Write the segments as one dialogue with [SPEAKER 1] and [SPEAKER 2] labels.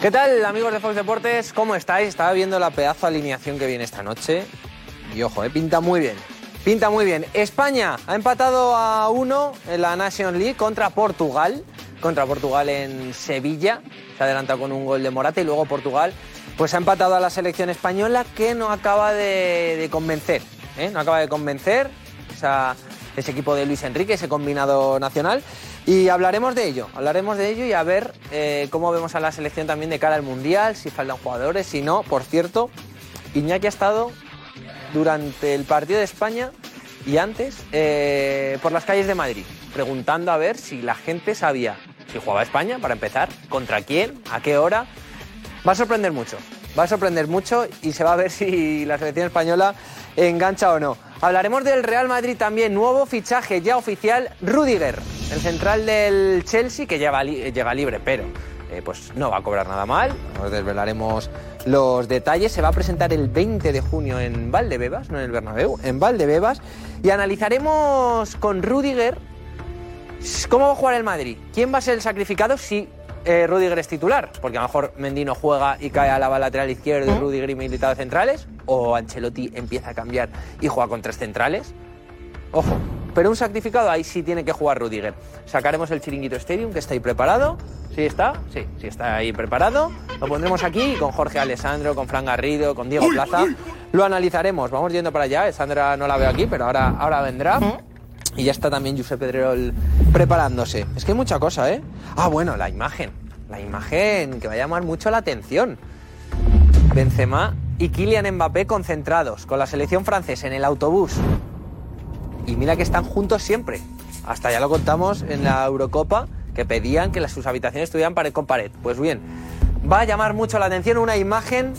[SPEAKER 1] ¿Qué tal, amigos de Fox Deportes? ¿Cómo estáis? Estaba viendo la pedazo de alineación que viene esta noche. Y ojo, eh, pinta muy bien. Pinta muy bien. España ha empatado a uno en la National League contra Portugal. Contra Portugal en Sevilla. Se adelanta con un gol de Morata y luego Portugal pues ha empatado a la selección española que no acaba de, de convencer. ¿eh? No acaba de convencer. Esa- ese equipo de Luis Enrique, ese combinado nacional. Y hablaremos de ello, hablaremos de ello y a ver eh, cómo vemos a la selección también de cara al Mundial, si faltan jugadores, si no. Por cierto, Iñaki ha estado durante el partido de España y antes eh, por las calles de Madrid, preguntando a ver si la gente sabía si jugaba España, para empezar, contra quién, a qué hora. Va a sorprender mucho, va a sorprender mucho y se va a ver si la selección española engancha o no. Hablaremos del Real Madrid también, nuevo fichaje ya oficial, Rudiger, el central del Chelsea que lleva li- llega libre, pero eh, pues no va a cobrar nada mal, nos desvelaremos los detalles. Se va a presentar el 20 de junio en Valdebebas, no en el Bernabéu, en Valdebebas. Y analizaremos con Rudiger cómo va a jugar el Madrid. ¿Quién va a ser el sacrificado si eh, Rudiger es titular? Porque a lo mejor Mendino juega y cae a la lateral izquierdo, Rudiger y militado centrales. O Ancelotti empieza a cambiar y juega con tres centrales. Ojo, pero un sacrificado ahí sí tiene que jugar Rudiger. Sacaremos el chiringuito Stadium, que está ahí preparado. ¿Sí está? Sí, sí está ahí preparado. Lo pondremos aquí con Jorge Alessandro, con Fran Garrido, con Diego Plaza. Lo analizaremos. Vamos yendo para allá. Sandra no la veo aquí, pero ahora, ahora vendrá. Y ya está también Josep Pedrerol preparándose. Es que hay mucha cosa, ¿eh? Ah, bueno, la imagen. La imagen que va a llamar mucho la atención. Benzema y Kylian Mbappé concentrados con la selección francesa en el autobús y mira que están juntos siempre. Hasta ya lo contamos en la Eurocopa, que pedían que las, sus habitaciones estuvieran pared con pared. Pues bien, va a llamar mucho la atención una imagen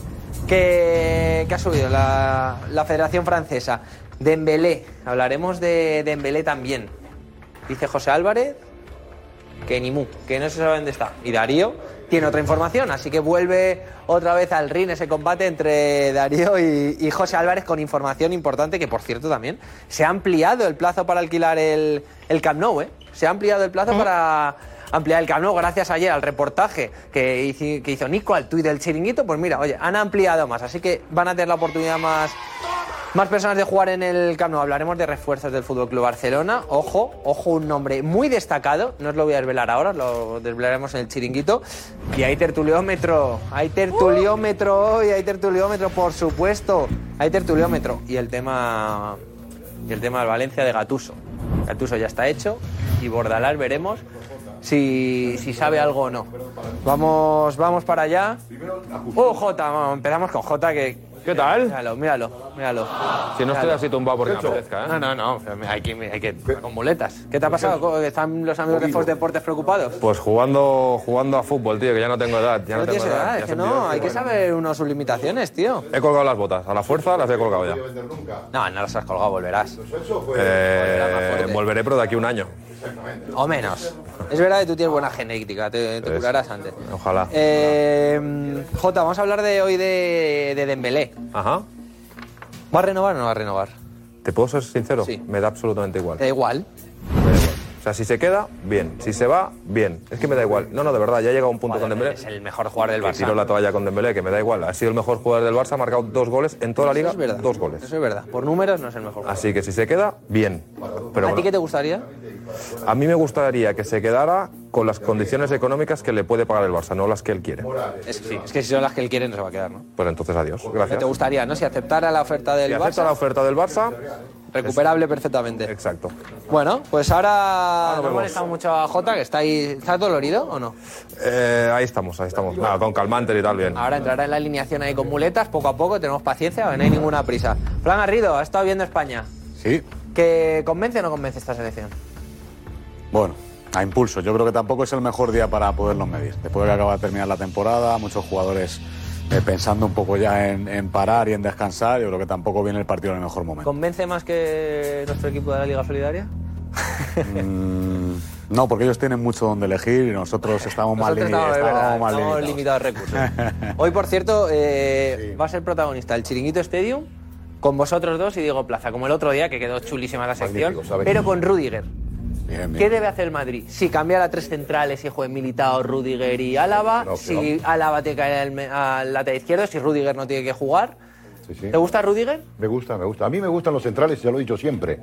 [SPEAKER 1] que, que ha subido la, la Federación Francesa. Dembélé, hablaremos de Dembélé también. Dice José Álvarez que ni mu, que no se sabe dónde está. Y Darío tiene otra información, así que vuelve otra vez al ring ese combate entre Darío y, y José Álvarez con información importante que, por cierto, también se ha ampliado el plazo para alquilar el, el Camp Nou, ¿eh? Se ha ampliado el plazo para ampliar el Camp Nou gracias ayer al reportaje que hizo, que hizo Nico al tuit del chiringuito. Pues mira, oye, han ampliado más, así que van a tener la oportunidad más más personas de jugar en el Camp Nou. Hablaremos de refuerzos del Fútbol Club Barcelona. Ojo, ojo, un nombre muy destacado. No os lo voy a desvelar ahora, os lo desvelaremos en el chiringuito. Y hay tertuliómetro, hay tertuliómetro hoy, hay tertuliómetro, por supuesto. Hay tertuliómetro. Y el tema. Y el tema del Valencia de Gatuso. Gatuso ya está hecho. Y Bordalás veremos si, si sabe algo o no. Vamos, vamos para allá. Oh, Jota, vamos, empezamos con Jota que.
[SPEAKER 2] ¿Qué tal?
[SPEAKER 1] Míralo, míralo, míralo.
[SPEAKER 2] Si no estoy
[SPEAKER 1] Claro.
[SPEAKER 2] así tumbado porque me
[SPEAKER 1] Nacho.
[SPEAKER 2] apetezca, ¿eh?
[SPEAKER 1] No, no, no. pero Hay que, hay que con muletas. ¿Qué te ha pasado? ¿Cómo ¿Están los amigos de Fox Deportes preocupados?
[SPEAKER 2] Pues jugando, jugando a fútbol, tío, que ya no tengo edad. Ya no,
[SPEAKER 1] No
[SPEAKER 2] tengo
[SPEAKER 1] tienes
[SPEAKER 2] edad.
[SPEAKER 1] edad,
[SPEAKER 2] ya
[SPEAKER 1] es que
[SPEAKER 2] soy
[SPEAKER 1] no.
[SPEAKER 2] mayor, tío,
[SPEAKER 1] Hay que
[SPEAKER 2] bueno.
[SPEAKER 1] saber uno sus limitaciones, tío.
[SPEAKER 2] He colgado las botas, a la fuerza las he colgado ya.
[SPEAKER 1] No, no las has colgado, volverás.
[SPEAKER 2] Eh,
[SPEAKER 1] fuerte.
[SPEAKER 2] volveré, pero de aquí un año.
[SPEAKER 1] O menos. Es verdad que tú tienes buena genética, te, te
[SPEAKER 2] Pues,
[SPEAKER 1] curarás antes.
[SPEAKER 2] Ojalá.
[SPEAKER 1] Eh, Jota, vamos a hablar de hoy de, de Dembélé.
[SPEAKER 2] Ajá.
[SPEAKER 1] ¿Va a renovar o no va a renovar?
[SPEAKER 2] ¿Te puedo ser sincero?
[SPEAKER 1] Sí.
[SPEAKER 2] Me da absolutamente igual.
[SPEAKER 1] Da igual.
[SPEAKER 2] Me da igual. O sea, si se queda, bien. Si se va, bien. Es que me da igual. No, no, de verdad, ya he llegado a un punto con Dembélé.
[SPEAKER 1] Es el mejor jugador del
[SPEAKER 2] que Tiro
[SPEAKER 1] Barça.
[SPEAKER 2] la toalla con Dembélé, que me da igual. Ha sido el mejor jugador del Barça, ha marcado dos goles en toda la liga.
[SPEAKER 1] Eso es verdad.
[SPEAKER 2] Dos goles.
[SPEAKER 1] Eso es verdad. Por números no es el mejor jugador.
[SPEAKER 2] Así que si se queda, bien. Ah, Pero
[SPEAKER 1] ¿A ti
[SPEAKER 2] bueno.
[SPEAKER 1] qué te gustaría?
[SPEAKER 2] A mí me gustaría que se quedara con las condiciones económicas que le puede pagar el Barça, no las que él quiere.
[SPEAKER 1] Es que, sí, es que si son las que él quiere no se va a quedar, ¿no?
[SPEAKER 2] Pues entonces adiós.
[SPEAKER 1] Que
[SPEAKER 2] Gracias.
[SPEAKER 1] te gustaría, ¿no? Si aceptara la oferta del
[SPEAKER 2] Si acepta
[SPEAKER 1] Barça,
[SPEAKER 2] la oferta del Barça,
[SPEAKER 1] recuperable perfectamente.
[SPEAKER 2] exacto.
[SPEAKER 1] Bueno, pues ahora no
[SPEAKER 2] vemos.
[SPEAKER 1] molestamos mucho a Jota, que está ahí. ¿Estás dolorido o no?
[SPEAKER 2] Eh, ahí estamos, ahí estamos. Nada, con calmante y tal, bien.
[SPEAKER 1] Ahora entrará en la alineación ahí con muletas, poco a poco, tenemos paciencia, no hay ninguna prisa. Fran Garrido, ha estado viendo España.
[SPEAKER 3] Sí,
[SPEAKER 1] ¿Que convence o no convence esta selección?
[SPEAKER 3] bueno, a impulso. Yo creo que tampoco es el mejor día para poderlos medir. Después de que acaba de terminar la temporada, muchos jugadores eh, pensando un poco ya en, en parar y en descansar, yo creo que tampoco viene el partido en el mejor momento.
[SPEAKER 1] ¿Convence más que nuestro equipo de la Liga Solidaria?
[SPEAKER 3] Mm, no, porque ellos tienen mucho donde elegir y nosotros estamos más
[SPEAKER 1] Nosotros
[SPEAKER 3] limi-
[SPEAKER 1] estamos, es verdad,
[SPEAKER 3] estamos más
[SPEAKER 1] estamos
[SPEAKER 3] limitados.
[SPEAKER 1] limitados de recursos. Hoy, por cierto, eh, va a ser protagonista el Chiringuito Stadium con vosotros dos y Diego Plaza, como el otro día que quedó chulísima la sección,
[SPEAKER 4] Magnífico, ¿sabes?
[SPEAKER 1] pero con Rudiger.
[SPEAKER 3] Bien, bien.
[SPEAKER 1] ¿Qué debe hacer el Madrid? Si cambiar a tres centrales y juegue Militao, Rudiger y Álava,
[SPEAKER 2] No,
[SPEAKER 1] si Álava te cae al, me- al lateral izquierdo, si Rudiger no tiene que jugar. ¿Te gusta Rudiger?
[SPEAKER 4] Me gusta, me gusta. A mí me gustan los centrales, ya lo he dicho siempre.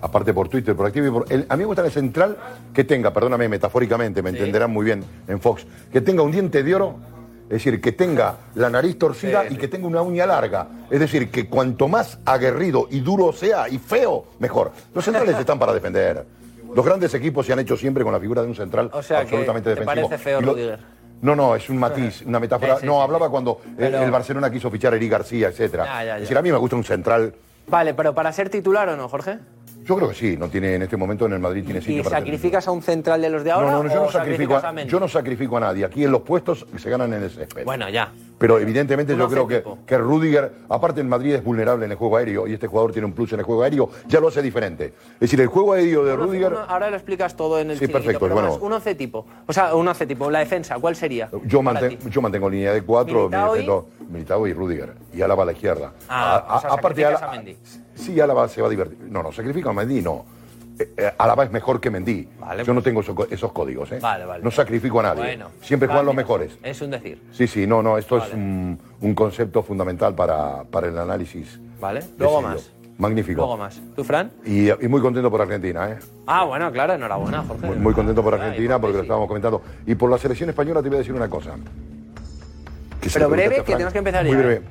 [SPEAKER 4] Aparte por Twitter, por activo y por... el- a mí me gusta el central que tenga, perdóname metafóricamente, me entenderán muy bien en Fox, que tenga un diente de oro, es decir, que tenga la nariz torcida y que tenga una uña larga. Es decir, que cuanto más aguerrido y duro sea y feo, mejor. Los centrales están para defender. Los grandes equipos se han hecho siempre con la figura de un central
[SPEAKER 1] O sea, que
[SPEAKER 4] absolutamente
[SPEAKER 1] te
[SPEAKER 4] defensivo.
[SPEAKER 1] parece feo
[SPEAKER 4] Y lo-
[SPEAKER 1] Rudiger.
[SPEAKER 4] no, no, es un matiz, una metáfora.
[SPEAKER 1] Sí, sí,
[SPEAKER 4] no,
[SPEAKER 1] sí,
[SPEAKER 4] hablaba cuando el-
[SPEAKER 1] Pero-
[SPEAKER 4] el Barcelona quiso fichar a Eric García, etcétera.
[SPEAKER 1] Ya, ya, ya.
[SPEAKER 4] Es decir, a mí me gusta un central.
[SPEAKER 1] Vale, pero para ser titular o no, Jorge.
[SPEAKER 4] Yo creo que sí, no tiene en este momento en el Madrid tiene
[SPEAKER 1] ¿Y
[SPEAKER 4] sitio para tener.
[SPEAKER 1] sacrificas a un central de los de ahora?
[SPEAKER 4] No, no, no, yo
[SPEAKER 1] o
[SPEAKER 4] no sacrifico
[SPEAKER 1] sacrificas
[SPEAKER 4] a,
[SPEAKER 1] a Mendy?
[SPEAKER 4] yo no sacrifico a nadie. Aquí en los puestos se ganan en el césped.
[SPEAKER 1] Bueno, ya.
[SPEAKER 4] Pero evidentemente
[SPEAKER 1] Un
[SPEAKER 4] yo creo que, que Rudiger, aparte el Madrid es vulnerable en el juego aéreo y este jugador tiene un plus en el juego aéreo, ya lo hace diferente. Es decir, el juego aéreo de
[SPEAKER 1] Uno-
[SPEAKER 4] Rudiger,
[SPEAKER 1] uno- ahora lo explicas todo en el
[SPEAKER 4] Sí,
[SPEAKER 1] chiringuito,
[SPEAKER 4] perfecto,
[SPEAKER 1] pero
[SPEAKER 4] bueno.
[SPEAKER 1] vamos, Un once tipo. O sea, un once tipo. La defensa, ¿cuál sería?
[SPEAKER 4] yo, manten- yo mantengo línea de cuatro,
[SPEAKER 1] Militao y-
[SPEAKER 4] Militao Militao y Rudiger, y Álava a la izquierda.
[SPEAKER 1] Ah,
[SPEAKER 4] A- a-
[SPEAKER 1] o sea,
[SPEAKER 4] aparte,
[SPEAKER 1] sacrificas
[SPEAKER 4] Ala-
[SPEAKER 1] a Mendy.
[SPEAKER 4] Sí, Álava se va a divertir. No, no, sacrifica a Mendy, no. Eh, eh, Álava es mejor que Mendy. Yo no tengo eso- esos códigos, ¿eh?
[SPEAKER 1] pues. Vale, vale.
[SPEAKER 4] No sacrifico a nadie.
[SPEAKER 1] Bueno,
[SPEAKER 4] Siempre juegan los
[SPEAKER 1] cambias.
[SPEAKER 4] mejores.
[SPEAKER 1] Es un decir,
[SPEAKER 4] Sí, sí, no, no, esto es un, un concepto fundamental para, para el análisis.
[SPEAKER 1] ¿vale?
[SPEAKER 4] de
[SPEAKER 1] Luego
[SPEAKER 4] siglo.
[SPEAKER 1] más.
[SPEAKER 4] Magnífico.
[SPEAKER 1] Luego más. ¿Tú, Fran?
[SPEAKER 4] Y, y muy contento por Argentina, ¿eh?
[SPEAKER 1] Ah, bueno, claro, enhorabuena, Jorge.
[SPEAKER 4] Muy contento por Argentina porque lo estábamos comentando. Y por la selección española te voy a decir una cosa. Que se lo preguntaste
[SPEAKER 1] Pero breve,
[SPEAKER 4] a
[SPEAKER 1] que
[SPEAKER 4] Frank.
[SPEAKER 1] tenemos que empezar ¿eh?
[SPEAKER 4] Muy
[SPEAKER 1] ya.
[SPEAKER 4] breve.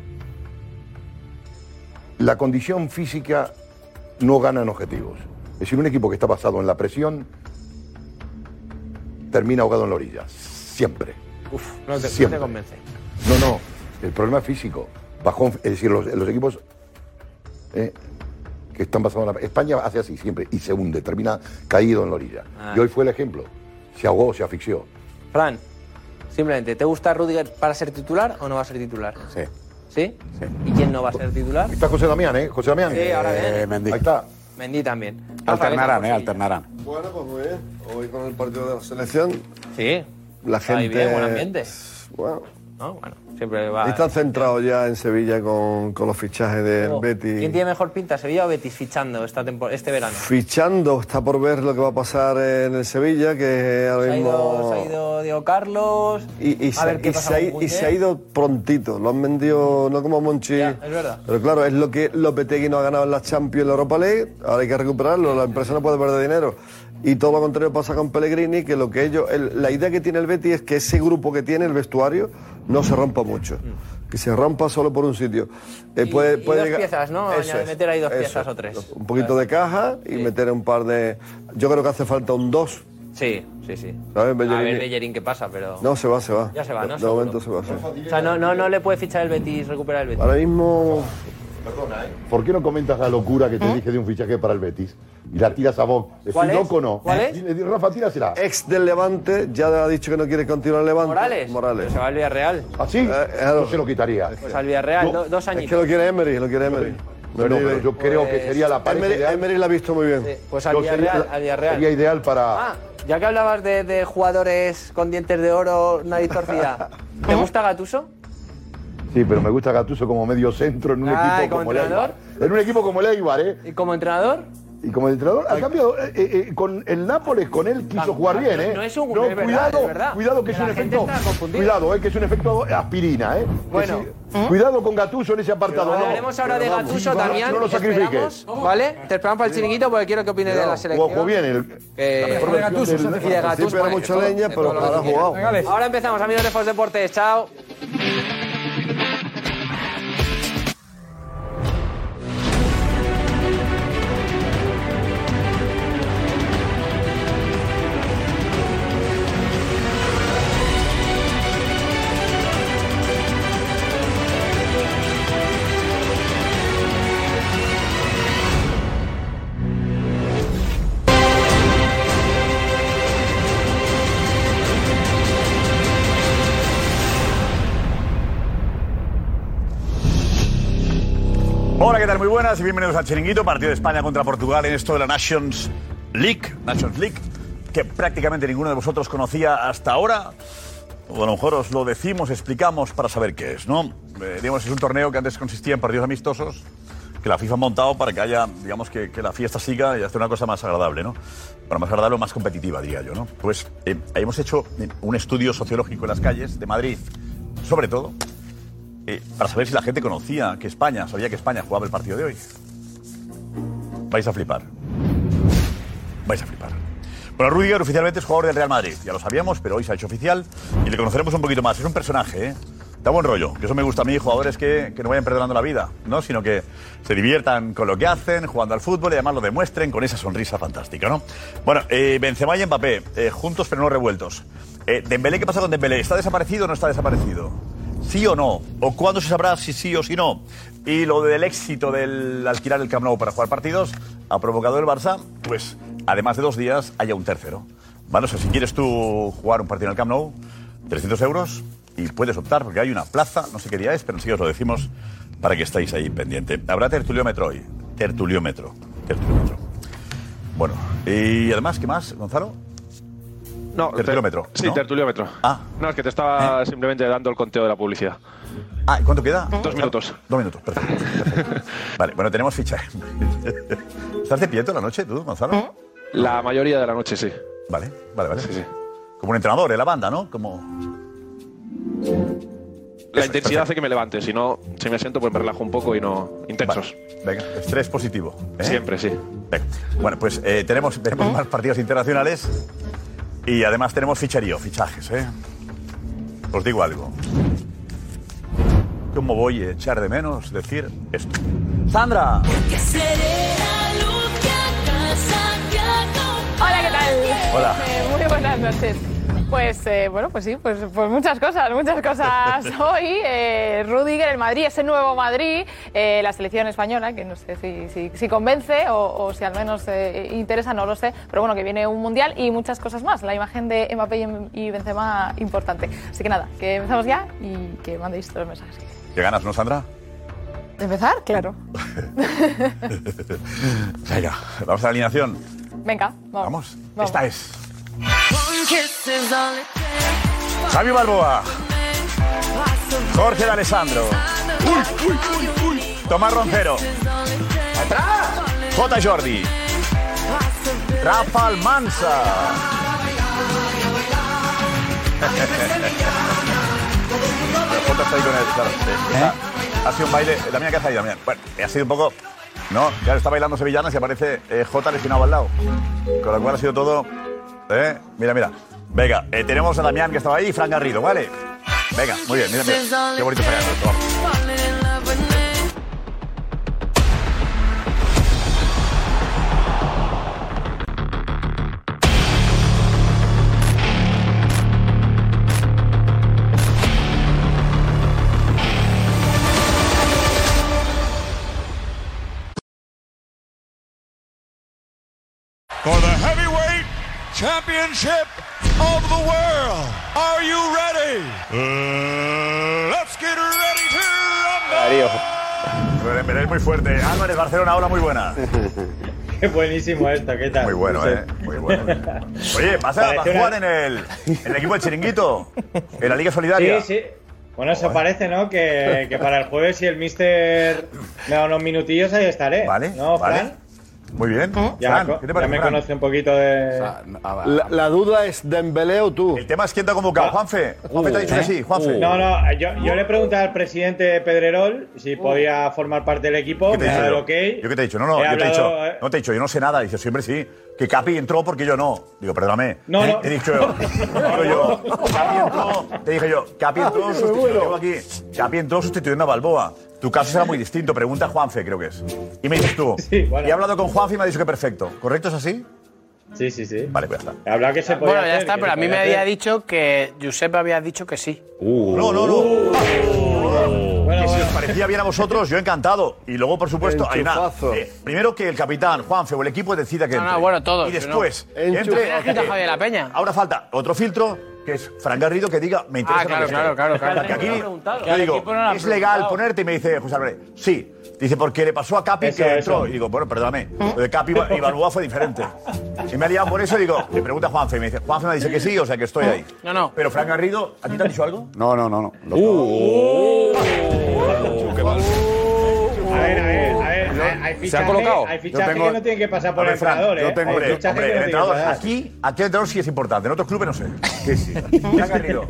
[SPEAKER 4] La condición física no gana en objetivos. Es decir, un equipo que está basado en la presión termina ahogado en la orilla. Siempre.
[SPEAKER 1] Uf, no te, no
[SPEAKER 4] Siempre.
[SPEAKER 1] te convence.
[SPEAKER 4] No, no. El problema es físico. Bajón, es decir, los, los equipos eh, que están basados en la. España hace así siempre y se hunde, termina caído en la orilla.
[SPEAKER 1] Ah.
[SPEAKER 4] Y hoy fue el ejemplo. Se ahogó, se asfixió.
[SPEAKER 1] Fran, simplemente, ¿te gusta Rudiger para ser titular o no va a ser titular?
[SPEAKER 3] Sí.
[SPEAKER 1] ¿Sí? ¿Y quién no va a ser titular?
[SPEAKER 4] Está José Damián, ¿eh? José Damián.
[SPEAKER 1] Sí, ahora viene.
[SPEAKER 3] Eh, Mendy.
[SPEAKER 4] Ahí está.
[SPEAKER 1] Mendy también. Rafa, ¿qué tal
[SPEAKER 3] Alternarán,
[SPEAKER 1] por
[SPEAKER 3] eh,
[SPEAKER 1] Sevilla?
[SPEAKER 3] alternarán.
[SPEAKER 5] Bueno, pues muy bien. Hoy con el partido de la selección,
[SPEAKER 1] Sí.
[SPEAKER 5] la
[SPEAKER 1] Está ahí
[SPEAKER 5] gente.
[SPEAKER 1] bien, buen ambiente.
[SPEAKER 5] Bueno,
[SPEAKER 1] ¿no? Bueno, siempre va... eh.
[SPEAKER 5] están centrados ya en Sevilla con, con los fichajes del
[SPEAKER 1] Luego,
[SPEAKER 5] Betis.
[SPEAKER 1] Oh, ¿Quién tiene mejor pinta, Sevilla o Betis, fichando esta tempor- este verano?
[SPEAKER 5] Fichando, está por ver lo que va a pasar en el Sevilla, que
[SPEAKER 1] Se
[SPEAKER 5] ahora
[SPEAKER 1] ha, ido,
[SPEAKER 5] mismo.
[SPEAKER 1] se ha ido Diego Carlos.
[SPEAKER 5] Y, y
[SPEAKER 1] a
[SPEAKER 5] se,
[SPEAKER 1] ver qué
[SPEAKER 5] y
[SPEAKER 1] pasa
[SPEAKER 5] se ha,
[SPEAKER 1] con
[SPEAKER 5] i- y
[SPEAKER 1] Cundé.
[SPEAKER 5] se ha ido prontito. Lo han vendido no como Monchi.
[SPEAKER 1] Ya, es verdad.
[SPEAKER 5] Pero claro, es lo que Lopetegui no ha ganado en la Champions en la Europa League. Ahora hay que recuperarlo. La empresa no puede perder dinero. Y todo lo contrario pasa con Pellegrini, que lo que ellos. el- la idea que tiene el Betty es que ese grupo que tiene, el vestuario, no se rompa mucho. Que se rompa solo por un sitio. Eh,
[SPEAKER 1] Mm. Y- y dos piezas, ¿no?
[SPEAKER 5] Eso
[SPEAKER 1] Añade-
[SPEAKER 5] es,
[SPEAKER 1] meter ahí dos
[SPEAKER 5] eso es.
[SPEAKER 1] piezas o tres.
[SPEAKER 5] Un poquito de caja y meter un par de. Yo creo que hace falta un dos.
[SPEAKER 1] Sí, sí, sí.
[SPEAKER 5] ¿Sabes, Bellerín?
[SPEAKER 1] A ver, Bellerín, qué pasa, pero.
[SPEAKER 5] No, se va, se va.
[SPEAKER 1] Ya se va, ¿no?
[SPEAKER 5] De- De
[SPEAKER 1] Seguro.
[SPEAKER 5] momento se va, sí.
[SPEAKER 1] O sea, no, no, no le puede fichar el Betis, recuperar el Betis. ¿eh?
[SPEAKER 5] Ahora mismo.
[SPEAKER 4] ¿Por qué no comentas la locura que te dije de un fichaje para el Betis? Y la tiras a Bob.
[SPEAKER 1] ¿Cuál
[SPEAKER 4] ¿Estoy
[SPEAKER 1] es?
[SPEAKER 4] loco o no? ¿Eh?
[SPEAKER 1] ¿Cuál es?
[SPEAKER 4] Dile, dile, Rafa, tírasela.
[SPEAKER 5] ex del Levante, ya ha dicho que no quiere continuar en Levante.
[SPEAKER 1] Morales. Pero
[SPEAKER 5] Morales.
[SPEAKER 1] se va al Villarreal.
[SPEAKER 6] ¿Ah,
[SPEAKER 4] ¿Así?
[SPEAKER 6] Eh,
[SPEAKER 5] claro.
[SPEAKER 4] Yo se lo quitaría.
[SPEAKER 1] Pues al Villarreal,
[SPEAKER 4] Yo-
[SPEAKER 1] do- dos
[SPEAKER 5] Es que
[SPEAKER 1] añitos.
[SPEAKER 5] lo quiere Emery, lo quiere Emery.
[SPEAKER 4] Bueno,
[SPEAKER 5] Emery-
[SPEAKER 4] pero yo creo que
[SPEAKER 1] Pues-
[SPEAKER 4] sería la pareja
[SPEAKER 5] Emery,
[SPEAKER 4] ideal.
[SPEAKER 5] Emery la ha visto muy bien.
[SPEAKER 1] Sí, Pues al
[SPEAKER 4] Yo sería-
[SPEAKER 1] Villarreal, al Villarreal.
[SPEAKER 4] Sería ideal para...
[SPEAKER 1] Ah, ya que hablabas de, de jugadores con dientes de oro, nariz torcida, ¿te gusta Gatuso?
[SPEAKER 4] Sí, pero me gusta Gatuso como medio centro en un
[SPEAKER 1] Ah, ¿y
[SPEAKER 4] equipo
[SPEAKER 1] como
[SPEAKER 4] como, el Eibar. En un equipo como el Eibar, ¿eh?
[SPEAKER 1] ¿Y como entrenador?
[SPEAKER 4] Y como entrenador, ha cambiado. eh, eh, eh, con el Nápoles, con él quiso
[SPEAKER 1] Vamos, ah,
[SPEAKER 4] jugar bien,
[SPEAKER 1] no-
[SPEAKER 4] ¿eh?
[SPEAKER 1] no es un- es verdad,
[SPEAKER 4] cuidado,
[SPEAKER 1] es verdad.
[SPEAKER 4] cuidado que es
[SPEAKER 1] La
[SPEAKER 4] un
[SPEAKER 1] gente
[SPEAKER 4] efecto.
[SPEAKER 1] está confundida.
[SPEAKER 4] Cuidado, eh, que es un efecto aspirina, ¿eh? Que
[SPEAKER 1] Bueno. ¿Mm?
[SPEAKER 4] sí, Cuidado con Gatuso en ese apartado. no.
[SPEAKER 1] Hablaremos ahora de
[SPEAKER 4] Pero vamos,
[SPEAKER 1] Gatuso,
[SPEAKER 4] no-
[SPEAKER 1] Damián.
[SPEAKER 4] No lo
[SPEAKER 1] te
[SPEAKER 4] sacrifiques.
[SPEAKER 1] esperamos, ¿Vale? Te esperamos para el chiringuito porque quiero que opines de la selección.
[SPEAKER 4] Jugó bien el.
[SPEAKER 1] Eh,
[SPEAKER 4] la mejor versión
[SPEAKER 1] Gattuso,
[SPEAKER 4] del-
[SPEAKER 1] y de Gattuso,
[SPEAKER 5] Sí, pero
[SPEAKER 1] bueno,
[SPEAKER 5] mucha
[SPEAKER 1] de todo,
[SPEAKER 5] leña,
[SPEAKER 1] de
[SPEAKER 5] pero
[SPEAKER 1] todo lo
[SPEAKER 5] ahora ha
[SPEAKER 1] que quieras.
[SPEAKER 5] jugado.
[SPEAKER 1] Ahora empezamos, amigos de Fox Deportes. Chao.
[SPEAKER 7] Hola, ¿qué tal? Muy buenas y bienvenidos al Chiringuito, partido de España contra Portugal en esto de la Nations League, Nations League, que prácticamente ninguno de vosotros conocía hasta ahora. O a lo mejor os lo decimos, explicamos para saber qué es, ¿no? Eh, digamos, es un torneo que antes consistía en partidos amistosos, que la FIFA ha montado para que haya, digamos, que, que la fiesta siga y hacer una cosa más agradable, ¿no? Bueno, más agradable o más competitiva, diría yo, ¿no? Pues eh, hemos hecho eh, un estudio sociológico en las calles de Madrid, sobre todo, eh, para saber si la gente conocía que España, sabía que España jugaba el partido de hoy. Vais a flipar. Vais a flipar. Bueno, Rudiger oficialmente es jugador del Real Madrid. Ya lo sabíamos, pero hoy se ha hecho oficial y le conoceremos un poquito más. Es un personaje, ¿eh? Da buen rollo. Que eso me gusta a mí, jugadores que, que no vayan perdonando la vida, ¿no? Sino que se diviertan con lo que hacen, jugando al fútbol y además lo demuestren con esa sonrisa fantástica, ¿no? Bueno, eh, Benzema y Mbappé, eh, juntos pero no revueltos. Eh, Dembélé, ¿qué pasa con Dembélé? ¿Está desaparecido o no está desaparecido? ¿Sí o no? ¿O cuándo se sabrá si sí o si no? Y lo del éxito del alquilar el Camp Nou para jugar partidos ha provocado el Barça, pues además de dos días haya un tercero. Bueno, o sea, si quieres tú jugar un partido en el Camp Nou, 300 euros y puedes optar porque hay una plaza, no sé qué día es, pero enseguida os lo decimos para que estáis ahí pendiente. Habrá tertuliómetro hoy. Tertuliómetro. Tertuliómetro. Bueno, y además, ¿qué más, Gonzalo?
[SPEAKER 8] No, ter-
[SPEAKER 7] Tertuliómetro,
[SPEAKER 8] Sí,
[SPEAKER 7] ¿no?
[SPEAKER 8] tertuliómetro.
[SPEAKER 7] Ah.
[SPEAKER 8] No, es que te estaba simplemente dando el conteo de la publicidad.
[SPEAKER 7] ¿Eh? Ah, ¿cuánto queda?
[SPEAKER 8] Dos minutos.
[SPEAKER 7] Dos minutos, perfecto. perfecto. Vale, bueno, tenemos ficha. ¿Estás de pie toda la noche tú, Gonzalo?
[SPEAKER 8] La mayoría de la noche, sí.
[SPEAKER 7] Vale, vale, vale.
[SPEAKER 8] Sí, sí.
[SPEAKER 7] Como un entrenador en la banda, ¿no? Como...
[SPEAKER 8] La intensidad hace que me levante, si no, si me siento, pues me relajo un poco y no. Intensos.
[SPEAKER 7] Venga, estrés positivo. ¿eh?
[SPEAKER 8] Siempre, sí.
[SPEAKER 7] Venga. Bueno, pues eh, tenemos, tenemos más partidos internacionales y además tenemos ficherío, fichajes, ¿eh? Os digo algo. ¿Cómo voy a echar de menos decir esto? ¡Sandra!
[SPEAKER 9] Hola, ¿qué tal?
[SPEAKER 7] Hola.
[SPEAKER 9] Eh, muy buenas noches. Pues eh, bueno, pues sí, pues, pues muchas cosas, muchas cosas hoy. Eh, Rudiger, el Madrid, ese nuevo Madrid, eh, la selección española, que no sé si, si, si convence o, o si al menos eh, interesa, no lo sé, pero bueno, que viene un mundial y muchas cosas más. La imagen de Mbappé y y Benzema importante. Así que nada, que empezamos ya y que mandéis todos los mensajes.
[SPEAKER 7] ¿Qué ganas, no, Sandra?
[SPEAKER 9] ¿Empezar? Claro.
[SPEAKER 7] Venga, vamos a la alineación.
[SPEAKER 9] Venga, vamos.
[SPEAKER 7] Vamos. Esta es. Xavi Balboa. Jorge D'Alessandro. Tomás Roncero. J. Jordi. Rafa Almanza. J está ahí con él, claro. Ha- Ha sido un baile. Damián, ¿qué has ahí, Damián? Bueno, ha sido un poco. No, claro, está bailando sevillanas y aparece eh, J lesionado al lado. Con lo cual ha sido todo. ¿eh? Mira, mira. Venga, eh, tenemos a Damián que estaba ahí y Fran Garrido, ¿vale? Venga, muy bien, mira, mira. Qué bonito Fran ¿eh? Garrido. vamos.
[SPEAKER 10] for the heavyweight championship of the world. Are you ready? Uh, let's get ready to rumble.
[SPEAKER 7] Pero Dembélé es muy fuerte. Álvarez, Barcelona, hola, muy buena.
[SPEAKER 11] Qué buenísimo esto, ¿qué tal?
[SPEAKER 7] Muy bueno, ¿eh? Muy bueno. Oye, ¿vas a, vas a jugar en el, en el equipo del Chiringuito? En la Liga Solidaria.
[SPEAKER 11] Sí, sí. Bueno, eso parece, ¿no? Que, que para el jueves, si el mister me da unos minutillos, ahí estaré.
[SPEAKER 7] Vale,
[SPEAKER 11] ¿No,
[SPEAKER 7] vale.
[SPEAKER 11] Fran?
[SPEAKER 7] Muy bien.
[SPEAKER 11] Ya,
[SPEAKER 7] Fran,
[SPEAKER 11] me co-
[SPEAKER 7] ¿qué te
[SPEAKER 11] ya
[SPEAKER 7] parece,
[SPEAKER 11] me
[SPEAKER 7] Fran?
[SPEAKER 11] conoce un poquito de.
[SPEAKER 5] La, la duda es Dembélé o tú. ¿Eh?
[SPEAKER 7] El tema es quién te ha convocado, Juanfe. Juanfe te ha dicho que sí, Juanfe.
[SPEAKER 11] Ah. Uh. No, no, yo, yo le pregunté al presidente Pedrerol si podía formar parte del equipo.
[SPEAKER 7] ¿Qué te
[SPEAKER 11] Me
[SPEAKER 7] he
[SPEAKER 11] ha
[SPEAKER 7] dicho
[SPEAKER 11] dado el
[SPEAKER 7] yo?
[SPEAKER 11] ok.
[SPEAKER 7] Yo qué te he dicho, no, no,
[SPEAKER 11] He
[SPEAKER 7] yo te he dicho,
[SPEAKER 11] hablado, eh.
[SPEAKER 7] no te he dicho, yo no sé nada. Dice siempre sí, que Capi entró porque yo no. Digo, perdóname.
[SPEAKER 11] No,
[SPEAKER 7] Te-
[SPEAKER 11] no.
[SPEAKER 7] Te he dicho yo. Digo yo, Capi entró, te dije yo, Capi entró sustituyendo tengo aquí. Capi entró sustituyendo a Balboa. Tu caso será muy distinto, pregunta a Juanfe, creo que es. Y me dices tú.
[SPEAKER 11] Sí, bueno.
[SPEAKER 7] Y he hablado con Juanfe y me ha dicho que perfecto. ¿Correcto es así?
[SPEAKER 11] Sí, sí, sí.
[SPEAKER 7] Vale, pues ya está.
[SPEAKER 11] He hablado que se podía.
[SPEAKER 12] Bueno, ya
[SPEAKER 11] hacer,
[SPEAKER 12] está,
[SPEAKER 11] que se
[SPEAKER 12] pero a mí me
[SPEAKER 11] podía
[SPEAKER 12] había
[SPEAKER 11] hacer.
[SPEAKER 12] dicho que Giuseppe había dicho que sí.
[SPEAKER 4] Uh.
[SPEAKER 7] No, no, no.
[SPEAKER 11] Bueno,
[SPEAKER 7] Que si
[SPEAKER 11] bueno.
[SPEAKER 7] os parecía bien a vosotros, yo encantado. Y luego, por supuesto, hay una.
[SPEAKER 5] Enchufazo.
[SPEAKER 7] eh, primero que el capitán, Juanfe o el equipo decida que.
[SPEAKER 12] No, no,
[SPEAKER 7] entre.
[SPEAKER 12] bueno, todos,
[SPEAKER 7] Y
[SPEAKER 12] yo
[SPEAKER 7] después.
[SPEAKER 5] no. Enchufazo.
[SPEAKER 7] entre-
[SPEAKER 12] ¿Qué ha Javier La Peña?
[SPEAKER 7] Ahora falta otro filtro, que es Fran Garrido, que diga, me interesa.
[SPEAKER 12] Ah, claro,
[SPEAKER 7] lo que
[SPEAKER 12] claro,
[SPEAKER 7] esté.
[SPEAKER 12] claro, claro.
[SPEAKER 7] Porque
[SPEAKER 12] No lo ha
[SPEAKER 7] aquí,
[SPEAKER 12] preguntado.
[SPEAKER 7] yo
[SPEAKER 12] Al
[SPEAKER 7] digo,
[SPEAKER 12] equipo no lo ha
[SPEAKER 7] es legal
[SPEAKER 12] preguntado.
[SPEAKER 7] ponerte y me dice José Álvarez, sí. Dice, porque le pasó a Capi
[SPEAKER 11] Eso,
[SPEAKER 7] que entró.
[SPEAKER 11] eso.
[SPEAKER 7] Y digo, bueno, perdóname, lo de Capi y Balboa fue diferente. Y me ha liado por eso, digo, le pregunta a Juanfe y me dice, Juanfe me dice que sí, o sea que estoy ahí.
[SPEAKER 12] No, no.
[SPEAKER 7] Pero Fran Garrido, ¿a ti te han dicho algo?
[SPEAKER 3] No, no, no, no. Lo-
[SPEAKER 11] A ver, a ver, a ver. hay
[SPEAKER 7] ¿Se ha
[SPEAKER 11] fichajes-
[SPEAKER 7] colocado?
[SPEAKER 11] hay fichajes que no tienen que pasar por el entrenador,
[SPEAKER 7] Yo
[SPEAKER 11] ¿eh?
[SPEAKER 7] tengo,
[SPEAKER 11] Hay
[SPEAKER 7] hombre,
[SPEAKER 11] fichajes
[SPEAKER 7] hombre,
[SPEAKER 11] que no
[SPEAKER 7] el
[SPEAKER 11] tienen que
[SPEAKER 7] entrenador
[SPEAKER 11] pasar.
[SPEAKER 7] aquí, aquí el entrenador sí es importante, en otros clubes no sé.
[SPEAKER 3] Sí, sí.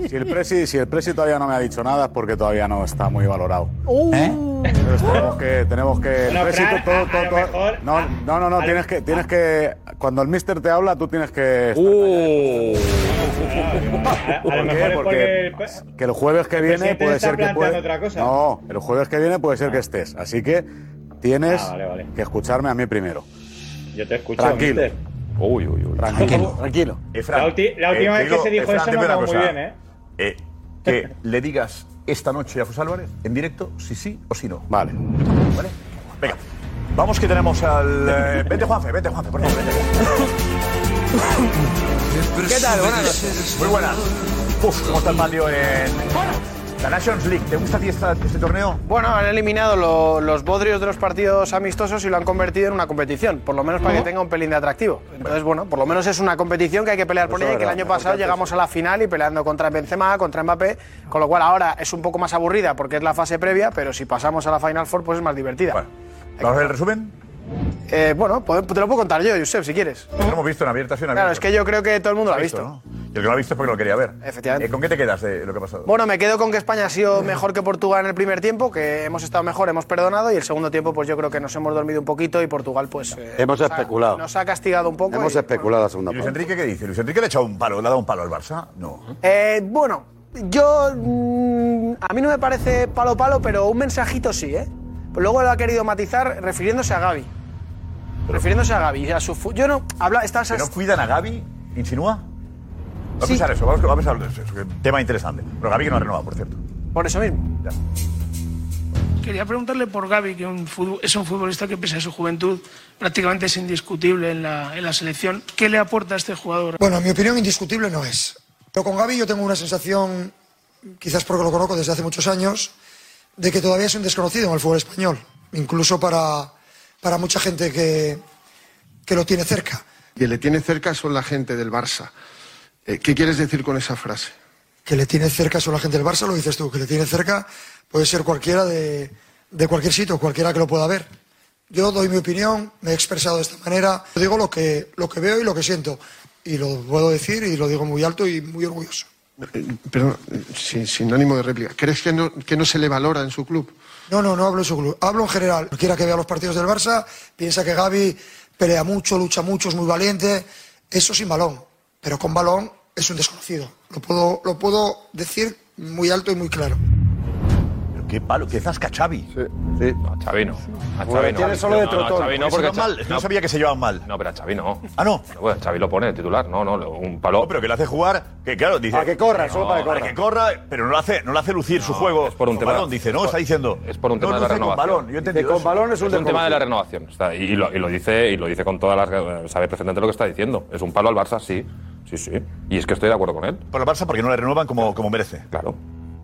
[SPEAKER 3] Si el, presi, si el presi todavía no me ha dicho nada es porque todavía no está muy valorado. ¿Eh? Entonces tenemos que. Tenemos que el
[SPEAKER 11] Bueno,
[SPEAKER 3] presi
[SPEAKER 11] Fran,
[SPEAKER 3] todo-
[SPEAKER 11] a- a
[SPEAKER 3] todo-
[SPEAKER 11] lo
[SPEAKER 3] todo-
[SPEAKER 11] mejor-
[SPEAKER 3] no, no, no, no, tienes que, tienes que. Cuando el mister te habla, tú tienes que. estar callado.
[SPEAKER 11] A lo
[SPEAKER 3] ¿Por qué?
[SPEAKER 11] mejor es
[SPEAKER 3] Porque
[SPEAKER 11] porque el-
[SPEAKER 3] que el jueves que viene
[SPEAKER 11] presidente
[SPEAKER 3] puede
[SPEAKER 11] está
[SPEAKER 3] ser que
[SPEAKER 11] planteando
[SPEAKER 3] puede-
[SPEAKER 11] otra cosa.
[SPEAKER 3] No, el jueves que viene puede ser que estés. Así que tienes
[SPEAKER 11] Ah, vale, vale.
[SPEAKER 3] que escucharme a mí primero.
[SPEAKER 11] Yo te escucho.
[SPEAKER 3] Tranquilo.
[SPEAKER 11] mister.
[SPEAKER 3] Uy, uy, uy. Tranquilo. Tranquilo.
[SPEAKER 11] La ulti- la última vez que se dijo eso no acabó muy bien, ¿eh?
[SPEAKER 7] Eh, que le digas esta noche a José Álvarez en directo si sí o si no.
[SPEAKER 3] Vale.
[SPEAKER 7] ¿Vale? Venga, vamos que tenemos al. eh, vete, Juanfe, vete, Juanfe, por favor, vete.
[SPEAKER 1] ¿Qué tal? Buenas noches.
[SPEAKER 7] Muy buenas. Uf, ¿cómo está el patio en la Nations League? ¿Te gusta a ti esta- este torneo?
[SPEAKER 12] Bueno, han eliminado lo- los bodrios de los partidos amistosos y lo han convertido en una competición, por lo menos para que tenga un pelín de atractivo. Entonces, bueno, por lo menos es una competición que hay que pelear por
[SPEAKER 1] Eso
[SPEAKER 12] ella y
[SPEAKER 1] es
[SPEAKER 12] que el
[SPEAKER 1] verdad,
[SPEAKER 12] año pasado
[SPEAKER 1] importante
[SPEAKER 12] llegamos a la final y peleando contra Benzema, contra Mbappé, con lo cual ahora es un poco más aburrida porque es la fase previa, pero si pasamos a la Final Four pues es más divertida.
[SPEAKER 7] ¿Vamos a ver el resumen?
[SPEAKER 12] Eh, bueno, pod- te lo puedo contar yo, Josep, si quieres.
[SPEAKER 7] Lo hemos visto en abierta, sí, en
[SPEAKER 12] Claro,
[SPEAKER 7] abierta.
[SPEAKER 12] es que yo creo que todo el mundo lo ha visto.
[SPEAKER 7] ¿no? Y el que lo ha visto es porque lo quería ver. Efectivamente. ¿Con qué te quedas de lo que ha pasado?
[SPEAKER 12] Bueno, me quedo con que España ha sido mejor que Portugal en el primer tiempo, que hemos estado mejor, hemos perdonado y el segundo tiempo pues yo creo que nos hemos dormido un poquito y Portugal pues eh,
[SPEAKER 6] Hemos
[SPEAKER 12] nos ha-
[SPEAKER 6] especulado.
[SPEAKER 12] nos ha castigado un poco.
[SPEAKER 6] Hemos
[SPEAKER 12] y-
[SPEAKER 6] especulado la segunda
[SPEAKER 7] ¿Y Luis
[SPEAKER 6] parte.
[SPEAKER 7] Enrique qué dice? ¿Luis Enrique le ha echado un palo? ¿Le ha dado un palo al Barça? No.
[SPEAKER 12] Eh, bueno, yo mm, a mí no me parece palo palo, pero un mensajito sí, ¿eh? Luego lo ha querido matizar refiriéndose a Gaby. refiriéndose a Gaby, a su fu- yo no habla estás
[SPEAKER 7] ¿Que no cuidan a Gaby? ¿Insinúa? Vamos a pensar eso, vamos a pensar eso, que es un tema interesante. Pero Gaby que no ha renovado, por cierto.
[SPEAKER 12] por eso mismo.
[SPEAKER 13] Quería preguntarle por Gaby, que un fútbol- es un futbolista que pese a su juventud prácticamente es indiscutible en la, en la selección. ¿Qué le aporta a este jugador?
[SPEAKER 14] Bueno, en mi opinión indiscutible no es. Pero con Gaby yo tengo una sensación, quizás porque lo conozco desde hace muchos años, de que todavía es un desconocido en el fútbol español, incluso para, para mucha gente que, que lo tiene cerca.
[SPEAKER 15] que le tiene cerca son la gente del Barça. Eh, ¿Qué quieres decir con esa frase?
[SPEAKER 14] Que le tiene cerca son la gente del Barça, lo dices tú, que le tiene cerca puede ser cualquiera de, de cualquier sitio, cualquiera que lo pueda ver. Yo doy mi opinión, me he expresado de esta manera, digo lo que, lo que veo y lo que siento, y lo puedo decir y lo digo muy alto y muy orgulloso.
[SPEAKER 15] Eh, Perdón, eh, sin, sin ánimo de réplica. ¿Crees que no, que no se le valora en su club?
[SPEAKER 14] No, no, no hablo de su club. Hablo en general. Cualquiera que vea los partidos del Barça piensa que Gaby pelea mucho, lucha mucho, es muy valiente. Eso sin balón. Pero con balón es un desconocido. Lo puedo, lo puedo decir muy alto y muy claro.
[SPEAKER 7] Pero qué palo, que zasca Xavi. Sí.
[SPEAKER 16] No, Xavi no. A
[SPEAKER 7] Bueno,
[SPEAKER 16] Xavi no.
[SPEAKER 7] tiene solo de
[SPEAKER 16] No,
[SPEAKER 7] trotón.
[SPEAKER 16] a Xavi no,
[SPEAKER 7] Porque se
[SPEAKER 16] porque
[SPEAKER 7] llevan mal. No sabía que se llevaban mal.
[SPEAKER 16] No, pero a Xavi no.
[SPEAKER 7] Ah, no.
[SPEAKER 16] Bueno, Xavi lo pone de titular, no, no, lo- un palo.
[SPEAKER 7] pero que le hace jugar, que claro, dice.
[SPEAKER 16] A que corra, solo para que corra.
[SPEAKER 7] A que corra, pero no lo hace, no lo hace lucir su juego.
[SPEAKER 16] es por un
[SPEAKER 7] con
[SPEAKER 16] tema-
[SPEAKER 7] balón, dice,
[SPEAKER 16] es
[SPEAKER 7] no,
[SPEAKER 16] por-
[SPEAKER 7] está diciendo.
[SPEAKER 16] Es por un tema
[SPEAKER 7] no,
[SPEAKER 16] de la
[SPEAKER 7] luce con
[SPEAKER 16] renovación.
[SPEAKER 7] balón, yo he entendido eso.
[SPEAKER 16] un tema de la renovación. Está, y, y lo, y lo dice y lo dice con todas las sabe perfectamente lo que está diciendo. Es un palo al Barça, sí. Sí, sí. Y es que estoy de acuerdo con él.
[SPEAKER 7] Por el Barça porque no le renovan como, como merece.
[SPEAKER 16] Claro.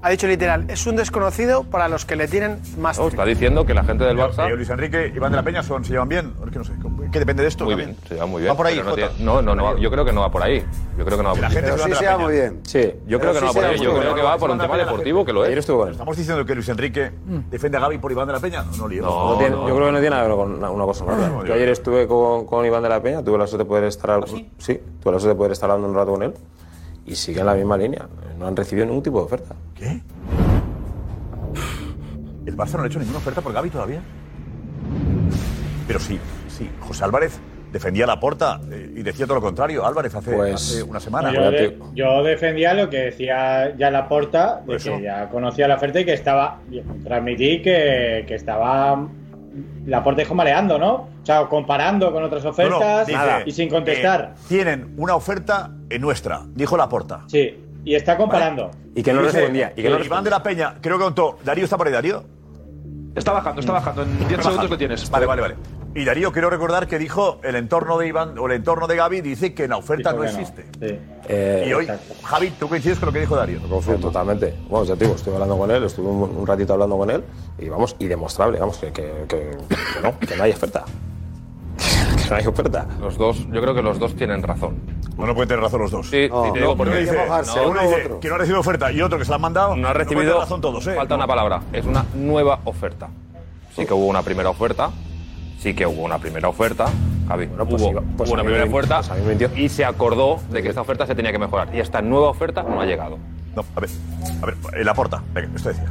[SPEAKER 12] Ha dicho literal, es un desconocido para los que le tienen más
[SPEAKER 16] No, está diciendo que la gente del Barça
[SPEAKER 7] eh, Luis Enrique, Iván de la Peña, son, se llevan bien. Es que no sé, ¿qué depende de esto?
[SPEAKER 16] muy
[SPEAKER 7] también?
[SPEAKER 16] bien, se lleva muy bien.
[SPEAKER 7] Va por ahí,
[SPEAKER 16] pero no,
[SPEAKER 7] Jota.
[SPEAKER 16] tiene- no, no, no va- yo creo que no va por ahí. Yo creo que no va por ahí.
[SPEAKER 7] gente Pero se sí va de la se lleva Peña. muy bien.
[SPEAKER 16] Sí, yo creo que no va por ahí. Yo creo que va por un tema
[SPEAKER 7] pues,
[SPEAKER 16] deportivo que lo es.
[SPEAKER 7] Estamos diciendo que Luis Enrique defiende a Gaby por Iván de la Peña. No, no lío.
[SPEAKER 17] No tiene- Yo creo que no tiene nada que ver con una, una cosa con otra. Yo ayer estuve con, con Iván de la Peña, tuve la suerte de poder estar
[SPEAKER 7] ¿Ah,
[SPEAKER 17] al- sí? tuve la suerte de poder estar hablando un rato con él y sigue en la misma línea. No han recibido ningún tipo de oferta.
[SPEAKER 7] El Barça no le ha hecho ninguna oferta por Gaby todavía. Pero sí, sí. José Álvarez defendía la puerta eh, y decía todo lo contrario. Álvarez hace,
[SPEAKER 17] Pues,
[SPEAKER 7] hace una semana.
[SPEAKER 11] Yo, de- yo defendía lo que decía ya Laporta, de que ya conocía la oferta y que estaba. yo Transmití que, que estaba. Laporta dijo mareando, ¿no? O sea, comparando con otras
[SPEAKER 7] No, no,
[SPEAKER 11] ofertas
[SPEAKER 7] dice,
[SPEAKER 11] y sin contestar.
[SPEAKER 7] eh, tienen una oferta en nuestra, dijo la porta.
[SPEAKER 11] Sí, y está comparando.
[SPEAKER 17] Y que no respondía, y que no
[SPEAKER 7] eh, Iván de la Peña, creo que contó. Darío está por ahí, Darío.
[SPEAKER 8] Está bajando, está bajando. En 10 segundos lo tienes.
[SPEAKER 7] Vale, vale, vale. Y Darío, quiero recordar que dijo el entorno de Iván o el entorno de Gaby dice que la oferta
[SPEAKER 17] Dijo
[SPEAKER 7] no
[SPEAKER 17] que no.
[SPEAKER 7] existe.
[SPEAKER 17] Eh,
[SPEAKER 7] y hoy, Javi, ¿tú coincides con lo que dijo Darío?
[SPEAKER 17] Confirmo, totalmente. Vamos, ya te digo, estuve hablando con él, estuve un, un ratito hablando con él y vamos, indemostrable, vamos, que, que- que- que no, que no hay oferta. que no hay oferta.
[SPEAKER 16] Los dos, yo creo que los dos tienen razón.
[SPEAKER 7] No, no pueden tener razón los dos.
[SPEAKER 16] Sí, sí, te digo porque
[SPEAKER 7] uno dice, Oh. no, uno dice que no ha recibido oferta y otro que se la han mandado.
[SPEAKER 16] no ha
[SPEAKER 7] pueden
[SPEAKER 16] recibido.
[SPEAKER 7] tener razón todos, ¿eh?
[SPEAKER 16] Falta una palabra. Es una nueva oferta. Sí que hubo una primera oferta. sí que hubo una primera oferta, Javi.
[SPEAKER 17] pues
[SPEAKER 16] hubo,
[SPEAKER 17] iba- pues
[SPEAKER 16] hubo
[SPEAKER 17] a
[SPEAKER 16] una
[SPEAKER 17] mí
[SPEAKER 16] primera
[SPEAKER 17] me-
[SPEAKER 16] oferta y se acordó de que esta oferta se tenía que mejorar. Y esta nueva oferta no ha llegado.
[SPEAKER 7] No, a ver, a ver, eh, la porta. Venga, esto decía.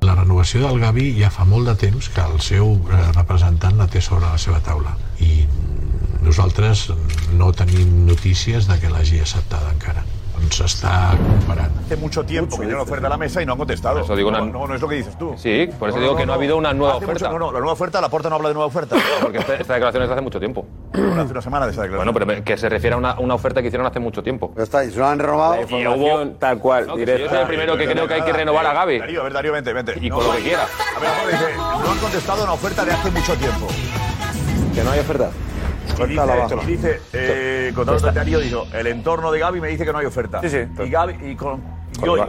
[SPEAKER 6] La renovació del Gavi ja fa molt de temps que el seu eh, representant la té sobre la seva taula i nosaltres no tenim notícies de que l'hagi acceptada encara. Doncs s'està comparant.
[SPEAKER 7] Hace mucho tiempo que tiene una oferta a la mesa y no han contestado.
[SPEAKER 16] Por eso digo
[SPEAKER 7] no,
[SPEAKER 16] una-
[SPEAKER 7] no, no es lo que dices tú.
[SPEAKER 16] Sí, por eso digo que no ha habido una nueva
[SPEAKER 7] Hace
[SPEAKER 16] oferta.
[SPEAKER 7] mucho- no, no, la nueva oferta, la porta no habla de nueva oferta.
[SPEAKER 16] Porque esta, esta declaración es de hace mucho tiempo.
[SPEAKER 7] hace una semana de esa
[SPEAKER 16] declaración. Bueno, pero que se refiere a una, una oferta que hicieron hace mucho tiempo.
[SPEAKER 17] está, y se lo han renovado.
[SPEAKER 16] La información
[SPEAKER 17] tal cual,
[SPEAKER 16] No, que si yo soy el primero que creo que hay que renovar
[SPEAKER 7] eh,
[SPEAKER 16] a Gaby.
[SPEAKER 7] Darío, a ver, Darío, vente, vente.
[SPEAKER 16] Y con lo que quiera.
[SPEAKER 7] A ver, Jorge dice, no han contestado a una oferta de hace mucho tiempo.
[SPEAKER 17] Que no hay oferta.
[SPEAKER 16] Pues
[SPEAKER 7] Y dice,
[SPEAKER 17] la baja.
[SPEAKER 7] y dice eh, contando a Darío, dijo, el entorno de Gaby me dice que no hay oferta.
[SPEAKER 17] Sí, sí.
[SPEAKER 7] Y Gaby, y con, y hoy,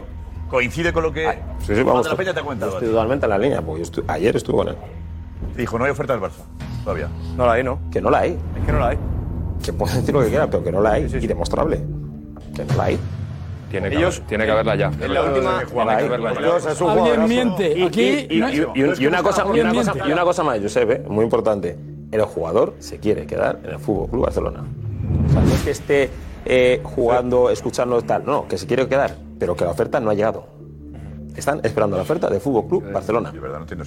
[SPEAKER 7] coincide con lo que
[SPEAKER 17] Sí, sí,
[SPEAKER 7] Juan
[SPEAKER 17] vamos.
[SPEAKER 7] de la Peña te ha comentado.
[SPEAKER 17] Yo estoy totalmente en la línea, porque yo estu- ayer estuve con él.
[SPEAKER 7] Dijo, no hay oferta del Barça, todavía.
[SPEAKER 17] No la hay, ¿no? Que no la hay. Es que no la hay. Que puedes decir lo que quieras, pero que no la hay. Y demostrable. Que no la hay.
[SPEAKER 16] Tiene que, haber- tiene que haberla ya.
[SPEAKER 17] en la última-
[SPEAKER 16] Tiene que haberla ya.
[SPEAKER 17] Dios, es un Alguien jugadorazo.
[SPEAKER 18] miente.
[SPEAKER 17] Y-
[SPEAKER 18] Aquí
[SPEAKER 17] y, y-
[SPEAKER 18] no-
[SPEAKER 17] y- y-
[SPEAKER 18] no es
[SPEAKER 17] y una
[SPEAKER 18] como
[SPEAKER 17] cosa,
[SPEAKER 18] está.
[SPEAKER 17] y, una cosa,
[SPEAKER 18] Miente.
[SPEAKER 17] y una cosa más, Josep, eh, muy importante. El jugador se quiere quedar en el Fútbol Club Barcelona. O sea, no es que esté eh, jugando, escuchando tal, no, que se quiere quedar, pero que la oferta no ha llegado. Están esperando la oferta del Fútbol Club Barcelona.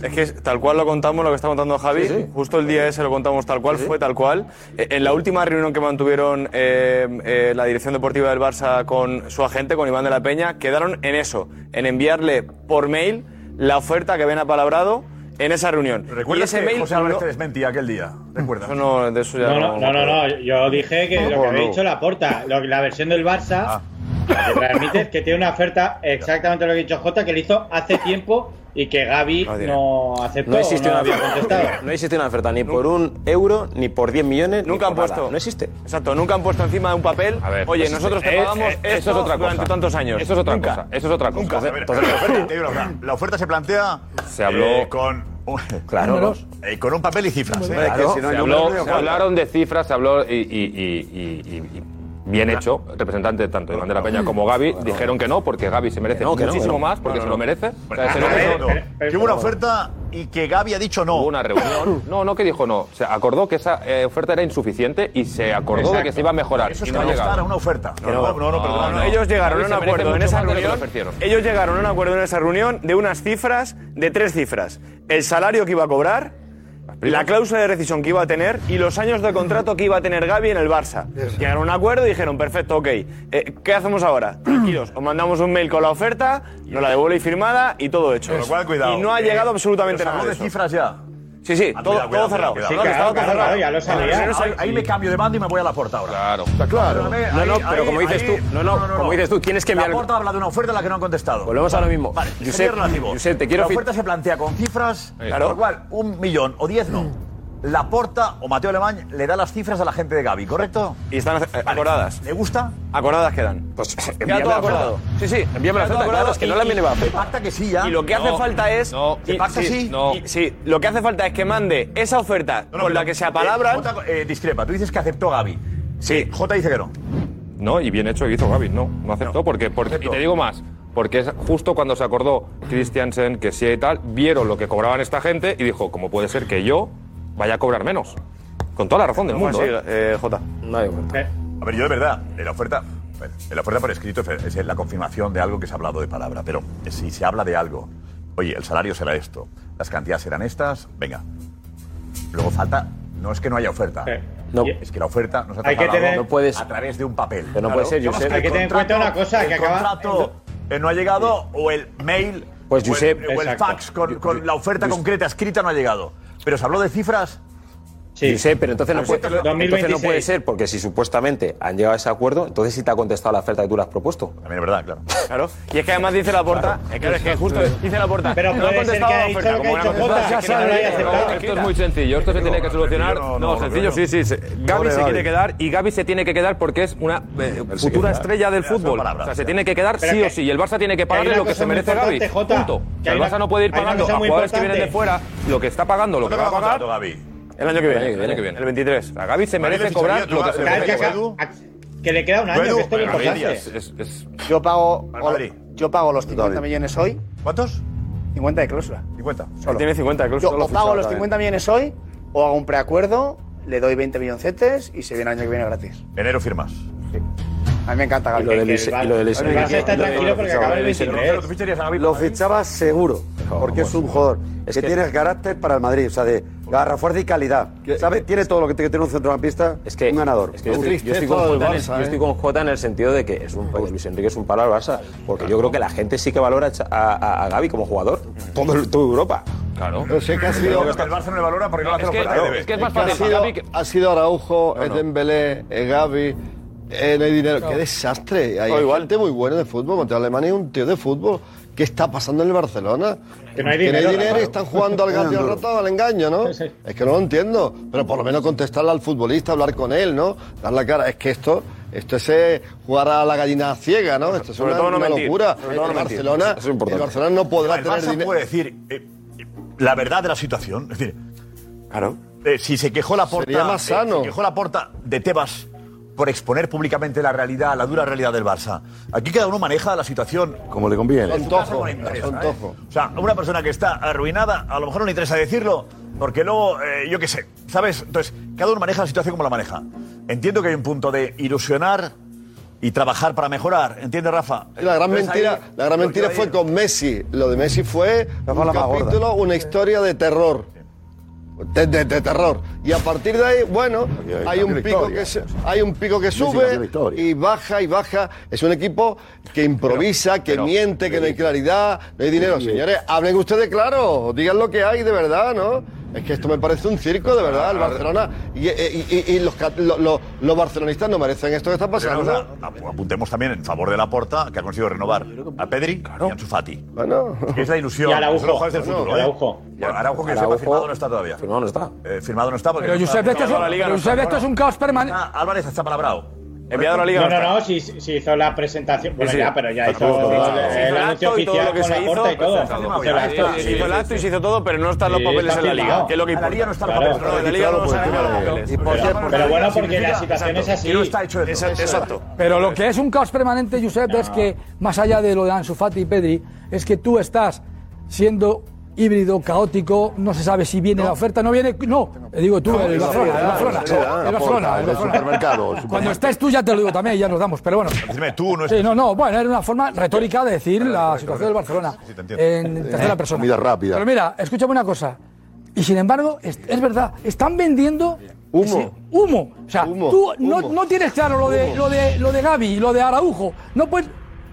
[SPEAKER 19] Es que es tal cual lo contamos, lo que está contando Javi,
[SPEAKER 17] Sí, sí.
[SPEAKER 19] justo el día ese lo contamos tal cual, fue tal cual. Eh, En la última reunión que mantuvieron eh, eh, la dirección deportiva del Barça con su agente, con Iván de la Peña, quedaron en eso, en enviarle por mail la oferta que habían apalabrado en esa reunión. Y
[SPEAKER 7] ¿Recuerdas
[SPEAKER 19] ese
[SPEAKER 7] que
[SPEAKER 19] mail
[SPEAKER 7] José Álvarez
[SPEAKER 19] no-
[SPEAKER 7] te desmentía aquel día? ¿Recuerdas?
[SPEAKER 19] eso no, de eso ya
[SPEAKER 11] No, no, no, no, no, yo dije que lo que había dicho la porta, la versión del Barça, la que transmite es que tiene una oferta exactamente lo que ha dicho Jota, que le hizo hace tiempo y que Gaby no, aceptó.
[SPEAKER 17] No existe,
[SPEAKER 11] o
[SPEAKER 17] una,
[SPEAKER 11] había contestado.
[SPEAKER 17] oferta, no existe una oferta ni por un euro, ni por 10 millones. ni
[SPEAKER 19] Nunca han
[SPEAKER 17] por nada.
[SPEAKER 19] puesto.
[SPEAKER 17] No existe.
[SPEAKER 19] Exacto, nunca han puesto encima de un papel. Oye,
[SPEAKER 17] existe.
[SPEAKER 19] nosotros te
[SPEAKER 17] Eh,
[SPEAKER 19] pagamos
[SPEAKER 17] eh,
[SPEAKER 19] esto
[SPEAKER 17] eso es otra
[SPEAKER 19] durante
[SPEAKER 17] cosa.
[SPEAKER 19] tantos años.
[SPEAKER 16] Eso es otra
[SPEAKER 19] Nunca.
[SPEAKER 16] cosa. Eso es otra cosa.
[SPEAKER 7] A ver, a ver, espera, te digo la verdad. La oferta se plantea
[SPEAKER 16] Se habló-
[SPEAKER 7] eh, con, un,
[SPEAKER 16] Claro. Números.
[SPEAKER 7] eh, con un papel y cifras. eh,
[SPEAKER 16] Claro,
[SPEAKER 7] que si no hay
[SPEAKER 16] se,
[SPEAKER 7] números,
[SPEAKER 16] habló-
[SPEAKER 7] no hay
[SPEAKER 16] se
[SPEAKER 7] oferta.
[SPEAKER 16] hablaron de cifras, se habló y, y- y- y- y- y bien hecho, el representante tanto de Iván de la Peña como Gaby, dijeron que no, porque Gaby se merece
[SPEAKER 7] Que no, que no,
[SPEAKER 16] muchísimo
[SPEAKER 7] que no.
[SPEAKER 16] más, porque
[SPEAKER 7] No, no,
[SPEAKER 16] se
[SPEAKER 7] no.
[SPEAKER 16] lo merece. O sea, se
[SPEAKER 7] Pero,
[SPEAKER 16] lo merece.
[SPEAKER 7] pero, pero, que hubo una oferta y que Gaby ha dicho no.
[SPEAKER 16] Hubo una reunión. No, no que dijo no. Se acordó que esa eh, oferta era insuficiente y se acordó de que
[SPEAKER 7] Exacto.
[SPEAKER 16] se iba a mejorar.
[SPEAKER 7] Eso
[SPEAKER 16] y
[SPEAKER 7] es
[SPEAKER 16] no ha
[SPEAKER 7] contestar
[SPEAKER 16] llegado.
[SPEAKER 7] a una oferta. No, no, no, no, perdona, no.
[SPEAKER 19] Ellos llegaron a
[SPEAKER 16] Gaby se
[SPEAKER 19] un
[SPEAKER 16] merece
[SPEAKER 19] acuerdo en
[SPEAKER 16] mucho
[SPEAKER 19] esa
[SPEAKER 16] más de lo que le
[SPEAKER 19] reunión.
[SPEAKER 16] ofrecieron.
[SPEAKER 19] Ellos llegaron a un acuerdo en esa reunión de unas cifras, de tres cifras. El salario que iba a cobrar, la cláusula de rescisión que iba a tener y los años de contrato que iba a tener Gaby en el Barça. Llegaron a un acuerdo y dijeron, perfecto, ok, eh, ¿qué hacemos ahora? Tranquilos, os mandamos un mail con la oferta, nos la devuelve firmada y todo hecho.
[SPEAKER 7] Con lo cual, cuidado.
[SPEAKER 19] Y no ha
[SPEAKER 7] Eh,
[SPEAKER 19] llegado absolutamente
[SPEAKER 7] pero se
[SPEAKER 19] nada.
[SPEAKER 7] habló de
[SPEAKER 19] eso.
[SPEAKER 7] cifras ya.
[SPEAKER 19] Sí, sí,
[SPEAKER 7] Ah,
[SPEAKER 19] todo,
[SPEAKER 7] cuidado, cuidado,
[SPEAKER 19] todo cerrado.
[SPEAKER 7] cuidado.
[SPEAKER 19] Sí, claro,
[SPEAKER 7] Estaba todo
[SPEAKER 19] claro,
[SPEAKER 7] cerrado.
[SPEAKER 19] claro, ya lo sabía.
[SPEAKER 7] Ahí-
[SPEAKER 19] Sí.
[SPEAKER 7] Ahí me cambio de bando y me voy a la puerta ahora. Claro.
[SPEAKER 17] claro. No, no, pero como dices tú- no, no, como dices tú, tienes que enviar-
[SPEAKER 7] La puerta habla de una oferta a la que no han contestado.
[SPEAKER 17] Volvemos a lo mismo.
[SPEAKER 7] Vale,
[SPEAKER 17] Josep,
[SPEAKER 7] sería relativo.
[SPEAKER 17] Josep, te quiero
[SPEAKER 7] La
[SPEAKER 17] fi-
[SPEAKER 7] oferta se plantea con cifras,
[SPEAKER 17] Ahí. Mm.
[SPEAKER 7] por lo cual un millón o diez no. La porta o Mateo Alemán le da las cifras a la gente de Gaby, ¿correcto?
[SPEAKER 19] Y están eh, acordadas.
[SPEAKER 7] ¿Le gusta?
[SPEAKER 19] Acordadas quedan.
[SPEAKER 17] Pues
[SPEAKER 19] ya todo acordado. Sí, sí.
[SPEAKER 17] Envíame la oferta,
[SPEAKER 19] Ya todo
[SPEAKER 17] claro,
[SPEAKER 19] acordado
[SPEAKER 17] es que
[SPEAKER 19] y-
[SPEAKER 17] no la
[SPEAKER 19] y-
[SPEAKER 17] viene Mbappé.
[SPEAKER 7] Pacta que sí, ya.
[SPEAKER 19] Y lo que hace
[SPEAKER 7] No,
[SPEAKER 19] falta es.
[SPEAKER 7] no, ¿se
[SPEAKER 19] y-
[SPEAKER 7] pacta sí? No.
[SPEAKER 19] y- sí, lo que hace falta es que mande esa oferta con la que se apalabran.
[SPEAKER 7] Jota, eh, discrepa, tú dices que aceptó Gaby. Sí. J dice que no.
[SPEAKER 16] No, y bien hecho que hizo Gaby, no, no aceptó. porque, porque- y te digo más, porque es justo cuando se acordó Christiansen, que sí y tal, vieron lo que cobraban esta gente y dijo, ¿cómo puede ser que yo vaya a cobrar menos? Con toda la razón del
[SPEAKER 19] No fue
[SPEAKER 16] mundo. ¿eh?
[SPEAKER 19] así, Jota.
[SPEAKER 17] Eh, No hay oferta.
[SPEAKER 7] A ver, yo de verdad, en la oferta, bueno, en la oferta por escrito es la confirmación de algo que se ha hablado de palabra, pero si se habla de algo, oye, el salario será esto, las cantidades serán estas, venga. Luego falta, no es que no haya oferta.
[SPEAKER 17] No.
[SPEAKER 7] Es que la oferta nos ha
[SPEAKER 11] Hay que
[SPEAKER 7] trasladado
[SPEAKER 11] tener- No puedes-
[SPEAKER 7] a través de un papel.
[SPEAKER 17] Pero no puede ser,
[SPEAKER 7] Digamos
[SPEAKER 17] Josep.
[SPEAKER 7] que
[SPEAKER 17] Hay que
[SPEAKER 7] el
[SPEAKER 17] tener en cuenta
[SPEAKER 7] contrato-
[SPEAKER 17] una cosa,
[SPEAKER 7] el
[SPEAKER 17] que acaba-
[SPEAKER 7] contrato eh, no ha llegado o el mail
[SPEAKER 17] Pues,
[SPEAKER 7] o el-
[SPEAKER 17] Josep,
[SPEAKER 7] o el,
[SPEAKER 17] exacto.
[SPEAKER 7] fax con, con la oferta concreta escrita no ha llegado. Pero se habló de cifras.
[SPEAKER 17] Josep, pero entonces no,
[SPEAKER 7] Pues
[SPEAKER 17] puede,
[SPEAKER 7] esto es lo-
[SPEAKER 17] entonces no
[SPEAKER 7] 2026.
[SPEAKER 17] puede ser, porque si supuestamente han llegado a ese acuerdo, entonces sí te ha contestado la oferta que tú le has propuesto.
[SPEAKER 7] También es verdad, claro.
[SPEAKER 19] Claro. Y es que además dice la porta. Es que, es que justo dice la porta.
[SPEAKER 16] Pero
[SPEAKER 19] no
[SPEAKER 16] puede
[SPEAKER 19] ha
[SPEAKER 16] ser
[SPEAKER 19] contestado
[SPEAKER 16] que haya
[SPEAKER 19] la
[SPEAKER 16] dicho
[SPEAKER 19] oferta,
[SPEAKER 16] lo que
[SPEAKER 19] como
[SPEAKER 16] ha
[SPEAKER 19] una
[SPEAKER 16] dicho
[SPEAKER 19] cosa
[SPEAKER 16] Jota,
[SPEAKER 19] que
[SPEAKER 16] que
[SPEAKER 19] se
[SPEAKER 16] no lo
[SPEAKER 19] la haya
[SPEAKER 16] haya
[SPEAKER 19] aceptado.
[SPEAKER 16] aceptado. Esto es muy sencillo, esto se tiene que solucionar.
[SPEAKER 7] no,
[SPEAKER 16] No,
[SPEAKER 7] no,
[SPEAKER 16] sencillo, sí,
[SPEAKER 7] Gabriel,
[SPEAKER 16] sí. sí. Gaby
[SPEAKER 7] Pobre
[SPEAKER 16] se
[SPEAKER 7] Gaby.
[SPEAKER 16] quiere quedar y Gaby se tiene que quedar porque es una eh, futura estrella del fútbol.
[SPEAKER 7] palabras,
[SPEAKER 16] o sea,
[SPEAKER 7] ya.
[SPEAKER 16] se tiene que quedar
[SPEAKER 7] Pero
[SPEAKER 16] sí
[SPEAKER 7] que-
[SPEAKER 16] o sí. Y el Barça tiene
[SPEAKER 7] que
[SPEAKER 16] que
[SPEAKER 7] hay
[SPEAKER 16] pagarle
[SPEAKER 7] una
[SPEAKER 16] lo que
[SPEAKER 7] cosa
[SPEAKER 16] se
[SPEAKER 7] muy
[SPEAKER 16] merece Gaby.
[SPEAKER 7] importante, Jota,
[SPEAKER 16] Punto.
[SPEAKER 7] que
[SPEAKER 16] O sea,
[SPEAKER 7] hay
[SPEAKER 16] el
[SPEAKER 7] una-
[SPEAKER 16] Barça no puede ir
[SPEAKER 7] hay una
[SPEAKER 16] pagando
[SPEAKER 7] cosa
[SPEAKER 16] a
[SPEAKER 7] muy
[SPEAKER 16] jugadores que vienen de
[SPEAKER 7] importante.
[SPEAKER 16] fuera lo que está pagando, lo que va a pagar.
[SPEAKER 19] El año que viene.
[SPEAKER 16] El año que viene.
[SPEAKER 19] El 23.
[SPEAKER 16] A Gaby se merece cobrar lo que se merece cobrar.
[SPEAKER 11] Que le queda un año, que esto es lo
[SPEAKER 16] Gaby
[SPEAKER 11] importante.
[SPEAKER 16] es- es- es-
[SPEAKER 20] Yo pago,
[SPEAKER 7] Madrid.
[SPEAKER 20] yo pago los 50 millones hoy.
[SPEAKER 7] ¿Cuántos?
[SPEAKER 18] 50 de cláusula.
[SPEAKER 7] 50.
[SPEAKER 18] Solo.
[SPEAKER 19] Tiene 50 de
[SPEAKER 18] Yo
[SPEAKER 19] cláusula.
[SPEAKER 18] o pago
[SPEAKER 17] eh.
[SPEAKER 18] los 50 millones hoy o hago un preacuerdo, le doy 20 milloncetes y se viene el año que viene gratis.
[SPEAKER 7] Enero firmas.
[SPEAKER 18] A mí me encanta Gaby.
[SPEAKER 17] Y lo del Ise- y lo del Ise- y lo del Ise- y lo del Ise- y lo del Ise-
[SPEAKER 20] Lo fichabas seguro, porque es un jugador que tiene carácter para el Madrid, o sea, de garra, fuerza y calidad. ¿Sabes? Tiene todo lo que tiene un centrocampista, es que, un ganador.
[SPEAKER 17] Es que yo estoy, yo estoy con Jota en el, yo
[SPEAKER 7] ¿eh?
[SPEAKER 20] ¿eh?
[SPEAKER 17] estoy con Jota en el sentido de que es un de Luis Enrique es un palo al Barça, porque yo creo que la gente sí que valora a, a, a Gaby como jugador. Todo, el- toda Europa. Claro.
[SPEAKER 7] Pero sé que ha sido- El Barça no le valora porque no le hace lo que le debe.
[SPEAKER 17] más
[SPEAKER 7] fácil para
[SPEAKER 5] Ha sido,
[SPEAKER 7] Gavi que-
[SPEAKER 5] ha sido Araujo,
[SPEAKER 7] No,
[SPEAKER 5] es
[SPEAKER 7] no.
[SPEAKER 5] Dembélé, es Gavi. eh, no hay dinero. ¡Qué desastre! Hay
[SPEAKER 7] Oh, igual.
[SPEAKER 5] gente muy buena de fútbol. Mateo Alemania es un tío de fútbol. ¿Qué está pasando en el Barcelona?
[SPEAKER 11] Que no hay dinero,
[SPEAKER 5] dinero y
[SPEAKER 11] claro.
[SPEAKER 5] están jugando al gato y al ratado, al engaño, ¿no? Es que no lo entiendo. Pero por lo menos contestarle al futbolista, hablar con él, ¿no? Dar la cara. Es que esto... Esto es eh, jugar a la gallina ciega, ¿no? Esto es
[SPEAKER 7] Sobre
[SPEAKER 5] una,
[SPEAKER 7] todo no
[SPEAKER 5] una
[SPEAKER 7] mentir.
[SPEAKER 5] locura.
[SPEAKER 7] Sobre todo no
[SPEAKER 5] el,
[SPEAKER 7] mentir.
[SPEAKER 5] Barcelona,
[SPEAKER 7] Eso es importante.
[SPEAKER 5] el Barcelona no podrá
[SPEAKER 7] el
[SPEAKER 5] tener
[SPEAKER 7] Barça
[SPEAKER 5] dinero.
[SPEAKER 7] puede decir eh, eh, la verdad de la situación. Es decir, claro. si se quejó la porta,
[SPEAKER 5] Sería más sano.
[SPEAKER 7] quejó la porta de Tebas por exponer públicamente la realidad, la dura realidad del Barça. Aquí cada uno maneja la situación
[SPEAKER 4] Como le conviene.
[SPEAKER 7] en su casa con interés, ¿eh? O sea, una persona que está arruinada, a lo mejor no le interesa decirlo, porque luego, eh, yo qué sé, ¿sabes? Entonces, cada uno maneja la situación como la maneja. Entiendo que hay un punto de ilusionar y trabajar para mejorar, ¿entiendes, Rafa?
[SPEAKER 5] Y La gran
[SPEAKER 7] Entonces,
[SPEAKER 5] mentira,
[SPEAKER 7] ahí-
[SPEAKER 5] la gran
[SPEAKER 7] yo-
[SPEAKER 5] mentira
[SPEAKER 7] yo ahí-
[SPEAKER 5] fue con Messi. Lo de Messi fue
[SPEAKER 7] fue
[SPEAKER 5] un
[SPEAKER 7] la más gorda.
[SPEAKER 5] capítulo, una historia de terror. De, de- de terror. Y a partir de ahí, bueno,
[SPEAKER 4] hay
[SPEAKER 5] hay un
[SPEAKER 4] cambio de
[SPEAKER 5] pico
[SPEAKER 4] historia.
[SPEAKER 5] que se- hay un pico que
[SPEAKER 4] Messi cambió la
[SPEAKER 5] sube
[SPEAKER 4] historia.
[SPEAKER 5] y baja y baja. Es un equipo que improvisa, que miente, que no hay claridad, no hay dinero.
[SPEAKER 4] Sí.
[SPEAKER 5] Señores, hablen ustedes claro, digan lo que hay de verdad, ¿no? Es que esto me parece un circo, de verdad, el Barcelona. Y, y- y- y los, ca- lo- lo- los barcelonistas no merecen esto que está
[SPEAKER 7] Pero, o
[SPEAKER 5] pasando.
[SPEAKER 7] sea, ap- apuntemos también en favor de la porta que ha conseguido renovar a Pedri y a Ansu Fati. Que es la ilusión.
[SPEAKER 11] Y a Araujo.
[SPEAKER 7] son los jugadores del
[SPEAKER 11] Bueno,
[SPEAKER 7] futuro.
[SPEAKER 11] y a
[SPEAKER 7] ¿eh?
[SPEAKER 11] Araujo.
[SPEAKER 7] Bueno, Araujo que
[SPEAKER 11] Araujo.
[SPEAKER 7] sepa, firmado no está todavía. Firmado
[SPEAKER 17] no está.
[SPEAKER 7] firmado no está Ah, porque.
[SPEAKER 21] Pero
[SPEAKER 7] no
[SPEAKER 21] Josep,
[SPEAKER 7] está-
[SPEAKER 21] esto es
[SPEAKER 7] enviado a la liga, no
[SPEAKER 21] un-
[SPEAKER 7] está.
[SPEAKER 21] Josep, esto es un caos permanente.
[SPEAKER 7] Ah, Álvarez está palabrado.
[SPEAKER 11] No, no, no, si, si hizo la presentación. Bueno,
[SPEAKER 7] Sí, sí.
[SPEAKER 11] ya, pero ya hizo
[SPEAKER 7] Tampoco,
[SPEAKER 11] el,
[SPEAKER 7] claro.
[SPEAKER 11] el
[SPEAKER 7] Se hizo el
[SPEAKER 11] anuncio
[SPEAKER 7] acto y todo
[SPEAKER 11] eh, oficial
[SPEAKER 7] lo que
[SPEAKER 11] con
[SPEAKER 7] se
[SPEAKER 11] la
[SPEAKER 7] hizo,
[SPEAKER 11] porta y todo.
[SPEAKER 7] presentado.
[SPEAKER 11] Hizo el acto,
[SPEAKER 19] Se
[SPEAKER 11] sí,
[SPEAKER 19] hizo el
[SPEAKER 11] sí,
[SPEAKER 19] acto y
[SPEAKER 11] sí.
[SPEAKER 19] se hizo todo, pero no están los
[SPEAKER 11] Sí,
[SPEAKER 19] papeles
[SPEAKER 11] está
[SPEAKER 19] en la liga,
[SPEAKER 11] firmado.
[SPEAKER 19] que es lo que
[SPEAKER 11] A la
[SPEAKER 19] importa.
[SPEAKER 11] liga no están los papeles,
[SPEAKER 19] Claro,
[SPEAKER 11] pero
[SPEAKER 19] en la liga
[SPEAKER 11] lo
[SPEAKER 19] no están
[SPEAKER 11] publicó
[SPEAKER 19] los
[SPEAKER 11] la liga.
[SPEAKER 19] papeles.
[SPEAKER 11] Y por Pero- cierto, pero bueno, porque la situación es así.
[SPEAKER 19] Y no está hecho eso.
[SPEAKER 11] Exacto.
[SPEAKER 19] Exacto.
[SPEAKER 21] Pero lo que es un caos permanente, Josep, es que más allá de lo de Ansu Fati y Pedri, es que tú estás siendo híbrido, caótico, no se sabe si viene la oferta, no viene, no, eh, digo tú,
[SPEAKER 4] No,
[SPEAKER 21] el
[SPEAKER 4] es la
[SPEAKER 21] Barcelona, el
[SPEAKER 4] realidad,
[SPEAKER 21] Barcelona,
[SPEAKER 4] es la realidad,
[SPEAKER 21] el Barcelona, el
[SPEAKER 4] del
[SPEAKER 21] Barcelona.
[SPEAKER 4] supermercado, el
[SPEAKER 21] Cuando
[SPEAKER 4] supermercado.
[SPEAKER 21] estés tú ya te lo digo también, y ya nos damos, pero bueno.
[SPEAKER 7] Dime tú, no
[SPEAKER 21] Sí, no, no, bueno, era una forma retórica de decir la situación del Barcelona
[SPEAKER 4] Sí, te entiendo.
[SPEAKER 21] en
[SPEAKER 4] Eh,
[SPEAKER 21] tercera persona.
[SPEAKER 4] comida rápida.
[SPEAKER 21] Pero mira, escúchame una cosa. Y sin embargo, es, es verdad, están vendiendo
[SPEAKER 5] Humo.
[SPEAKER 21] humo. O sea,
[SPEAKER 5] Humo,
[SPEAKER 21] tú no,
[SPEAKER 5] humo.
[SPEAKER 21] no tienes claro lo de,
[SPEAKER 5] Humo.
[SPEAKER 21] lo de lo de Gaby y lo de Araujo. No puedes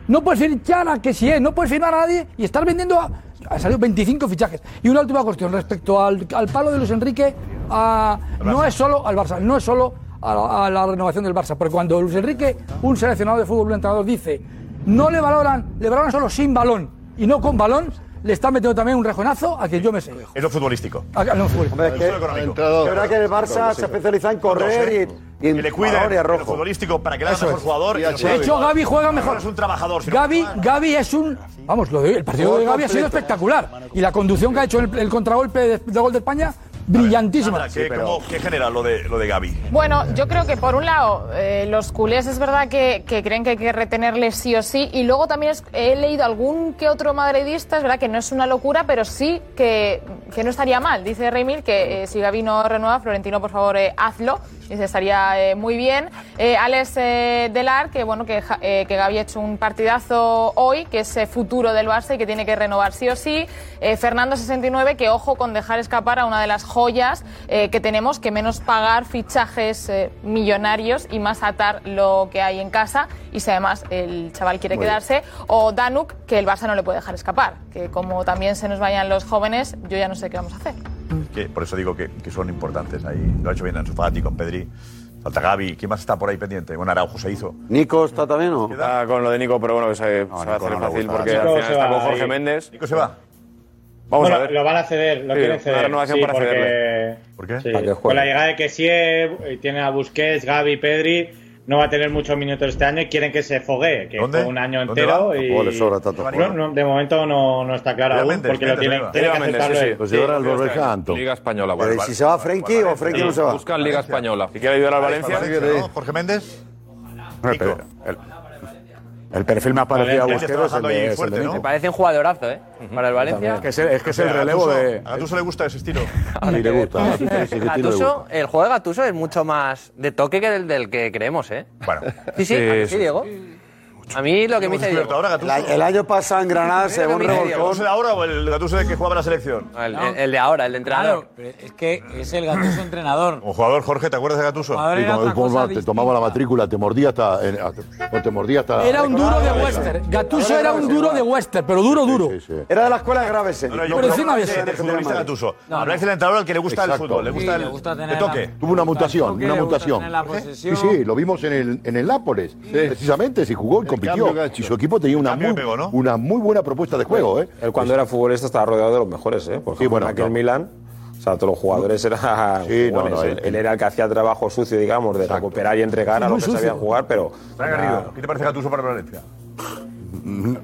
[SPEAKER 21] no puedes fichar a que si es, no puedes firmar a nadie y estar vendiendo a han salido 25 fichajes. Y una última cuestión respecto al, al palo de Luis Enrique, a- no es solo al Barça, no es solo a la, a la renovación del Barça, porque cuando Luis Enrique, un seleccionado de fútbol, un entrenador dice, no le valoran, le valoran solo sin balón y no con balón, le está metiendo también un rejonazo a que yo me sé.
[SPEAKER 7] Es lo futbolístico.
[SPEAKER 21] A- a los futbolistas.
[SPEAKER 7] Hombre,
[SPEAKER 21] que-
[SPEAKER 7] económico.
[SPEAKER 21] es verdad que el Barça
[SPEAKER 7] Claro que
[SPEAKER 21] se
[SPEAKER 7] sí.
[SPEAKER 21] especializa en
[SPEAKER 7] Los dos,
[SPEAKER 21] correr
[SPEAKER 7] ¿eh?
[SPEAKER 21] y- y en
[SPEAKER 7] que le cuiden
[SPEAKER 21] valor y
[SPEAKER 7] el
[SPEAKER 21] arrojo.
[SPEAKER 7] futbolístico para que le haga
[SPEAKER 21] Eso
[SPEAKER 7] mejor
[SPEAKER 21] es.
[SPEAKER 7] jugador.
[SPEAKER 21] Y a Xavi. De hecho, Gavi juega mejor.
[SPEAKER 7] Es un trabajador. si no-
[SPEAKER 21] Gaby, Gaby es un. Vamos, lo de- el partido de
[SPEAKER 7] Jugador
[SPEAKER 21] Gaby ha sido
[SPEAKER 7] completo.
[SPEAKER 21] espectacular. Y la conducción que ha hecho el, el contragolpe de, de gol de España, brillantísima.
[SPEAKER 7] Sandra, ¿qué, cómo- qué genera lo de, lo de Gaby?
[SPEAKER 9] Bueno, yo creo que por un lado, eh, los culés es verdad que, que creen que hay que retenerle sí o sí, y luego también es- he leído algún que otro madridista, es verdad que no es una locura, pero sí que, que no estaría mal. Dice Remil que eh, si Gaby no renueva, Florentino, por favor, eh, hazlo. Dice, estaría eh, muy bien. Eh, Alex eh, Delar, que bueno, que, ja- eh, que Gaby ha hecho un partidazo hoy, que es eh, futuro del Barça y que tiene que renovar sí o sí. Eh, Fernando 69, que ojo con dejar escapar a una de las joyas eh, que tenemos, que menos pagar fichajes eh, millonarios y más atar lo que hay en casa. Y si además el chaval quiere
[SPEAKER 22] Muy bien.
[SPEAKER 9] quedarse. O Danuk, que el Barça no le puede dejar escapar. Que como también se nos vayan los jóvenes, yo ya no sé qué vamos a hacer.
[SPEAKER 7] Que por eso digo que, que son importantes ahí. Lo ha hecho bien Ansu Fati con Pedri. Falta Gaby. ¿Quién más está por ahí pendiente? Bueno, Araujo se hizo.
[SPEAKER 19] ¿Nico está también o? Está Ah, con lo de Nico, pero bueno, que se, se va a hacer
[SPEAKER 7] no le
[SPEAKER 19] fácil
[SPEAKER 7] gusta.
[SPEAKER 19] porque
[SPEAKER 7] Nico
[SPEAKER 19] al final
[SPEAKER 7] se
[SPEAKER 19] está
[SPEAKER 7] va
[SPEAKER 19] con
[SPEAKER 7] ahí.
[SPEAKER 19] Jorge Méndez.
[SPEAKER 7] Nico se va.
[SPEAKER 19] Vamos
[SPEAKER 11] Bueno,
[SPEAKER 19] a ver.
[SPEAKER 11] Lo van a ceder, lo
[SPEAKER 19] Sí,
[SPEAKER 11] quieren ceder.
[SPEAKER 19] Una renovación
[SPEAKER 11] Sí,
[SPEAKER 19] para
[SPEAKER 11] porque-
[SPEAKER 19] cederle.
[SPEAKER 7] ¿Por qué?
[SPEAKER 11] Sí, Con la llegada de Kessie, tiene a Busquets, Gaby, Pedri, no va a tener muchos minutos este año y quieren que se foguee, que
[SPEAKER 4] ¿Dónde?
[SPEAKER 11] fue un año
[SPEAKER 4] ¿Dónde
[SPEAKER 11] entero.
[SPEAKER 4] va?
[SPEAKER 11] Y...
[SPEAKER 4] Tampoco le sobra tanto
[SPEAKER 11] No,
[SPEAKER 4] juego.
[SPEAKER 11] no, de momento no, no está claro
[SPEAKER 4] Llega
[SPEAKER 11] aún,
[SPEAKER 4] Mendes,
[SPEAKER 11] porque lo
[SPEAKER 4] Mendes,
[SPEAKER 11] tiene,
[SPEAKER 4] llega.
[SPEAKER 11] tiene que
[SPEAKER 4] Llega Mendes,
[SPEAKER 11] aceptarlo
[SPEAKER 4] sí, sí.
[SPEAKER 11] él.
[SPEAKER 4] Pues llevará al Wolverhampton.
[SPEAKER 16] Liga Española,
[SPEAKER 4] Pero, ¿y si se va Frenkie o Frenkie no se va?
[SPEAKER 16] Buscan Liga Española.
[SPEAKER 19] Si quiere ayudar al
[SPEAKER 16] Valencia,
[SPEAKER 19] Valencia.
[SPEAKER 16] ¿no?
[SPEAKER 7] Jorge Méndez.
[SPEAKER 19] Nico.
[SPEAKER 3] El perfil más parecido a Busquets es el de- es el de
[SPEAKER 1] Me
[SPEAKER 3] Nico.
[SPEAKER 1] parece un jugadorazo, ¿eh? Para el Valencia.
[SPEAKER 3] Es que es el- es que es el relevo de...
[SPEAKER 7] A Gattuso le gusta ese estilo.
[SPEAKER 3] Y le gusta. sí, sí, sí, le
[SPEAKER 1] Gattuso,
[SPEAKER 3] gusta.
[SPEAKER 1] el juego de Gatuso es mucho más de toque que del, del que creemos, ¿eh?
[SPEAKER 7] Bueno.
[SPEAKER 1] Sí, sí, ¿a que sí,
[SPEAKER 7] Sí,
[SPEAKER 1] Diego. A mí lo que me
[SPEAKER 7] Hemos
[SPEAKER 1] dice Diego.
[SPEAKER 7] descubierto ahora,
[SPEAKER 1] El
[SPEAKER 7] Gattuso.
[SPEAKER 1] año-
[SPEAKER 20] El año pasado en Granada se
[SPEAKER 1] Mira,
[SPEAKER 20] un
[SPEAKER 1] mira,
[SPEAKER 7] ¿El
[SPEAKER 20] revolcón.
[SPEAKER 7] Gattuso de ahora o el Gattuso de que jugaba en la selección?
[SPEAKER 1] El, el de ahora, el de entrenador.
[SPEAKER 2] Es que es el Gattuso entrenador.
[SPEAKER 7] Un jugador, Jorge, ¿te acuerdas de Gatuso?
[SPEAKER 4] Sí, como- como va, te tomaba la matrícula, te mordía hasta. en- hasta- o te mordía hasta. Ah,
[SPEAKER 21] Era un duro de Western. Gattuso era un duro de Western, pero duro, duro.
[SPEAKER 20] Era de la escuela graves. eh.
[SPEAKER 7] No, yo
[SPEAKER 21] Pero
[SPEAKER 7] creo
[SPEAKER 21] encima
[SPEAKER 7] que
[SPEAKER 21] de eso.
[SPEAKER 7] es el futbolista Gattuso.
[SPEAKER 21] No,
[SPEAKER 7] Habláis
[SPEAKER 21] no.
[SPEAKER 7] del entrenador al que le gusta el
[SPEAKER 4] Exacto.
[SPEAKER 7] fútbol, le
[SPEAKER 4] Sí,
[SPEAKER 7] gusta
[SPEAKER 4] le
[SPEAKER 7] el
[SPEAKER 4] gusta
[SPEAKER 7] que toque.
[SPEAKER 4] Tuvo una mutación, una mutación. Sí, sí, lo vimos en el, en el Nápoles. Precisamente, si jugó y compitió.
[SPEAKER 17] cambio gacho.
[SPEAKER 4] Y su equipo tenía una muy, una muy buena propuesta de juego, ¿eh?
[SPEAKER 17] Él cuando era futbolista estaba rodeado de los mejores, ¿eh? Porque
[SPEAKER 4] bueno,
[SPEAKER 17] en aquel
[SPEAKER 4] no.
[SPEAKER 17] Milán, o sea, todos los jugadores eran
[SPEAKER 4] Sí, no,
[SPEAKER 17] jugones,
[SPEAKER 4] no,
[SPEAKER 17] ¿eh?
[SPEAKER 4] él-
[SPEAKER 17] él, era el que hacía trabajo sucio, digamos, de recuperar y entregar a
[SPEAKER 7] Sí,
[SPEAKER 17] los
[SPEAKER 7] muy
[SPEAKER 17] que sabían
[SPEAKER 7] sucio.
[SPEAKER 17] jugar, pero...
[SPEAKER 7] Fran Garrido, ¿qué te parece Gattuso para Valencia?
[SPEAKER 3] Mm,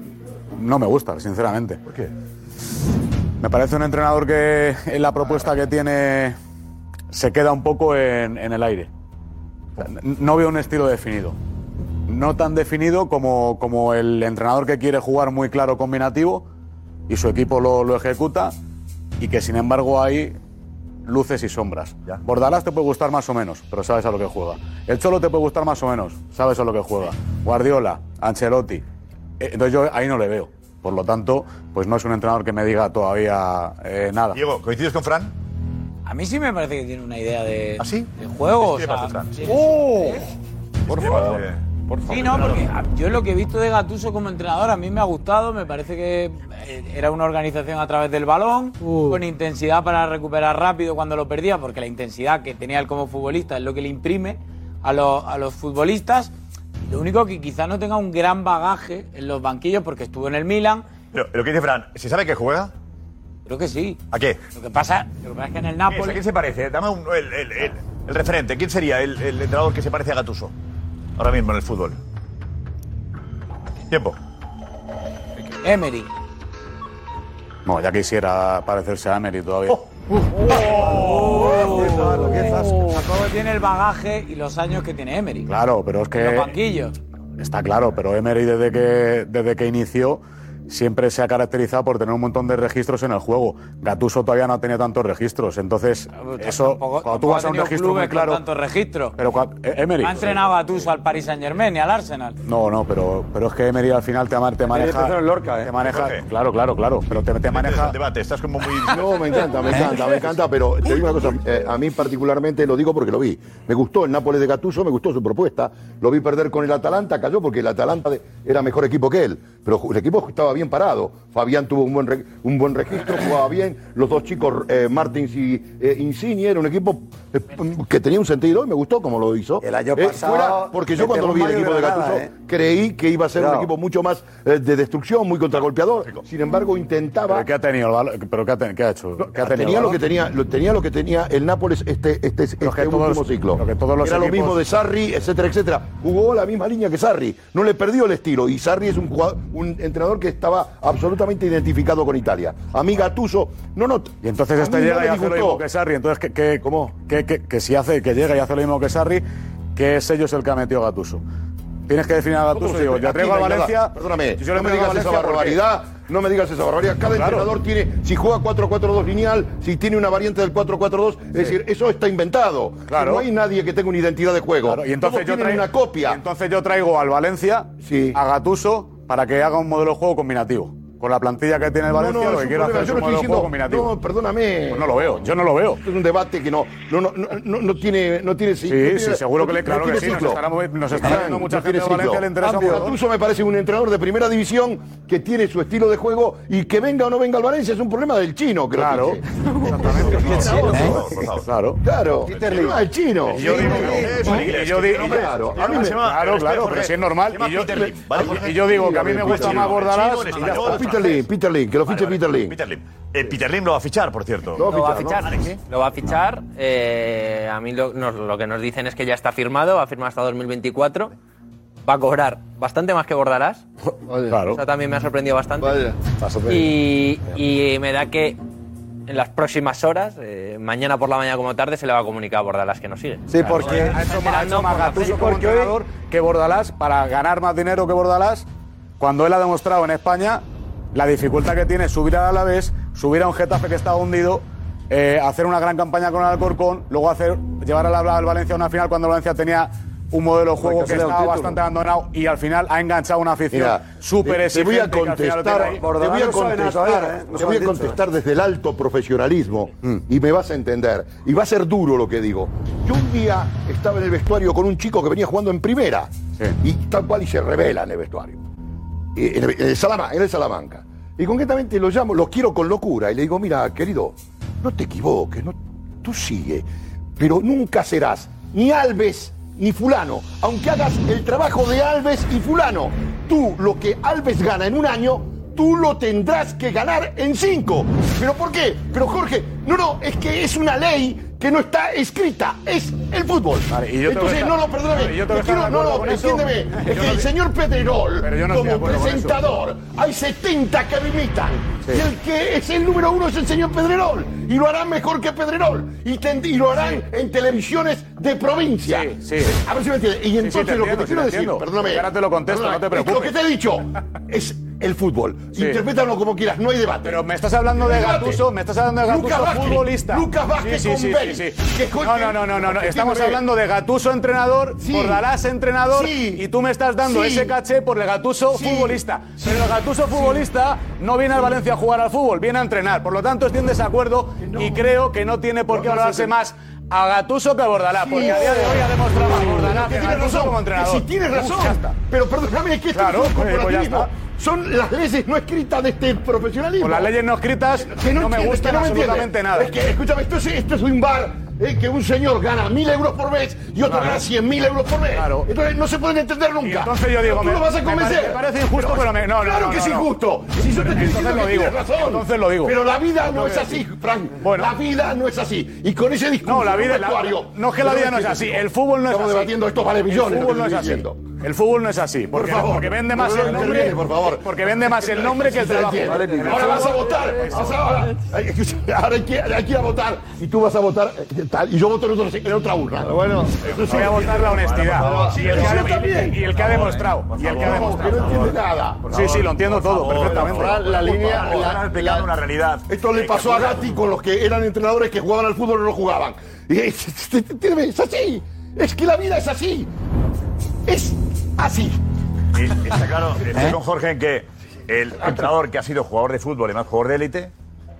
[SPEAKER 3] No me gusta, sinceramente. ¿Por qué? Me parece un entrenador que en la propuesta que tiene se queda un poco en, en el aire. O sea, n- No veo un estilo definido. No tan definido como, como el entrenador que quiere jugar muy claro combinativo y su equipo lo, lo ejecuta y que sin embargo hay luces y sombras. Bordalás te puede gustar más o menos, pero sabes a lo que juega. El Cholo te puede gustar más o menos, sabes a lo que juega. Guardiola, Ancelotti. Eh, Entonces yo ahí no le veo. Por lo tanto, pues no es un entrenador que me diga todavía eh, nada.
[SPEAKER 7] Diego, ¿coincides con Fran?
[SPEAKER 2] A mí sí me parece que tiene una idea de,
[SPEAKER 7] ¿Ah,
[SPEAKER 2] de
[SPEAKER 7] ¿Qué
[SPEAKER 2] juego.
[SPEAKER 7] te
[SPEAKER 2] o sea,
[SPEAKER 7] parece, Fran?
[SPEAKER 2] sí,
[SPEAKER 7] ¡Oh! Por favor.
[SPEAKER 2] Sí, no, porque a- yo lo que he visto de Gatuso como entrenador a mí me ha gustado, me parece que eh, era una organización a través del balón, con intensidad para recuperar rápido cuando lo perdía, porque la intensidad que tenía él como futbolista es lo que le imprime a, los- a los futbolistas. Lo único que quizás no tenga un gran bagaje en los banquillos porque estuvo en el Milan.
[SPEAKER 7] Pero lo que dice Fran, ¿se sabe que juega?
[SPEAKER 2] Creo que sí.
[SPEAKER 7] ¿A qué?
[SPEAKER 2] Lo que pasa, lo que pasa es que en el
[SPEAKER 7] ¿Quién es? ¿A
[SPEAKER 2] Napoli...
[SPEAKER 7] quién se parece? Dame un- el, el- el- el referente. ¿Quién sería el, el entrenador que se parece a Gatuso? Ahora mismo en el fútbol. Tiempo.
[SPEAKER 2] Emery.
[SPEAKER 3] No, ya quisiera parecerse a Emery todavía.
[SPEAKER 7] Oh.
[SPEAKER 3] Oh,
[SPEAKER 2] Tampoco Oh. Pues tiene el bagaje y los años que tiene Emery.
[SPEAKER 3] Claro, Eh, pero es
[SPEAKER 2] Los
[SPEAKER 3] que
[SPEAKER 2] banquillos.
[SPEAKER 3] Está claro, pero Emery desde que, desde que inició siempre se ha caracterizado por tener un montón de registros en el juego. Gatuso todavía no ha tenido tantos registros, entonces eso cuando tú
[SPEAKER 2] Ah, pues, Tampoco
[SPEAKER 3] vas
[SPEAKER 2] ha
[SPEAKER 3] a un
[SPEAKER 2] tenido
[SPEAKER 3] registro muy
[SPEAKER 2] clubes con
[SPEAKER 3] claro.
[SPEAKER 2] tanto registro.
[SPEAKER 3] Pero cua- E- Emery.
[SPEAKER 2] Ha entrenado a Tuso al Paris Saint Germain y al Arsenal.
[SPEAKER 3] No, no, pero, pero es que Emery al final te, ama- te
[SPEAKER 2] empezó
[SPEAKER 3] maneja.
[SPEAKER 2] en Lorca, ¿eh?
[SPEAKER 3] Te maneja.
[SPEAKER 7] Jorge.
[SPEAKER 3] Claro, claro, claro. Pero te, te maneja. ¿Eh?
[SPEAKER 7] El debate, estás como muy.
[SPEAKER 4] No, me encanta, me encanta, me encanta, pero te digo una cosa, eh, a mí particularmente lo digo porque lo vi. Me gustó el Nápoles de Gattuso, me gustó su propuesta. Lo vi perder con el Atalanta, cayó porque el Atalanta de- era mejor equipo que él, pero ju- el equipo estaba bien parado. Fabián tuvo un buen re- un buen registro, jugaba bien. Los dos chicos eh, Martins y eh, Insigne era un equipo eh, que tenía un sentido y me gustó como lo hizo. El
[SPEAKER 20] año pasado,
[SPEAKER 4] Eh, porque yo
[SPEAKER 20] mete
[SPEAKER 4] cuando lo vi el
[SPEAKER 20] Mario
[SPEAKER 4] equipo de
[SPEAKER 20] Granada,
[SPEAKER 4] Gattuso
[SPEAKER 20] ¿eh?
[SPEAKER 4] creí que iba a ser un
[SPEAKER 20] Cuidado.
[SPEAKER 4] equipo mucho más eh, de destrucción, muy contragolpeador. Sin embargo, intentaba
[SPEAKER 3] ¿Pero qué ha tenido? el valor? ¿Pero qué ha, ten- qué ha hecho? ¿Qué ha tenido el
[SPEAKER 4] tenía lo
[SPEAKER 3] valor?
[SPEAKER 4] que tenía, lo, tenía lo que tenía el Nápoles este, este, este
[SPEAKER 3] que todos-
[SPEAKER 4] último ciclo.
[SPEAKER 3] lo que todos los
[SPEAKER 4] Era lo
[SPEAKER 3] equipos-
[SPEAKER 4] mismo de Sarri, etcétera, etcétera. Jugó la misma línea que Sarri, no le perdió el estilo. Y Sarri es un, jugador- un entrenador que estaba absolutamente identificado con Italia. A mí Gattuso, no, no.
[SPEAKER 3] Y entonces
[SPEAKER 4] a
[SPEAKER 3] este
[SPEAKER 4] mí no
[SPEAKER 3] llega
[SPEAKER 4] me
[SPEAKER 3] y hace lo
[SPEAKER 4] disgustó.
[SPEAKER 3] mismo que Sarri. Entonces, ¿qué, qué, ¿cómo? Que, si hace, que llega y hace lo mismo que Sarri, que es ellos el que ha metido a Gatuso. Tienes que definir a Gatuso. Digo, yo traigo a Valencia.
[SPEAKER 4] Perdóname,
[SPEAKER 3] yo le
[SPEAKER 4] no me
[SPEAKER 3] traigo a
[SPEAKER 4] digas esa
[SPEAKER 3] Valencia porque-
[SPEAKER 4] barbaridad. No me digas esa barbaridad. Cada
[SPEAKER 3] Claro.
[SPEAKER 4] entrenador tiene, si juega 4-4-2 lineal, si tiene una variante del 4-4-2, es decir, eso está inventado.
[SPEAKER 3] Claro.
[SPEAKER 4] No hay nadie que tenga una identidad de juego.
[SPEAKER 3] Claro, y entonces
[SPEAKER 4] Todos
[SPEAKER 3] yo
[SPEAKER 4] tienen
[SPEAKER 3] traigo
[SPEAKER 4] una copia.
[SPEAKER 3] Entonces yo traigo al Valencia, a Gatuso, para que haga un modelo de juego combinativo. Con la plantilla que tiene el Valencia,
[SPEAKER 4] no, no,
[SPEAKER 3] lo
[SPEAKER 4] es
[SPEAKER 3] que
[SPEAKER 4] un
[SPEAKER 3] quiero hacer
[SPEAKER 4] problema.
[SPEAKER 3] es
[SPEAKER 4] Yo
[SPEAKER 3] un
[SPEAKER 4] no estoy
[SPEAKER 3] modelo de juego
[SPEAKER 4] diciendo,
[SPEAKER 3] combinativo.
[SPEAKER 4] No, perdóname.
[SPEAKER 3] Pues no lo veo, yo no lo veo.
[SPEAKER 4] Es un debate que no, no, no, no, no- no tiene, no tiene
[SPEAKER 3] Sí,
[SPEAKER 4] no tiene-
[SPEAKER 3] sí, seguro
[SPEAKER 4] no
[SPEAKER 3] que le-
[SPEAKER 4] tiene-
[SPEAKER 3] claro
[SPEAKER 4] no
[SPEAKER 3] que
[SPEAKER 4] tiene
[SPEAKER 3] sí, nos
[SPEAKER 4] ciclo.
[SPEAKER 3] estará movi- nos estará viendo mucha gente
[SPEAKER 4] no tiene
[SPEAKER 3] de Valencia,
[SPEAKER 4] ciclo.
[SPEAKER 3] le interesa
[SPEAKER 4] Cambio.
[SPEAKER 3] mucho.
[SPEAKER 4] Gattuso me parece un entrenador de primera división que tiene su estilo de juego y que venga o no venga al Valencia es un problema del chino, creo.
[SPEAKER 3] Claro.
[SPEAKER 4] ¿Eh?
[SPEAKER 3] Claro.
[SPEAKER 4] Claro. Problema del chino.
[SPEAKER 3] Y yo digo, y yo digo,
[SPEAKER 4] claro, a mí me-
[SPEAKER 3] claro, claro, pero si es normal. Y yo, y yo digo que a mí me gusta más Bordalás.
[SPEAKER 7] Chino en
[SPEAKER 3] y ya
[SPEAKER 7] español,
[SPEAKER 3] está.
[SPEAKER 4] Peter Lim, Peter Lim, que lo fiche Peter Lim.
[SPEAKER 7] Peter Lim. Eh, Peter Lim lo va a fichar, por cierto.
[SPEAKER 1] Lo va a fichar, lo va a fichar. eh, a mí lo, nos- lo que nos dicen es que ya está firmado, va a firmar hasta 2024. Va a cobrar bastante más que Bordalás.
[SPEAKER 3] Claro.
[SPEAKER 1] Eso también me ha sorprendido bastante. Y, y me da que en las próximas horas, eh, mañana por la mañana como tarde, se le va a comunicar a Bordalás que nos sigue.
[SPEAKER 3] Sí, porque ha hecho más, ha hecho más Gattuso como entrenador que Bordalás para ganar más dinero que Bordalás cuando él ha demostrado en España la dificultad que tiene subir al Alavés, subir a un Getafe que está hundido, eh, hacer una gran campaña con el Alcorcón, luego hacer, llevar al, al Valencia a una final cuando el Valencia tenía un modelo de juego
[SPEAKER 4] Porque
[SPEAKER 3] que
[SPEAKER 4] Pues se le da un
[SPEAKER 3] estaba
[SPEAKER 4] título.
[SPEAKER 3] bastante abandonado y al final ha enganchado una afición
[SPEAKER 4] Mira,
[SPEAKER 3] súper
[SPEAKER 4] te- te voy a
[SPEAKER 3] exigente que al final lo tiene
[SPEAKER 4] contestar,
[SPEAKER 3] ahí.
[SPEAKER 4] te voy a
[SPEAKER 3] ¿eh?
[SPEAKER 4] contestar, eh, te voy a contestar desde el alto profesionalismo
[SPEAKER 3] Mm.
[SPEAKER 4] y me vas a entender. Y va a ser duro lo que digo. Yo un día estaba en el vestuario con un chico que venía jugando en primera y tal cual y se revela en el vestuario. Y Eh, En el, en el Salama- en el Salamanca. Y concretamente lo llamo, lo quiero con locura y le digo, mira, querido, no te equivoques, no, tú sigue, pero nunca serás ni Alves ni fulano, aunque hagas el trabajo de Alves y fulano. Tú lo que Alves gana en un año, tú lo tendrás que ganar en cinco. ¿Pero por qué? Pero Jorge, no, no, es que es una ley que no está escrita, es el fútbol.
[SPEAKER 3] y yo tengo
[SPEAKER 4] Entonces,
[SPEAKER 3] que estar-
[SPEAKER 4] no, no, perdóname,
[SPEAKER 3] Vale, yo tengo
[SPEAKER 4] te
[SPEAKER 3] que estar
[SPEAKER 4] quiero-
[SPEAKER 3] de
[SPEAKER 4] no,
[SPEAKER 3] acuerdo
[SPEAKER 4] no,
[SPEAKER 3] con eso.
[SPEAKER 4] entiéndeme,
[SPEAKER 3] Yo
[SPEAKER 4] es
[SPEAKER 3] no
[SPEAKER 4] que el
[SPEAKER 3] estoy- Pero
[SPEAKER 4] señor
[SPEAKER 3] yo
[SPEAKER 4] Pedrerol,
[SPEAKER 3] no estoy de
[SPEAKER 4] como
[SPEAKER 3] acuerdo con eso.
[SPEAKER 4] presentador, hay 70 que lo imitan.
[SPEAKER 3] Sí.
[SPEAKER 4] Y el que es el número uno es el señor Pedrerol. Y lo harán mejor que Pedrerol. Y, ten- y lo harán en televisiones de provincia. A ver si me entiendes. Y
[SPEAKER 3] sí,
[SPEAKER 4] entonces
[SPEAKER 3] te
[SPEAKER 4] lo que
[SPEAKER 3] entiendo,
[SPEAKER 4] te
[SPEAKER 3] sí,
[SPEAKER 4] quiero
[SPEAKER 3] te
[SPEAKER 4] decir,
[SPEAKER 3] entiendo.
[SPEAKER 4] perdóname.
[SPEAKER 3] Ahora te lo contesto, no te
[SPEAKER 4] es Lo que
[SPEAKER 3] preocupes.
[SPEAKER 4] te he dicho es el fútbol. Interprétalo como quieras, no hay debate. Pero
[SPEAKER 3] me estás hablando de Gattuso, me estás hablando de Gattuso futbolista.
[SPEAKER 4] Lucas
[SPEAKER 3] Sí,
[SPEAKER 4] Vázquez
[SPEAKER 3] sí,
[SPEAKER 4] con
[SPEAKER 3] sí,
[SPEAKER 4] Bale,
[SPEAKER 3] sí, sí.
[SPEAKER 4] que
[SPEAKER 3] No,
[SPEAKER 4] juegue-
[SPEAKER 3] no, no, no, no, no.
[SPEAKER 4] que
[SPEAKER 3] Estamos
[SPEAKER 4] tiene-
[SPEAKER 3] hablando de Gatuso entrenador,
[SPEAKER 4] Sí.
[SPEAKER 3] Bordalás entrenador
[SPEAKER 4] Sí.
[SPEAKER 3] y tú me estás dando
[SPEAKER 4] Sí.
[SPEAKER 3] ese caché por el Gatuso futbolista. Pero el Gatuso futbolista no viene al Valencia a jugar al fútbol, viene a entrenar. Por lo tanto, estoy en desacuerdo y creo que no tiene por qué valorarse más a Gatuso que a Bordalás, porque a día de hoy ha demostrado más Bordalás que
[SPEAKER 4] Que tienes
[SPEAKER 3] Gattuso
[SPEAKER 4] razón,
[SPEAKER 3] como entrenador.
[SPEAKER 4] que sí, tienes
[SPEAKER 3] Uf,
[SPEAKER 4] razón.
[SPEAKER 3] ya está.
[SPEAKER 4] pero perdóname, es que esto
[SPEAKER 3] Claro,
[SPEAKER 4] es un
[SPEAKER 3] pues ya
[SPEAKER 4] corporativismo.
[SPEAKER 3] está.
[SPEAKER 4] Son las leyes no escritas de este profesionalismo.
[SPEAKER 3] Con las leyes no escritas, no me
[SPEAKER 4] entiendes,
[SPEAKER 3] gustan
[SPEAKER 4] que entiendes.
[SPEAKER 3] absolutamente nada.
[SPEAKER 4] Es que, escúchame, esto es, esto es un bar eh, que un señor gana mil euros por mes y otro
[SPEAKER 3] Claro.
[SPEAKER 4] gana cien mil euros por mes. Entonces no se pueden entender nunca.
[SPEAKER 3] Entonces yo digo,
[SPEAKER 4] Pero tú
[SPEAKER 3] me-
[SPEAKER 4] lo vas a
[SPEAKER 3] me pare-
[SPEAKER 4] convencer.
[SPEAKER 3] Me parece injusto, pero me. No, no,
[SPEAKER 4] claro
[SPEAKER 3] no,
[SPEAKER 4] que
[SPEAKER 3] no,
[SPEAKER 4] es
[SPEAKER 3] no.
[SPEAKER 4] injusto. Si yo te estoy
[SPEAKER 3] Entonces
[SPEAKER 4] diciendo
[SPEAKER 3] lo
[SPEAKER 4] que
[SPEAKER 3] digo.
[SPEAKER 4] tienes razón.
[SPEAKER 3] Entonces lo digo.
[SPEAKER 4] Pero la vida no
[SPEAKER 3] Tengo
[SPEAKER 4] es
[SPEAKER 3] que
[SPEAKER 4] así,
[SPEAKER 3] decir.
[SPEAKER 4] Frank. La vida no es así. Y con ese discurso.
[SPEAKER 3] No, la vida
[SPEAKER 4] del
[SPEAKER 3] la-
[SPEAKER 4] vestuario,
[SPEAKER 3] no es que la
[SPEAKER 4] pero
[SPEAKER 3] vida no es
[SPEAKER 4] que
[SPEAKER 3] así.
[SPEAKER 4] esto-
[SPEAKER 3] El fútbol no es así.
[SPEAKER 4] Estamos debatiendo esto vale millones.
[SPEAKER 3] El
[SPEAKER 4] lo que
[SPEAKER 3] fútbol no
[SPEAKER 4] estoy
[SPEAKER 3] es así.
[SPEAKER 4] diciendo.
[SPEAKER 3] El fútbol no es así. Porque,
[SPEAKER 4] favor.
[SPEAKER 3] porque vende más
[SPEAKER 4] No, no,
[SPEAKER 3] el nombre.
[SPEAKER 4] interviene, por favor.
[SPEAKER 3] Porque vende más el nombre que el
[SPEAKER 4] Se
[SPEAKER 3] trabajo.
[SPEAKER 4] entiende. Ahora vas a votar. vas a- ahora, ahora hay, que, hay que ir a votar. Y tú vas a votar eh, tal. Y yo voto en, otro- en otra urna. Bueno,
[SPEAKER 3] Voy a votar la honestidad.
[SPEAKER 4] Sí,
[SPEAKER 3] Y el que
[SPEAKER 4] yo
[SPEAKER 3] ha-
[SPEAKER 4] también.
[SPEAKER 3] y- y el que ha demostrado. Y el que ha demostrado.
[SPEAKER 4] No entiende nada.
[SPEAKER 3] Sí, sí, lo entiendo todo, perfectamente.
[SPEAKER 4] Ahora la línea. la- la-
[SPEAKER 7] una realidad.
[SPEAKER 4] Esto le pasó a Gatti con los que eran entrenadores que jugaban al fútbol y no jugaban. Y es, es así. Es que la vida es así. Es así.
[SPEAKER 7] Y está claro, estoy con Jorge en que el entrenador que ha sido jugador de fútbol y más jugador de élite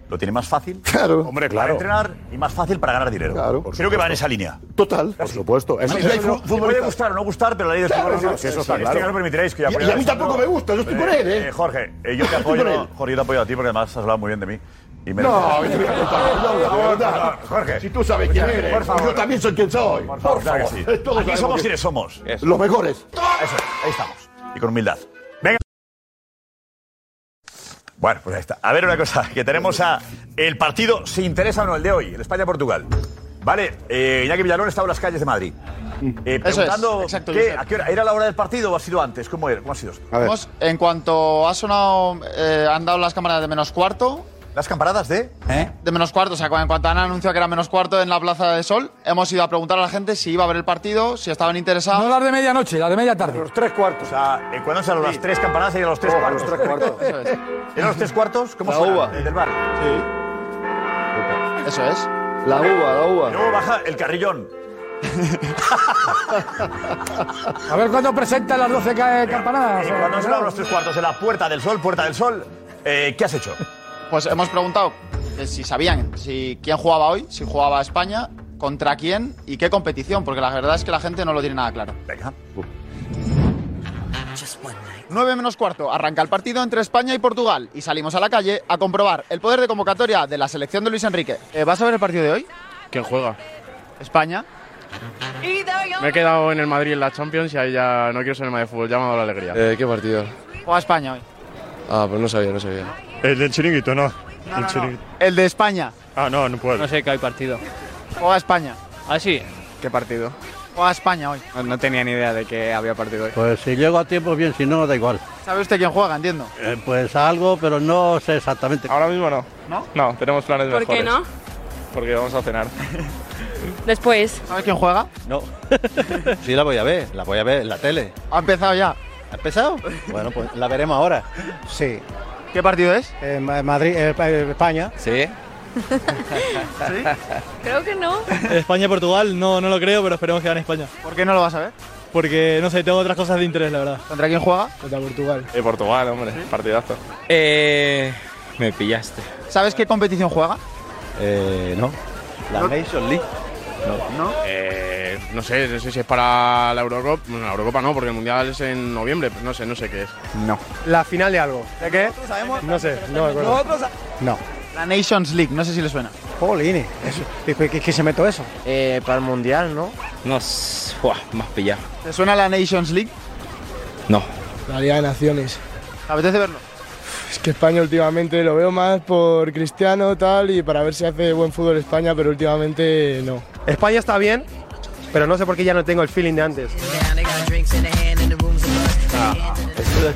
[SPEAKER 7] lo tiene más fácil. Claro. Hombre,
[SPEAKER 3] claro.
[SPEAKER 7] Para entrenar y más fácil para ganar dinero. Claro. Creo que va en esa línea.
[SPEAKER 4] Total.
[SPEAKER 3] Por supuesto. Eso-
[SPEAKER 7] Te
[SPEAKER 3] eso-
[SPEAKER 7] puede gustar o no gustar, pero la ley de
[SPEAKER 3] Claro,
[SPEAKER 7] fútbol
[SPEAKER 3] sí,
[SPEAKER 7] no,
[SPEAKER 3] sí, eso está
[SPEAKER 7] Este
[SPEAKER 3] claro.
[SPEAKER 7] caso permitiréis que
[SPEAKER 3] Y- y a mí
[SPEAKER 7] apoyara-
[SPEAKER 3] tampoco me gusta, yo estoy con él, ¿eh?
[SPEAKER 7] Jorge, eh, yo te
[SPEAKER 3] Estoy
[SPEAKER 7] apoyo,
[SPEAKER 3] con él.
[SPEAKER 7] Jorge, yo te apoyo a ti porque además has hablado muy bien de mí. Y me-
[SPEAKER 4] No, vete a contar, no, no, no, no.
[SPEAKER 7] Jorge.
[SPEAKER 4] Si tú sabes quién eres,
[SPEAKER 7] Por favor.
[SPEAKER 4] yo también soy quien soy. Por favor,
[SPEAKER 7] Claro que sí.
[SPEAKER 4] Todos
[SPEAKER 7] Aquí
[SPEAKER 4] sabemos
[SPEAKER 7] somos
[SPEAKER 4] que-
[SPEAKER 7] quienes somos.
[SPEAKER 4] Los mejores.
[SPEAKER 7] Eso, ahí estamos. Y con humildad. Venga. Bueno, pues ahí está. A ver una cosa, que tenemos a el partido, si interesa o no, el de hoy, el España-Portugal. Vale, eh, Iñaki Villalón estaba en las calles de Madrid. Eh,
[SPEAKER 10] Mm. Eso es,
[SPEAKER 7] preguntando
[SPEAKER 10] exacto,
[SPEAKER 7] qué-
[SPEAKER 10] Josep.
[SPEAKER 7] a qué hora, ¿era la hora del partido o ha sido antes? ¿Cómo era? ¿Cómo ha sido esto?
[SPEAKER 10] Vamos, en cuanto ha sonado, eh, han dado las cámaras de menos cuarto. ¿Eh?
[SPEAKER 7] ¿Las campanadas de?
[SPEAKER 10] De menos cuarto, o sea, cu- en cuanto han anunciado que era menos cuarto en la Plaza de Sol, hemos ido a preguntar a la gente si iba a ver el partido, si estaban interesados. No las de medianoche, las de media tarde. Los
[SPEAKER 7] tres cuartos. O sea, eh, ¿cuándo salen las tres campanadas? Serían los tres cuartos. Oh, Los tres cuartos. ¿Eran los tres cuartos? ¿Cómo
[SPEAKER 10] La
[SPEAKER 7] suena?
[SPEAKER 10] uva.
[SPEAKER 7] El del bar. Sí.
[SPEAKER 10] Eso es.
[SPEAKER 7] La uva, la uva. Luego baja el carrillón.
[SPEAKER 21] A ver cuándo presentan las 12 ca- eh, campanadas.
[SPEAKER 7] Y cuando han sonado los tres cuartos en la Puerta del Sol, Puerta del Sol, eh, ¿qué has hecho?
[SPEAKER 10] Pues hemos preguntado que si sabían si quién jugaba hoy, si jugaba España, contra quién y qué competición, porque la verdad es que la gente no lo tiene nada claro.
[SPEAKER 7] Venga.
[SPEAKER 10] 9 menos cuarto, arranca el partido entre España y Portugal y salimos a la calle a comprobar el poder de convocatoria de la selección de Luis Enrique. Eh, ¿Vas a ver el partido de hoy?
[SPEAKER 22] ¿Quién juega?
[SPEAKER 10] España.
[SPEAKER 22] Me he quedado en el Madrid en la Champions y ahí ya no quiero ser más de fútbol, ya me ha dado la alegría.
[SPEAKER 23] Eh, ¿Qué partido?
[SPEAKER 10] Juega España hoy.
[SPEAKER 23] Ah, pues no sabía, no sabía. El del chiringuito, no. el chiringuito.
[SPEAKER 10] El de España.
[SPEAKER 23] Ah, no, no puedo.
[SPEAKER 24] No sé que hay partido.
[SPEAKER 10] Juega España.
[SPEAKER 24] ¿Ah, sí?
[SPEAKER 22] ¿Qué partido?
[SPEAKER 10] Juega España hoy.
[SPEAKER 22] No, tenía ni idea de que había partido hoy.
[SPEAKER 25] Pues si llego a tiempo, bien, si no, da igual.
[SPEAKER 10] ¿Sabe usted quién juega? Entiendo.
[SPEAKER 25] Eh, pues algo, pero no sé exactamente. Ahora mismo no.
[SPEAKER 10] ¿No?
[SPEAKER 22] No, tenemos planes
[SPEAKER 24] ¿Por qué
[SPEAKER 22] mejores.
[SPEAKER 24] no?
[SPEAKER 22] Porque vamos a cenar.
[SPEAKER 24] Después.
[SPEAKER 10] ¿Sabes quién juega?
[SPEAKER 24] No.
[SPEAKER 26] Sí, la voy a ver, la voy a ver en la tele.
[SPEAKER 10] Ha empezado ya.
[SPEAKER 12] ¿Ha empezado? Bueno, pues la veremos ahora. Sí.
[SPEAKER 10] ¿Qué partido es?
[SPEAKER 12] Madrid, eh, eh, España.
[SPEAKER 1] Sí.
[SPEAKER 9] Creo que no.
[SPEAKER 13] España-Portugal, no, no lo creo, pero esperemos que gane España.
[SPEAKER 10] ¿Por qué no lo vas a ver?
[SPEAKER 13] Porque, no sé, tengo otras cosas de interés, la verdad.
[SPEAKER 10] ¿Contra quién juega?
[SPEAKER 13] Contra Portugal.
[SPEAKER 16] Eh, Portugal, hombre, partidazo.
[SPEAKER 13] Eh, me pillaste.
[SPEAKER 10] ¿Sabes qué competición juega?
[SPEAKER 12] Eh, no. La Nation League.
[SPEAKER 10] No. ¿No?
[SPEAKER 22] Eh, no sé, no sé si es para la Eurocopa. Bueno, la Eurocopa no, porque el Mundial es en noviembre. pero No sé, no sé qué es.
[SPEAKER 10] No.
[SPEAKER 13] La final de algo.
[SPEAKER 10] ¿De qué?
[SPEAKER 13] No sé, no me acuerdo.
[SPEAKER 10] Nosotros
[SPEAKER 12] No.
[SPEAKER 10] La Nations League, no sé si le suena.
[SPEAKER 12] Jolines. Eso. ¿Qué, pues, qué, qué se meto eso?
[SPEAKER 13] Eh, para el Mundial, ¿no? No, s- buah, más pillado.
[SPEAKER 10] ¿Te suena la Nations League?
[SPEAKER 13] No. La Liga de Naciones.
[SPEAKER 10] ¿Te apetece verlo?
[SPEAKER 13] Es que España últimamente lo veo más por Cristiano tal y para ver si hace buen fútbol España, pero últimamente no.
[SPEAKER 12] España está bien, pero no sé por qué ya no tengo el feeling de antes.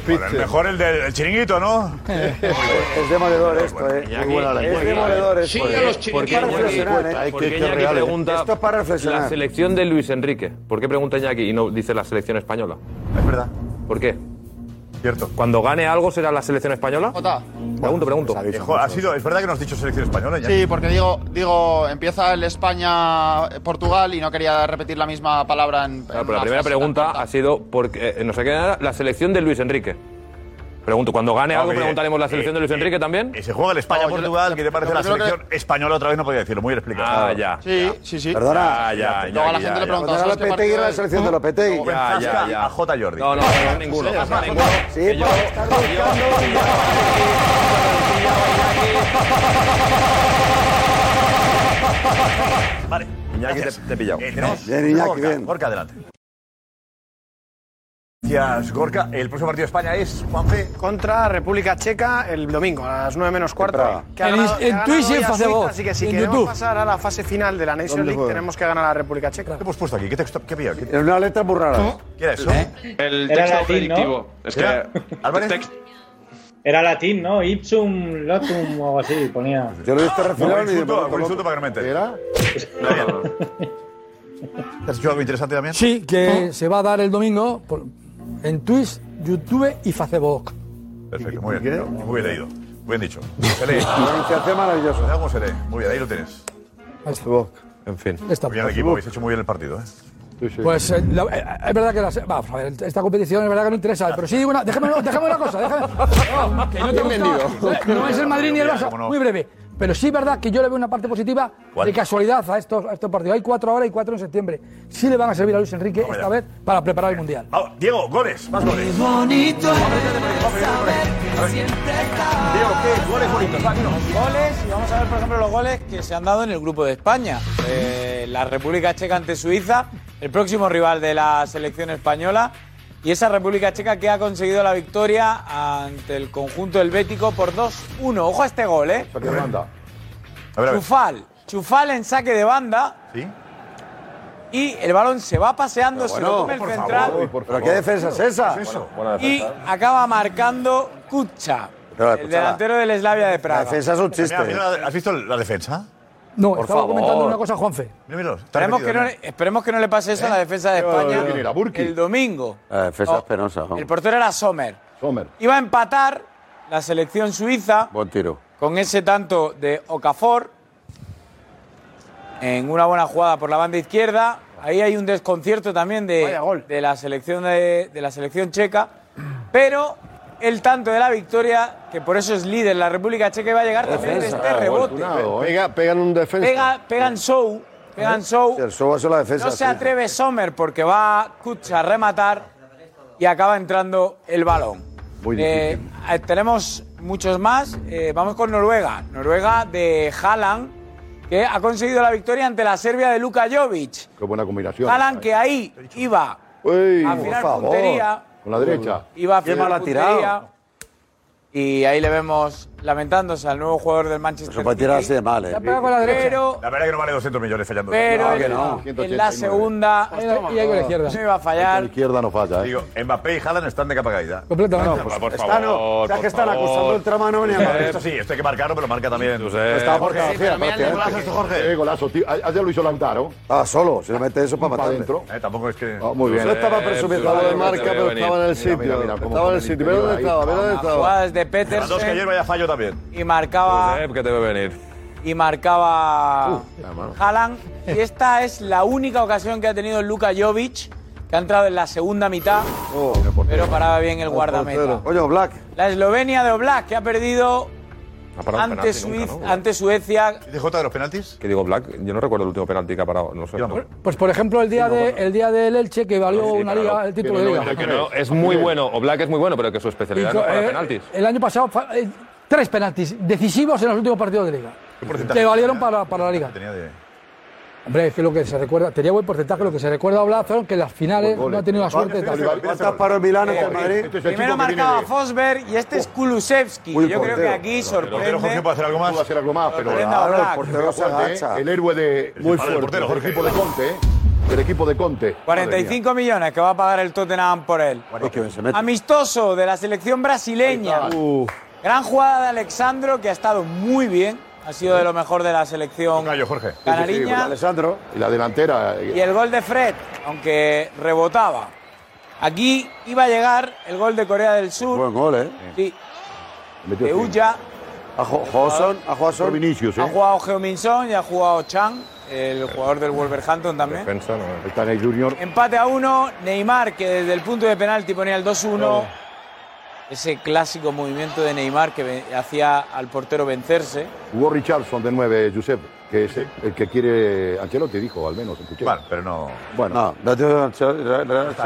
[SPEAKER 7] Bueno, el mejor el del el chiringuito, ¿no?
[SPEAKER 12] Es demoledor esto, eh.
[SPEAKER 7] Iñaki,
[SPEAKER 12] Muy buena la-
[SPEAKER 7] Iñaki.
[SPEAKER 12] es demoledor esto.
[SPEAKER 7] Sigue a
[SPEAKER 12] eh.
[SPEAKER 7] los
[SPEAKER 16] ¿Por qué
[SPEAKER 12] Es para
[SPEAKER 16] Iñaki-
[SPEAKER 12] reflexionar, eh.
[SPEAKER 16] por qué Iñaki pregunta
[SPEAKER 12] Esto es
[SPEAKER 16] La
[SPEAKER 12] para
[SPEAKER 20] Ah.
[SPEAKER 12] reflexionar.
[SPEAKER 16] selección de Luis Enrique. ¿Por qué pregunta Iñaki y no dice la selección española?
[SPEAKER 7] Es verdad.
[SPEAKER 16] ¿Por qué? Cierto. ¿Cuando gane algo será la selección española? Pregunto, pregunto.
[SPEAKER 7] Dejo- ha sido, es verdad que nos has dicho selección española. Iñaki?
[SPEAKER 10] Sí, porque digo, digo, empieza el España-Portugal y no quería repetir la misma palabra en.
[SPEAKER 16] Claro,
[SPEAKER 10] en
[SPEAKER 16] pero la
[SPEAKER 10] una
[SPEAKER 16] primera
[SPEAKER 10] frase.
[SPEAKER 16] pregunta ha sido, porque, no sé qué, nada, la selección de Luis Enrique. Pregunto, cuando gane algo
[SPEAKER 7] Hombre,
[SPEAKER 16] preguntaremos la selección de Luis
[SPEAKER 7] eh,
[SPEAKER 16] Enrique también.
[SPEAKER 7] Y se juega el España-Portugal, que te parece la selección española otra vez, no podía decirlo, muy bien explicado.
[SPEAKER 16] Ah, ya.
[SPEAKER 10] Sí, sí, sí.
[SPEAKER 7] Perdona. Ya, ya,
[SPEAKER 10] Luego a la
[SPEAKER 7] ya, ya.
[SPEAKER 10] gente le preguntaba.
[SPEAKER 12] Cuando gana
[SPEAKER 10] "¿Sabes qué
[SPEAKER 12] Lopetegui,
[SPEAKER 10] partido
[SPEAKER 12] era la
[SPEAKER 10] es?".
[SPEAKER 12] selección de Lopetegui.
[SPEAKER 7] Ya, ya, ya. A J. Jordi.
[SPEAKER 16] No, no, no, ninguno. no, ninguno. Que yo-
[SPEAKER 7] Vale. Iñaki, te, te he pillado.
[SPEAKER 12] Bien, Iñaki,
[SPEAKER 7] Gorka,
[SPEAKER 12] bien.
[SPEAKER 7] Gorka, adelante. Gracias, Gorka. El próximo partido de España es, Juanfe.
[SPEAKER 12] Contra República Checa el domingo a las 9 menos cuarto.
[SPEAKER 7] Praga.
[SPEAKER 12] Que ha
[SPEAKER 21] En
[SPEAKER 12] ganado-
[SPEAKER 21] is-
[SPEAKER 12] que ha
[SPEAKER 21] en
[SPEAKER 12] ganado
[SPEAKER 21] Twitch y
[SPEAKER 12] hoy
[SPEAKER 21] en
[SPEAKER 12] a
[SPEAKER 21] fase
[SPEAKER 12] Suiza,
[SPEAKER 21] voz,
[SPEAKER 12] Así que si
[SPEAKER 21] en
[SPEAKER 12] queremos
[SPEAKER 21] YouTube.
[SPEAKER 12] pasar a la fase final de la Nations ¿Dónde League, juega? tenemos que ganar a la República Checa.
[SPEAKER 7] ¿Qué hemos puesto aquí? ¿Qué texto? ¿Qué pillado? ¿Qué,
[SPEAKER 12] Es una letra muy rara.
[SPEAKER 7] ¿Qué era eso?
[SPEAKER 8] El
[SPEAKER 11] Era
[SPEAKER 8] texto
[SPEAKER 11] latín, ¿no?
[SPEAKER 8] predictivo. Es que.
[SPEAKER 11] Era- Era latín, ¿no? Ipsum, lotum o algo así, ponía.
[SPEAKER 12] Yo lo he visto
[SPEAKER 7] Algún insulto, algún insulto para que no me entere.
[SPEAKER 4] ¿Era?
[SPEAKER 7] ¿Te has hecho algo interesante también?
[SPEAKER 21] Sí, que se va a dar el domingo por- en Twitch, YouTube y Facebook.
[SPEAKER 7] Perfecto, muy bien. Muy bien leído. Muy bien dicho. Se lee. maravilloso. ¿Cómo se lee? Muy bien, ahí lo tienes.
[SPEAKER 12] En fin.
[SPEAKER 21] Está.
[SPEAKER 7] Muy bien, equipo. Habéis hecho muy bien el partido, ¿eh?
[SPEAKER 21] Pues eh, la- eh, es verdad que las, vamos a ver, esta competición es verdad que no interesa, pero sí digo una, déjame, déjame una cosa, déjame, no, que no te gusta, no es el Madrid ni el Barça, muy breve, pero sí es verdad que yo le veo una parte positiva
[SPEAKER 7] ¿Cuál?
[SPEAKER 21] de casualidad a estos, a estos partidos. Hay cuatro ahora y cuatro en septiembre. Sí le van a servir a Luis Enrique esta vez para preparar el mundial.
[SPEAKER 7] Ah, Diego, goles, más goles.
[SPEAKER 21] bonito
[SPEAKER 7] Diego, ¿qué? Goles bonitos, va, dinos.
[SPEAKER 2] Goles, y vamos a ver, por ejemplo, los goles que se han dado en el grupo de España. Eh, la República Checa ante Suiza, el próximo rival de la selección española. Y esa República Checa que ha conseguido la victoria ante el conjunto helvético por 2-1. Ojo a este gol, ¿eh?
[SPEAKER 7] A ver, a ver.
[SPEAKER 2] Chufal. Chufal en saque de banda.
[SPEAKER 7] Sí.
[SPEAKER 2] Y el balón se va paseando,
[SPEAKER 12] Pero
[SPEAKER 2] se lo
[SPEAKER 12] bueno,
[SPEAKER 2] come el
[SPEAKER 12] por
[SPEAKER 2] central.
[SPEAKER 12] favor, por ¿Pero favor. qué defensa es esa?
[SPEAKER 7] ¿Qué es eso?
[SPEAKER 2] y acaba marcando Kucha,
[SPEAKER 7] Pero,
[SPEAKER 2] el
[SPEAKER 7] escucha,
[SPEAKER 2] delantero del Slavia de Praga.
[SPEAKER 7] Mira, mira, ¿Has visto la defensa?
[SPEAKER 21] No,
[SPEAKER 7] Por
[SPEAKER 21] estaba
[SPEAKER 7] favor.
[SPEAKER 21] comentando una cosa, Juanfe.
[SPEAKER 7] Mira, mira, está
[SPEAKER 2] Esperemos que,
[SPEAKER 7] repetido,
[SPEAKER 2] no, le- esperemos que no le pase eso
[SPEAKER 4] ¿Eh?
[SPEAKER 2] a la defensa de España
[SPEAKER 4] ¿Quién era? ¿Burki?
[SPEAKER 2] el domingo.
[SPEAKER 4] La
[SPEAKER 12] Eh,
[SPEAKER 2] defensa
[SPEAKER 20] Oh.
[SPEAKER 2] No. es
[SPEAKER 4] penosa.
[SPEAKER 2] El portero era Sommer.
[SPEAKER 4] Sommer.
[SPEAKER 2] Iba a empatar la selección suiza
[SPEAKER 4] Buen tiro.
[SPEAKER 2] con ese tanto de Okafor en una buena jugada por la banda izquierda. Ahí hay un desconcierto también de, de la, selección de, de la selección checa. Pero el tanto de la victoria, que por eso es líder la República Checa, iba a llegar también de este rebote.
[SPEAKER 4] eh.
[SPEAKER 12] Pega, pegan un defensa.
[SPEAKER 2] Pega, pegan show, pegan show.
[SPEAKER 12] El Soba hace la defensa.
[SPEAKER 2] No se atreve Sommer porque va Kutxa a rematar y acaba entrando el balón.
[SPEAKER 12] Muy
[SPEAKER 2] Eh, eh, tenemos muchos más. Eh, vamos con Noruega. Noruega de Haaland, que ha conseguido la victoria ante la Serbia de Luka Jovic.
[SPEAKER 4] Qué buena combinación.
[SPEAKER 2] Haaland que ahí iba
[SPEAKER 4] Uy,
[SPEAKER 2] a
[SPEAKER 4] por
[SPEAKER 2] afinar
[SPEAKER 4] favor.
[SPEAKER 2] puntería.
[SPEAKER 4] Con la derecha.
[SPEAKER 2] Iba a
[SPEAKER 4] Qué
[SPEAKER 2] afinar
[SPEAKER 4] mal ha tirado.
[SPEAKER 2] puntería. Y ahí le vemos lamentándose al nuevo jugador del Manchester
[SPEAKER 7] Eso puede tirar
[SPEAKER 2] City.
[SPEAKER 7] así de mal, eh.
[SPEAKER 2] Se ha pegado con la derecha. Pero,
[SPEAKER 7] La verdad es que no vale 200 millones fallando.
[SPEAKER 2] pero en, en la segunda.
[SPEAKER 7] Pues
[SPEAKER 2] y ahí con la izquierda. No iba a fallar.
[SPEAKER 7] izquierda no falla. ¿eh? Digo, Mbappé y Haaland están de capa caída.
[SPEAKER 21] Completamente.
[SPEAKER 7] No, pues, por
[SPEAKER 21] Está,
[SPEAKER 7] favor.
[SPEAKER 21] no. O sea,
[SPEAKER 7] por
[SPEAKER 21] que están
[SPEAKER 7] favor.
[SPEAKER 21] acusando el tramano, ni a Mbappé.
[SPEAKER 7] Esto sí, esto hay que marcarlo, pero marca también.
[SPEAKER 4] Está por
[SPEAKER 7] Jorge,
[SPEAKER 4] cabecera,
[SPEAKER 7] sí, pero mira el
[SPEAKER 4] prácticamente.
[SPEAKER 7] golazo este, Jorge.
[SPEAKER 4] Eh, golazo, tío. A- Ayer lo hizo Lautaro.
[SPEAKER 20] Ah, solo. Si le mete eso para
[SPEAKER 4] matar
[SPEAKER 20] matarle.
[SPEAKER 4] adentro.
[SPEAKER 7] Eh, tampoco es que.
[SPEAKER 4] Ah, muy bien.
[SPEAKER 20] Yo estaba presumiendo
[SPEAKER 4] Estaba
[SPEAKER 20] de marca, pero estaba en el sitio. Estaba en el sitio. Mira dónde estaba, mira dónde estaba.
[SPEAKER 2] Jugadas de Petersen.
[SPEAKER 7] Las dos que ayer vaya fallo también.
[SPEAKER 2] Y marcaba.
[SPEAKER 16] que te ve venir.
[SPEAKER 2] y
[SPEAKER 20] Uh,
[SPEAKER 2] marcaba
[SPEAKER 16] la mano.
[SPEAKER 2] Haaland. Y esta es la única ocasión que ha tenido Luka Jovic, que ha entrado en la segunda mitad,
[SPEAKER 20] Oh.
[SPEAKER 2] pero paraba bien el guardameta.
[SPEAKER 20] Oye, Black.
[SPEAKER 2] La Eslovenia de Oblak, que ha perdido
[SPEAKER 16] Ha parado un
[SPEAKER 2] ante,
[SPEAKER 16] penalti nunca,
[SPEAKER 2] Suiz-
[SPEAKER 16] ¿no?
[SPEAKER 2] ante Suecia.
[SPEAKER 7] ¿De J de los penaltis?
[SPEAKER 16] Que digo, Black, yo no recuerdo el último penalti que ha parado. No sé.
[SPEAKER 21] Pues por ejemplo el día, de, el día del Elche que valió una liga, el título de liga.
[SPEAKER 16] Pero que no, es muy bueno. O Black es muy bueno, pero que su especialidad no es para
[SPEAKER 21] Eh,
[SPEAKER 16] penaltis.
[SPEAKER 21] El año pasado fa- eh, tres penaltis decisivos en los últimos partidos de liga. Que valieron para, para la liga. Hombre, es que lo que se recuerda, tenía buen porcentaje, lo que se recuerda a Black fueron que en las finales no ha tenido
[SPEAKER 16] eh.
[SPEAKER 21] la suerte. de tal.
[SPEAKER 20] paró el Milán ante el Madrid?
[SPEAKER 2] Primero marcaba Fosberg y este es Kulusevski.
[SPEAKER 20] Uy,
[SPEAKER 2] Yo creo que
[SPEAKER 20] portero.
[SPEAKER 2] aquí
[SPEAKER 20] Portero,
[SPEAKER 2] sorprende.
[SPEAKER 20] Jorge, ¿puede hacer algo más?
[SPEAKER 4] Pudo hacer algo más, pero
[SPEAKER 2] Sorprende a
[SPEAKER 4] Ahora
[SPEAKER 2] Oblak.
[SPEAKER 4] el portero se agacha. El héroe de
[SPEAKER 7] Muy
[SPEAKER 4] fuerte,
[SPEAKER 7] portero,
[SPEAKER 4] del
[SPEAKER 7] Jorge.
[SPEAKER 4] equipo de Conte, ¿eh? Del equipo de Conte. Madre
[SPEAKER 2] 45 millones que va a pagar el Tottenham por él.
[SPEAKER 4] mete.
[SPEAKER 2] Amistoso de la selección brasileña. Gran jugada de Alexandro que ha estado muy bien. Ha sido de lo mejor de la selección
[SPEAKER 4] Sí, sí, sí,
[SPEAKER 2] canariña.
[SPEAKER 4] Alessandro. Y la delantera. eh,
[SPEAKER 2] Y el gol de Fred, aunque rebotaba. Aquí iba a llegar el gol de Corea del Sur.
[SPEAKER 20] Buen gol, ¿eh?
[SPEAKER 2] Sí,
[SPEAKER 4] metió
[SPEAKER 2] de
[SPEAKER 4] cinco.
[SPEAKER 2] Ulla.
[SPEAKER 20] A Jo- Joson, a Joson.
[SPEAKER 4] Por Vinicius, ¿eh?
[SPEAKER 2] Ha jugado Geominson y ha jugado Chang, el jugador del Wolverhampton también.
[SPEAKER 4] Ahí Está en el Junior.
[SPEAKER 2] Empate a uno, Neymar que desde el punto de penalti ponía el 2-1. Ese clásico movimiento de Neymar que ve- hacía al portero vencerse.
[SPEAKER 4] Jugó Richardson de 9, Josep, que es el que quiere. Ancelotti dijo, al menos, escuché. Vale,
[SPEAKER 7] pero no.
[SPEAKER 4] Bueno.
[SPEAKER 20] No, no, no
[SPEAKER 4] está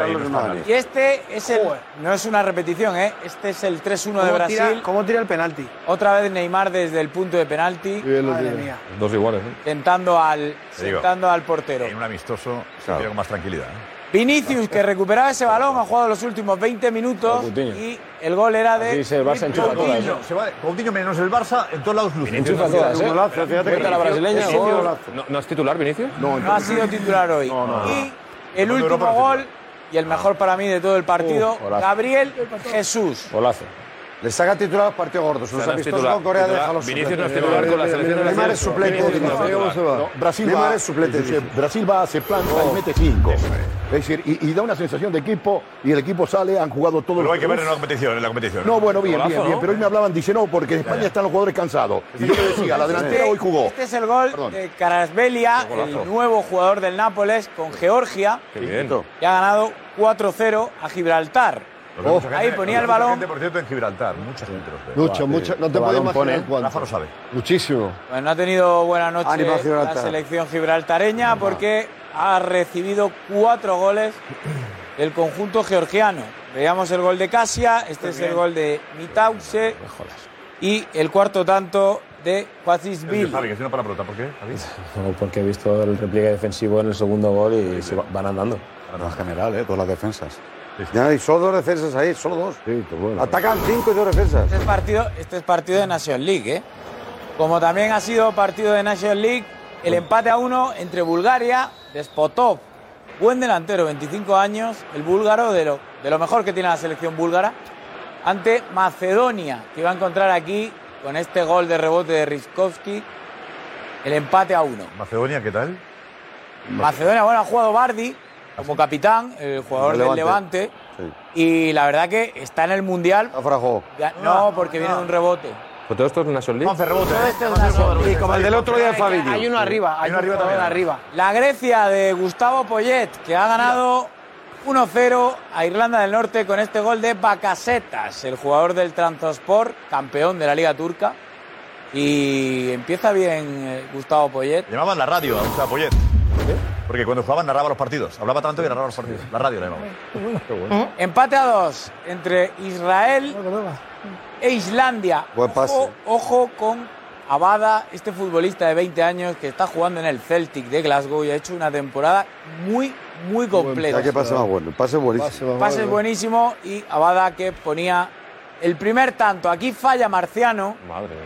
[SPEAKER 4] ahí, no está ahí.
[SPEAKER 2] Y este es el. No es una repetición, ¿eh? Este es el 3-1 de
[SPEAKER 12] ¿Cómo
[SPEAKER 2] Brasil.
[SPEAKER 12] tira- ¿Cómo tira el penalti?
[SPEAKER 2] Otra vez Neymar desde el punto de penalti.
[SPEAKER 12] Madre mía.
[SPEAKER 16] Dos iguales, ¿eh?
[SPEAKER 2] Tentando al,
[SPEAKER 7] Te digo,
[SPEAKER 2] tentando al portero.
[SPEAKER 7] En un amistoso, se pide con más tranquilidad. ¿eh?
[SPEAKER 2] Vinicius, que recuperaba ese balón, ha jugado los últimos 20 minutos
[SPEAKER 7] Coutinho.
[SPEAKER 2] y el gol era de.
[SPEAKER 7] Así se el Barça enchufa
[SPEAKER 2] Coutinho.
[SPEAKER 7] todas, ¿eh? Se va, Coutinho menos el Barça, en todos lados luce.
[SPEAKER 16] Vinicius hace todas, ¿eh?
[SPEAKER 7] Cuenta
[SPEAKER 16] Vinicius-
[SPEAKER 7] gol.
[SPEAKER 16] ¿No, no es titular, Vinicius?
[SPEAKER 2] No ha sido titular hoy. y el último gol, y el mejor para mí de todo el partido,
[SPEAKER 20] Uf, golazo.
[SPEAKER 2] Gabriel Jesús.
[SPEAKER 20] Golazo. Le saca titular a los partidos gordos. Los
[SPEAKER 2] O sea, no es
[SPEAKER 20] amistosos
[SPEAKER 2] titular.
[SPEAKER 20] con Corea
[SPEAKER 2] Titular.
[SPEAKER 20] déjalos.
[SPEAKER 16] Vinicius
[SPEAKER 20] suplentes.
[SPEAKER 16] no es titular con la
[SPEAKER 20] Mira, mira,
[SPEAKER 16] selección
[SPEAKER 20] Neymar es
[SPEAKER 16] brasileña.
[SPEAKER 20] suplente.
[SPEAKER 16] Vinicius no es
[SPEAKER 20] Mira cómo se va.
[SPEAKER 4] No, Brasil
[SPEAKER 20] Neymar
[SPEAKER 4] va,
[SPEAKER 20] es suplente.
[SPEAKER 4] es decir,
[SPEAKER 20] dice.
[SPEAKER 4] Brasil va, se planta y mete 5. Es decir, y, y da una sensación de equipo y el equipo sale, han jugado todos
[SPEAKER 7] Pero
[SPEAKER 4] los
[SPEAKER 7] hay que ver en la
[SPEAKER 4] Uf.
[SPEAKER 7] competición, en la competición.
[SPEAKER 4] No, bueno, bien,
[SPEAKER 7] Golazo,
[SPEAKER 4] bien, bien.
[SPEAKER 7] ¿no?
[SPEAKER 4] Pero hoy me hablaban, dice, no, porque en España están los jugadores cansados. Y yo le decía, la delantera hoy jugó.
[SPEAKER 2] Este es el gol de Carasbelia,
[SPEAKER 4] Qué golazo.
[SPEAKER 2] el nuevo jugador del Nápoles, con Georgia.
[SPEAKER 16] Qué bien.
[SPEAKER 2] Y ha ganado 4-0 a Gibraltar.
[SPEAKER 7] Porque mucha
[SPEAKER 2] Ahí
[SPEAKER 7] gente-
[SPEAKER 2] ponía el
[SPEAKER 7] mucha
[SPEAKER 2] balón.
[SPEAKER 7] gente, por cierto, en Gibraltar. Mucha gente los ve.
[SPEAKER 2] Mucho,
[SPEAKER 7] Ah,
[SPEAKER 2] mucho.
[SPEAKER 7] sí.
[SPEAKER 2] No te
[SPEAKER 7] El
[SPEAKER 2] puedo
[SPEAKER 7] balón
[SPEAKER 2] imaginar
[SPEAKER 7] pone-
[SPEAKER 2] cuánto.
[SPEAKER 7] Rafa lo sabe.
[SPEAKER 20] Muchísimo.
[SPEAKER 2] Bueno, no ha tenido buena noche
[SPEAKER 20] Ánimo,
[SPEAKER 2] la
[SPEAKER 20] Gibraltar.
[SPEAKER 2] selección gibraltareña porque ha recibido cuatro goles del conjunto georgiano. Veamos el gol de Casia, este es el gol de Mitause y el cuarto tanto de Quazisbil.
[SPEAKER 7] Javi, que si no para la pelota, ¿por qué? Javi?
[SPEAKER 17] Bueno, porque he visto el repliegue defensivo en el segundo gol y se va- van andando.
[SPEAKER 3] En general, ¿eh? Todas las defensas.
[SPEAKER 20] Ya, y solo dos defensas ahí, solo dos. Atacan cinco y dos defensas.
[SPEAKER 2] Este es partido, este es partido de National League, ¿eh? Como también ha sido partido de National League, el empate a uno entre Bulgaria, Despotov, buen delantero, 25 años, el búlgaro de lo, de lo mejor que tiene la selección búlgara, ante Macedonia, que va a encontrar aquí con este gol de rebote de Riskovski, el empate a uno.
[SPEAKER 7] Macedonia, ¿qué tal?
[SPEAKER 2] Macedonia, bueno, ha jugado Bardi como capitán, el jugador
[SPEAKER 7] El
[SPEAKER 2] del
[SPEAKER 7] Levante.
[SPEAKER 2] Levante, y la verdad que está en el Mundial. Ya-
[SPEAKER 7] Ah,
[SPEAKER 2] No, porque viene de un rebote.
[SPEAKER 16] Pues todo esto es una League.
[SPEAKER 2] Y
[SPEAKER 16] como el del otro día de Fabinho.
[SPEAKER 12] Hay uno arriba, hay uno arriba también. arriba.
[SPEAKER 2] La Grecia de Gustavo Poyet, que ha ganado 1-0 a Irlanda del Norte con este gol de Bacasetas, el jugador del Transport, campeón de la Liga Turca. Y empieza bien eh, Gustavo Poyet.
[SPEAKER 7] Llamaban la radio a Gustavo Poyet. Porque cuando jugaban narraba los partidos. Hablaba tanto que narraba los partidos. La radio la llamaban.
[SPEAKER 2] ¿Eh? Empate a dos entre Israel e Islandia.
[SPEAKER 7] Buen pase.
[SPEAKER 2] Ojo, ojo con Abada, este futbolista de 20 años que está jugando en el Celtic de Glasgow y ha hecho una temporada muy, muy completa.
[SPEAKER 20] Ya que pase más bueno. El pase es buenísimo.
[SPEAKER 2] Pase es buenísimo y Abada que ponía El primer tanto, aquí falla Marciano.
[SPEAKER 16] Madre mía.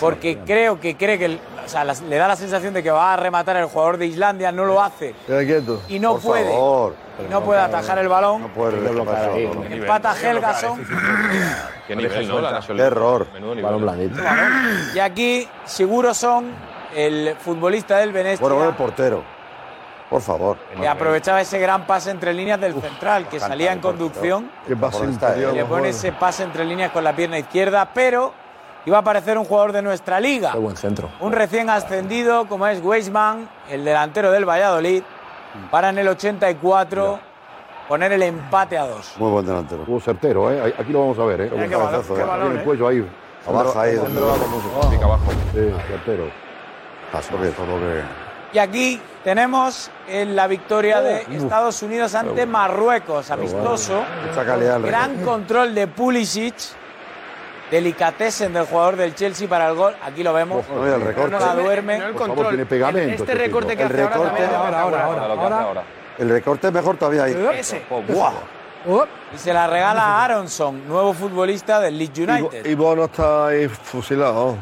[SPEAKER 2] Porque creo que cree que. el- O sea, las- le da la sensación de que va a rematar el jugador de Islandia, no lo hace.
[SPEAKER 5] Queda quieto.
[SPEAKER 2] Y no
[SPEAKER 5] Por
[SPEAKER 2] puede.
[SPEAKER 5] favor.
[SPEAKER 2] No puede atajar el balón.
[SPEAKER 5] No puede bloquear.
[SPEAKER 2] Empata Helgason.
[SPEAKER 16] Qué nivel, ¿no? La National
[SPEAKER 20] Qué
[SPEAKER 16] League.
[SPEAKER 20] error.
[SPEAKER 16] Menudo nivel.
[SPEAKER 20] Balón blandito.
[SPEAKER 2] Y aquí, seguro son el futbolista del Venecia.
[SPEAKER 20] Bueno, bueno, el portero. Por favor.
[SPEAKER 2] que aprovechaba ese gran pase entre líneas del central, que salía en conducción.
[SPEAKER 5] Qué pase
[SPEAKER 2] Y
[SPEAKER 20] eh.
[SPEAKER 5] interior.
[SPEAKER 2] le pone ese pase entre líneas con la pierna izquierda, pero iba a aparecer un jugador de nuestra liga.
[SPEAKER 7] Ah.
[SPEAKER 17] Qué buen centro.
[SPEAKER 2] Un recién ascendido como es Weisman, el delantero del Valladolid, para en el 84 poner el empate a dos.
[SPEAKER 4] Muy buen delantero. Estuvo certero, ¿eh? Ahí- Aquí lo vamos a ver, ¿eh?
[SPEAKER 2] Mira qué balón, qué balón,
[SPEAKER 4] Tiene
[SPEAKER 2] ¿eh?
[SPEAKER 4] el cuello ahí.
[SPEAKER 2] Abajo ahí,
[SPEAKER 4] Centro-
[SPEAKER 2] donde-
[SPEAKER 4] centro-
[SPEAKER 16] Pica abajo.
[SPEAKER 4] Sí, certero. Pasó que todo que...
[SPEAKER 2] Y aquí tenemos eh, la
[SPEAKER 20] Oh,
[SPEAKER 2] victoria de Estados Unidos ante Marruecos, amistoso.
[SPEAKER 20] Mucha calidad al
[SPEAKER 2] Gran
[SPEAKER 20] rey.
[SPEAKER 2] control de Pulisic. Delicatessen del jugador del Chelsea para el gol. Aquí lo vemos.
[SPEAKER 4] no, el recorte.
[SPEAKER 2] No la duerme.
[SPEAKER 4] Por favor, tiene pegamento.
[SPEAKER 2] Este
[SPEAKER 4] chico.
[SPEAKER 2] recorte que
[SPEAKER 4] El
[SPEAKER 2] hace ahora
[SPEAKER 4] recorte-
[SPEAKER 2] también
[SPEAKER 20] Ahora, ahora, ahora,
[SPEAKER 4] Lo que hace
[SPEAKER 20] ahora.
[SPEAKER 4] ahora.
[SPEAKER 20] El recorte es mejor todavía ahí.
[SPEAKER 2] Ese.
[SPEAKER 20] ¡Buah!
[SPEAKER 2] Oh. Y se la regala a Aronson, nuevo futbolista del Leeds United.
[SPEAKER 5] Y Bono está ahí fusilado.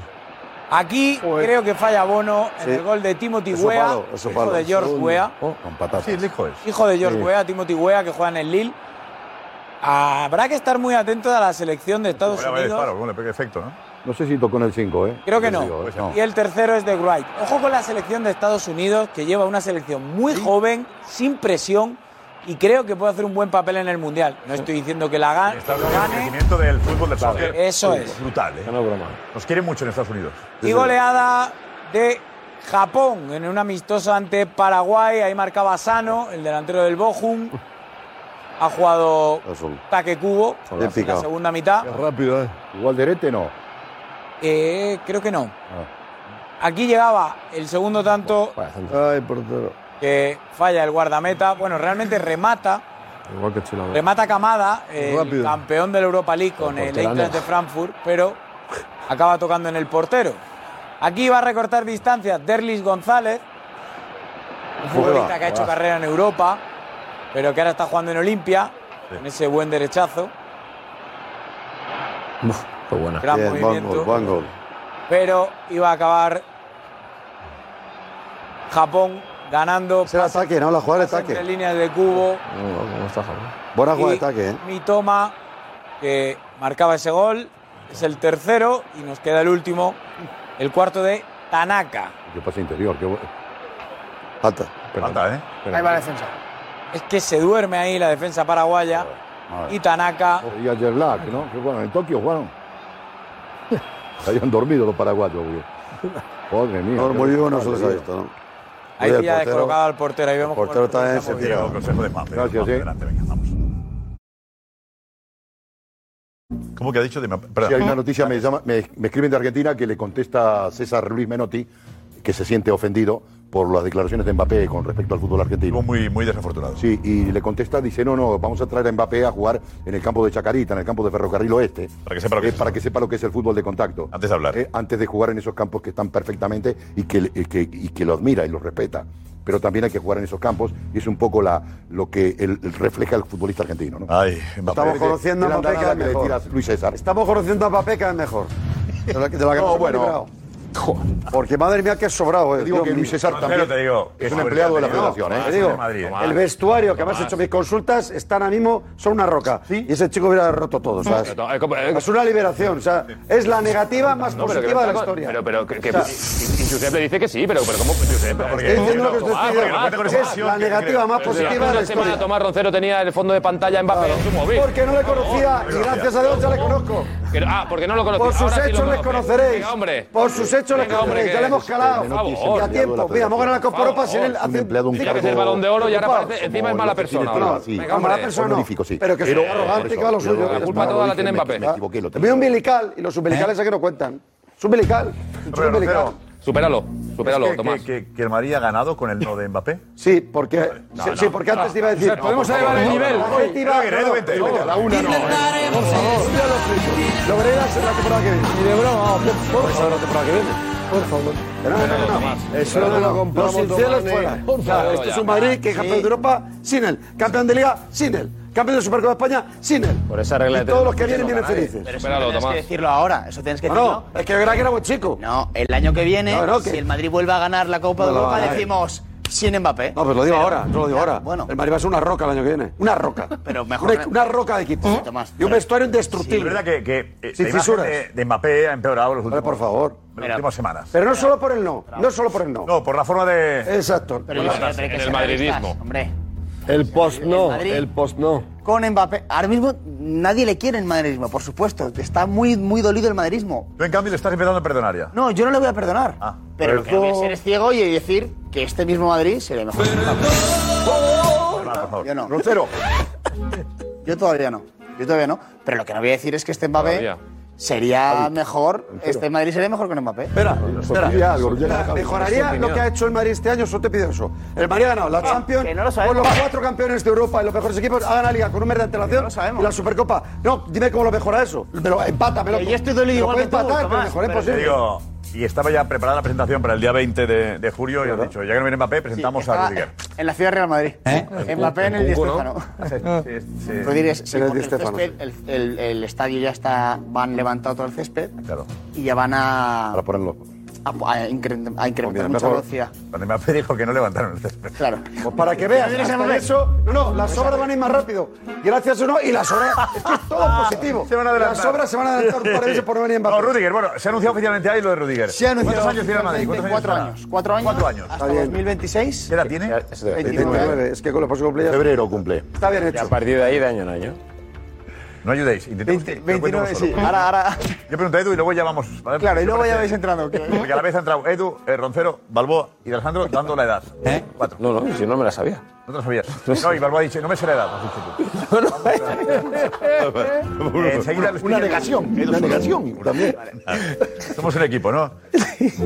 [SPEAKER 2] Aquí
[SPEAKER 4] Pues-
[SPEAKER 2] creo que falla Bono en
[SPEAKER 5] Sí.
[SPEAKER 2] el gol de Timothy
[SPEAKER 5] Eso
[SPEAKER 2] Weah,
[SPEAKER 5] palo, eso
[SPEAKER 2] hijo
[SPEAKER 5] palo.
[SPEAKER 2] de George
[SPEAKER 5] Gol.
[SPEAKER 2] Weah.
[SPEAKER 4] Con patatas. Sí, el hijo es.
[SPEAKER 2] Hijo de George
[SPEAKER 4] Sí.
[SPEAKER 2] Weah, Timothy Weah, que juega en el Lille. Habrá que estar muy atento a la selección de Estados
[SPEAKER 4] Bueno, a ver,
[SPEAKER 2] Unidos.
[SPEAKER 4] disparo, No sé si tocó en el 5, ¿eh?
[SPEAKER 2] Creo que
[SPEAKER 4] Sí,
[SPEAKER 2] no.
[SPEAKER 4] digo, ¿eh?
[SPEAKER 2] Y el tercero es de Wright. Ojo con la selección de Estados Unidos, que lleva una selección muy joven, sin presión, y creo que puede hacer un buen papel en el Mundial. No estoy diciendo que la gane.
[SPEAKER 7] El crecimiento del fútbol del soccer.
[SPEAKER 2] Eso es.
[SPEAKER 7] Brutal, ¿eh? Nos quieren mucho en Estados Unidos.
[SPEAKER 2] Y goleada de Japón en un amistoso ante Paraguay. Ahí marcaba Sano, el delantero del Bochum. Ha jugado Taque Cubo
[SPEAKER 4] Solo
[SPEAKER 2] en la
[SPEAKER 4] picado.
[SPEAKER 2] segunda mitad.
[SPEAKER 4] rápido, ¿eh? Igual de Erete, no.
[SPEAKER 2] Eh, creo que no.
[SPEAKER 3] Ah.
[SPEAKER 2] Aquí llegaba el segundo tanto
[SPEAKER 5] Ay, portero.
[SPEAKER 2] que falla el guardameta. Bueno, realmente remata.
[SPEAKER 25] Igual que Chilabert.
[SPEAKER 2] Remata Camada, el
[SPEAKER 25] Rápido.
[SPEAKER 2] campeón de la Europa League con
[SPEAKER 25] Pero
[SPEAKER 2] el
[SPEAKER 25] porteranes.
[SPEAKER 2] Eintracht de Frankfurt, pero acaba tocando en el portero. Aquí va a recortar distancias Derlis González, un
[SPEAKER 6] Juega,
[SPEAKER 2] futbolista que ha hecho
[SPEAKER 6] juegazo.
[SPEAKER 2] carrera en Europa, pero que ahora está jugando en Olimpia, con ese buen derechazo.
[SPEAKER 20] Qué buena.
[SPEAKER 2] Gran
[SPEAKER 20] Bien, buen
[SPEAKER 2] movimiento.
[SPEAKER 20] gol, buen gol.
[SPEAKER 2] Pero iba a acabar Japón ganando
[SPEAKER 20] Es el ataque, ¿no? La jugada de
[SPEAKER 2] entre
[SPEAKER 20] ataque.
[SPEAKER 2] líneas de cubo.
[SPEAKER 20] No, no, no está Japón. Buena jugada de
[SPEAKER 2] Y
[SPEAKER 20] ataque, ¿eh?
[SPEAKER 2] Mitoma, que marcaba ese gol, es el tercero y nos queda el último, el cuarto de Tanaka.
[SPEAKER 4] Yo pasé interior. Yo...
[SPEAKER 20] Falta.
[SPEAKER 4] Falta, ¿eh?
[SPEAKER 2] Ahí va la defensa. Es que se duerme ahí la defensa paraguaya y Tanaka.
[SPEAKER 4] Y ayer Black, ¿no? Que bueno, en Tokio jugaron. Habían dormido los paraguanos, güey. Joder, mía.
[SPEAKER 20] No,
[SPEAKER 4] qué
[SPEAKER 20] muy vivo no
[SPEAKER 4] brutal,
[SPEAKER 20] se los ha
[SPEAKER 4] tío.
[SPEAKER 20] visto, ¿no?
[SPEAKER 2] Ahí
[SPEAKER 20] Oye, el
[SPEAKER 2] pilla
[SPEAKER 20] portero-
[SPEAKER 2] descolocado al portero. Ahí vemos
[SPEAKER 20] el portero
[SPEAKER 2] cómo
[SPEAKER 20] también
[SPEAKER 2] está
[SPEAKER 20] se
[SPEAKER 2] moviendo.
[SPEAKER 20] tira.
[SPEAKER 7] Consejo de Mbappé.
[SPEAKER 20] Gracias,
[SPEAKER 7] Mbappé,
[SPEAKER 20] ¿eh?
[SPEAKER 7] Adelante, venga, vamos. ¿Cómo que ha dicho? De Mbappé? Perdón.
[SPEAKER 4] Sí, hay una noticia, me, llama- me- me escriben de Argentina que le contesta César Luis Menotti que se siente ofendido por las declaraciones de Mbappé con respecto al fútbol argentino.
[SPEAKER 7] Muy, muy desafortunado.
[SPEAKER 4] Sí, y le contesta, dice, no, no, vamos a traer a Mbappé a jugar en el campo de Chacarita, en el campo de Ferrocarril Oeste. Para que sepa lo que, es. Para que sepa lo que es el fútbol de contacto. Antes de hablar. antes de jugar en esos campos que están perfectamente y que, y que- y que lo admira y lo respeta. Pero también hay que jugar en esos campos y es un poco la, lo que el- el refleja el futbolista argentino. ¿no?
[SPEAKER 7] Ay,
[SPEAKER 20] Estamos conociendo a Mbappé cada vez mejor.
[SPEAKER 4] Luis César.
[SPEAKER 20] Estamos conociendo a Papé cada vez mejor. De la, de la que
[SPEAKER 4] No,
[SPEAKER 20] nos hemos
[SPEAKER 4] bueno.
[SPEAKER 20] librado. Porque madre mía, que es sobrado, eh.
[SPEAKER 4] Te digo
[SPEAKER 20] Dios
[SPEAKER 4] que Luis
[SPEAKER 20] mío.
[SPEAKER 4] César Pero también te digo, es que un sobre- empleado de la
[SPEAKER 20] No,
[SPEAKER 4] federación, eh.
[SPEAKER 20] Te digo,
[SPEAKER 4] de Madrid, eh.
[SPEAKER 20] el vestuario que además
[SPEAKER 4] Tomás.
[SPEAKER 20] he hecho mis consultas están ahora mismo, son una roca. Y ese chico hubiera roto todo, ¿sabes?
[SPEAKER 16] Pero, eh, como, eh,
[SPEAKER 20] Es una liberación, o sea, es la negativa más
[SPEAKER 16] No, pero que
[SPEAKER 20] positiva de la
[SPEAKER 16] está con-
[SPEAKER 20] historia.
[SPEAKER 16] Pero, pero, que, que, y-
[SPEAKER 20] O sea,
[SPEAKER 16] y- y Giuseppe dice que sí, pero, pero ¿cómo? Giuseppe,
[SPEAKER 20] Estoy diciendo lo que
[SPEAKER 16] Tomás,
[SPEAKER 20] estoy diciendo,
[SPEAKER 16] Tomás,
[SPEAKER 20] que es
[SPEAKER 16] Tomás.
[SPEAKER 20] la negativa más
[SPEAKER 16] Pero si
[SPEAKER 20] positiva
[SPEAKER 16] hace
[SPEAKER 20] de la
[SPEAKER 16] una semana
[SPEAKER 20] historia.
[SPEAKER 16] Tomás Roncero tenía el fondo de pantalla en Mbappé en su móvil.
[SPEAKER 20] Porque no le conocía y gracias a Dios ya le conozco.
[SPEAKER 16] Que- ah, porque no lo conocía.
[SPEAKER 20] Por sus
[SPEAKER 16] Ahora sí lo
[SPEAKER 20] hechos les
[SPEAKER 16] conoce.
[SPEAKER 20] conoceréis.
[SPEAKER 16] Venga, hombre.
[SPEAKER 20] Por sus hechos les
[SPEAKER 16] Venga, hombre,
[SPEAKER 20] conoceréis. Ya
[SPEAKER 16] que-
[SPEAKER 20] le hemos calado.
[SPEAKER 16] Por favor.
[SPEAKER 20] Y a tiempo. Mira, hemos ganado la Copa Europa sin él. hace
[SPEAKER 4] empleado, un
[SPEAKER 20] cinco
[SPEAKER 4] cargo
[SPEAKER 20] minutos.
[SPEAKER 16] el balón de oro y ahora
[SPEAKER 20] Preocupado.
[SPEAKER 16] parece- encima es mala persona.
[SPEAKER 20] No,
[SPEAKER 16] ahora. Venga,
[SPEAKER 20] no, mala
[SPEAKER 16] hombre.
[SPEAKER 20] persona no. Pero que es
[SPEAKER 16] Pero-
[SPEAKER 20] arrogante que va a lo
[SPEAKER 16] Pero
[SPEAKER 20] suyo.
[SPEAKER 16] La culpa toda la tiene Mbappé.
[SPEAKER 4] Ah.
[SPEAKER 16] ¿Eh?
[SPEAKER 20] Te veo umbilical y los umbilicales aquí no cuentan. Es umbilical. Es un umbilical.
[SPEAKER 16] Supéralo, supéralo,
[SPEAKER 7] ¿Es que,
[SPEAKER 16] Tomás.
[SPEAKER 7] Que, que, que el Madrid ha ganado con el no de Mbappé?
[SPEAKER 20] Sí, porque, sí, sí, porque antes te iba a decir. por favor, no, no, no, no, no, no, no, no, no, la una no, eh. Por favor, ya lo explico. Lo verás en la temporada que viene. Ni de broma, por favor. la temporada que viene. Por favor. No, no, no, no. Eso no lo compramos. Los
[SPEAKER 5] Tomás,
[SPEAKER 20] infieles
[SPEAKER 5] ni-
[SPEAKER 20] fuera.
[SPEAKER 5] Por favor,
[SPEAKER 20] Claro, Esto es
[SPEAKER 5] ya.
[SPEAKER 20] un Madrid que es campeón de Europa sin él. Campeón de Liga sin él. campeón de Supercopa de España sin él.
[SPEAKER 17] Por esa regla
[SPEAKER 20] Y
[SPEAKER 17] de
[SPEAKER 20] todos
[SPEAKER 17] tres
[SPEAKER 20] los que vienen
[SPEAKER 17] no
[SPEAKER 20] vienen
[SPEAKER 17] gana nadie.
[SPEAKER 20] felices.
[SPEAKER 17] Pero eso
[SPEAKER 20] Supéralo,
[SPEAKER 17] tienes que
[SPEAKER 20] Tomás.
[SPEAKER 17] decir-
[SPEAKER 6] Decirlo ahora, eso tienes que
[SPEAKER 20] No,
[SPEAKER 6] decirlo.
[SPEAKER 20] es que yo era que era buen chico.
[SPEAKER 6] No, el año que viene,
[SPEAKER 20] No, no, que-
[SPEAKER 6] si el Madrid vuelve a ganar la Copa
[SPEAKER 20] No
[SPEAKER 6] de
[SPEAKER 20] lo va a
[SPEAKER 6] Europa,
[SPEAKER 20] ganar.
[SPEAKER 6] decimos sin Mbappé.
[SPEAKER 20] No, pero lo digo ahora, yo lo digo
[SPEAKER 6] ya,
[SPEAKER 20] ahora.
[SPEAKER 6] Bueno,
[SPEAKER 20] El Madrid va a ser una roca el año que viene. Una roca.
[SPEAKER 6] pero mejor.
[SPEAKER 20] Una, una roca de equipo. Y un vestuario indestructible.
[SPEAKER 7] Es verdad que, que, eh,
[SPEAKER 20] Sin
[SPEAKER 7] la imagen
[SPEAKER 20] fisuras.
[SPEAKER 7] de, de Mbappé ha empeorado los últimos,
[SPEAKER 20] por favor.
[SPEAKER 7] las últimas semanas.
[SPEAKER 20] Pero no solo por el no, no solo por el no.
[SPEAKER 7] No, por la forma de.
[SPEAKER 20] Exacto.
[SPEAKER 7] Pero yo creo que hay que En el ser madridismo. realistas,
[SPEAKER 6] hombre.
[SPEAKER 5] El post no,
[SPEAKER 6] Madrid.
[SPEAKER 5] el post no.
[SPEAKER 6] Con Mbappé, ahora mismo nadie le quiere el madridismo, por supuesto. Está muy, muy dolido el madridismo.
[SPEAKER 7] Tú, en cambio, le estás empezando a perdonar ya.
[SPEAKER 6] No, yo no le voy a perdonar. Pero lo que
[SPEAKER 7] Perdón.
[SPEAKER 6] no es eres ciego y decir que este mismo Madrid sería mejor. Yo no. Yo todavía no. Yo todavía no. Pero lo que no voy a decir es que este Mbappé
[SPEAKER 20] Todavía.
[SPEAKER 6] sería mejor. Este Madrid sería mejor que Mbappé. Espera,
[SPEAKER 20] Espera, mejoraría lo que ha hecho el Madrid este año, solo te pido eso. El Madrid ha ganado la
[SPEAKER 6] Ah,
[SPEAKER 20] Champions
[SPEAKER 6] que no lo sabemos.
[SPEAKER 20] con los cuatro campeones de Europa y los mejores equipos, ha ganado la Liga con un mes de antelación y la Supercopa. No, dime cómo lo mejora eso. Me lo empata, me lo.
[SPEAKER 6] Que yo estoy dolido
[SPEAKER 20] me lo puede
[SPEAKER 6] igual que tú,
[SPEAKER 20] empatar, pero
[SPEAKER 6] Tomás,
[SPEAKER 20] mejor es
[SPEAKER 6] pero-
[SPEAKER 20] posible.
[SPEAKER 7] Digo, y estaba ya preparada la presentación para el día 20 de, de julio y han dicho, ya que no viene Mbappé, presentamos a Rudiger.
[SPEAKER 6] En la ciudad de Real Madrid.
[SPEAKER 4] ¿Eh?
[SPEAKER 6] Mbappé en el Di
[SPEAKER 7] Kunku, ¿no?
[SPEAKER 6] Stéfano.
[SPEAKER 7] sí.
[SPEAKER 6] Rudiger se
[SPEAKER 7] En el Di
[SPEAKER 6] pone el
[SPEAKER 7] Stéfano,
[SPEAKER 6] césped, el- el- el estadio ya está, van levantado todo el césped
[SPEAKER 7] Claro.
[SPEAKER 6] y ya van a,
[SPEAKER 7] Para ponerlo.
[SPEAKER 6] a, a incre- a incrementar mucha velocidad.
[SPEAKER 7] Cuando Mbappé dijo que no levantaron el césped.
[SPEAKER 6] Claro.
[SPEAKER 20] Pues para que veas,
[SPEAKER 6] Madrid es el
[SPEAKER 20] hasta
[SPEAKER 6] rey.
[SPEAKER 20] eso, no, no, las obras van a ir más rápido. Gracias o no, y las obras, es que es todo positivo.
[SPEAKER 7] Se van a adelantar.
[SPEAKER 20] Las obras se van a adelantar un par de meses por no venir en
[SPEAKER 7] No, Rudiger, bueno, se ha anunciado oficialmente ahí lo de Rudiger.
[SPEAKER 6] Se ha anunciado
[SPEAKER 7] ¿Cuántos años tiene el Madrid? ¿Cuántos
[SPEAKER 6] Cuatro
[SPEAKER 7] tiene?
[SPEAKER 6] años. Cuatro años.
[SPEAKER 7] Cuatro años.
[SPEAKER 6] Hasta 2026.
[SPEAKER 7] ¿Qué edad tiene?
[SPEAKER 20] 29, es que con los próximos cumpleaños.
[SPEAKER 7] Febrero cumple.
[SPEAKER 20] Está bien hecho.
[SPEAKER 17] A partir de ahí, de año en año.
[SPEAKER 7] No ayudéis, intentemos. que- que lo cuente
[SPEAKER 6] 29,
[SPEAKER 7] vosotros.
[SPEAKER 6] sí. Ahora- ahora-
[SPEAKER 7] Yo pregunto a Edu y luego ya vamos. ¿vale?
[SPEAKER 6] Claro, y
[SPEAKER 7] ¿Qué
[SPEAKER 6] luego ya
[SPEAKER 7] parece?
[SPEAKER 6] habéis entrado. que-
[SPEAKER 7] Porque a la vez ha entrado Edu, eh, Roncero, Balboa y Alejandro dando la edad. ¿Eh? Cuatro.
[SPEAKER 17] No, no, si no me la sabía.
[SPEAKER 7] No te lo sabías. No, y Balboa ha dicho, no me sé la edad. has dicho tú. Eh, enseguida lo
[SPEAKER 20] Una
[SPEAKER 7] explica-
[SPEAKER 20] negación,
[SPEAKER 7] Edu
[SPEAKER 20] una
[SPEAKER 7] solo.
[SPEAKER 20] negación también.
[SPEAKER 7] Somos un equipo, ¿no?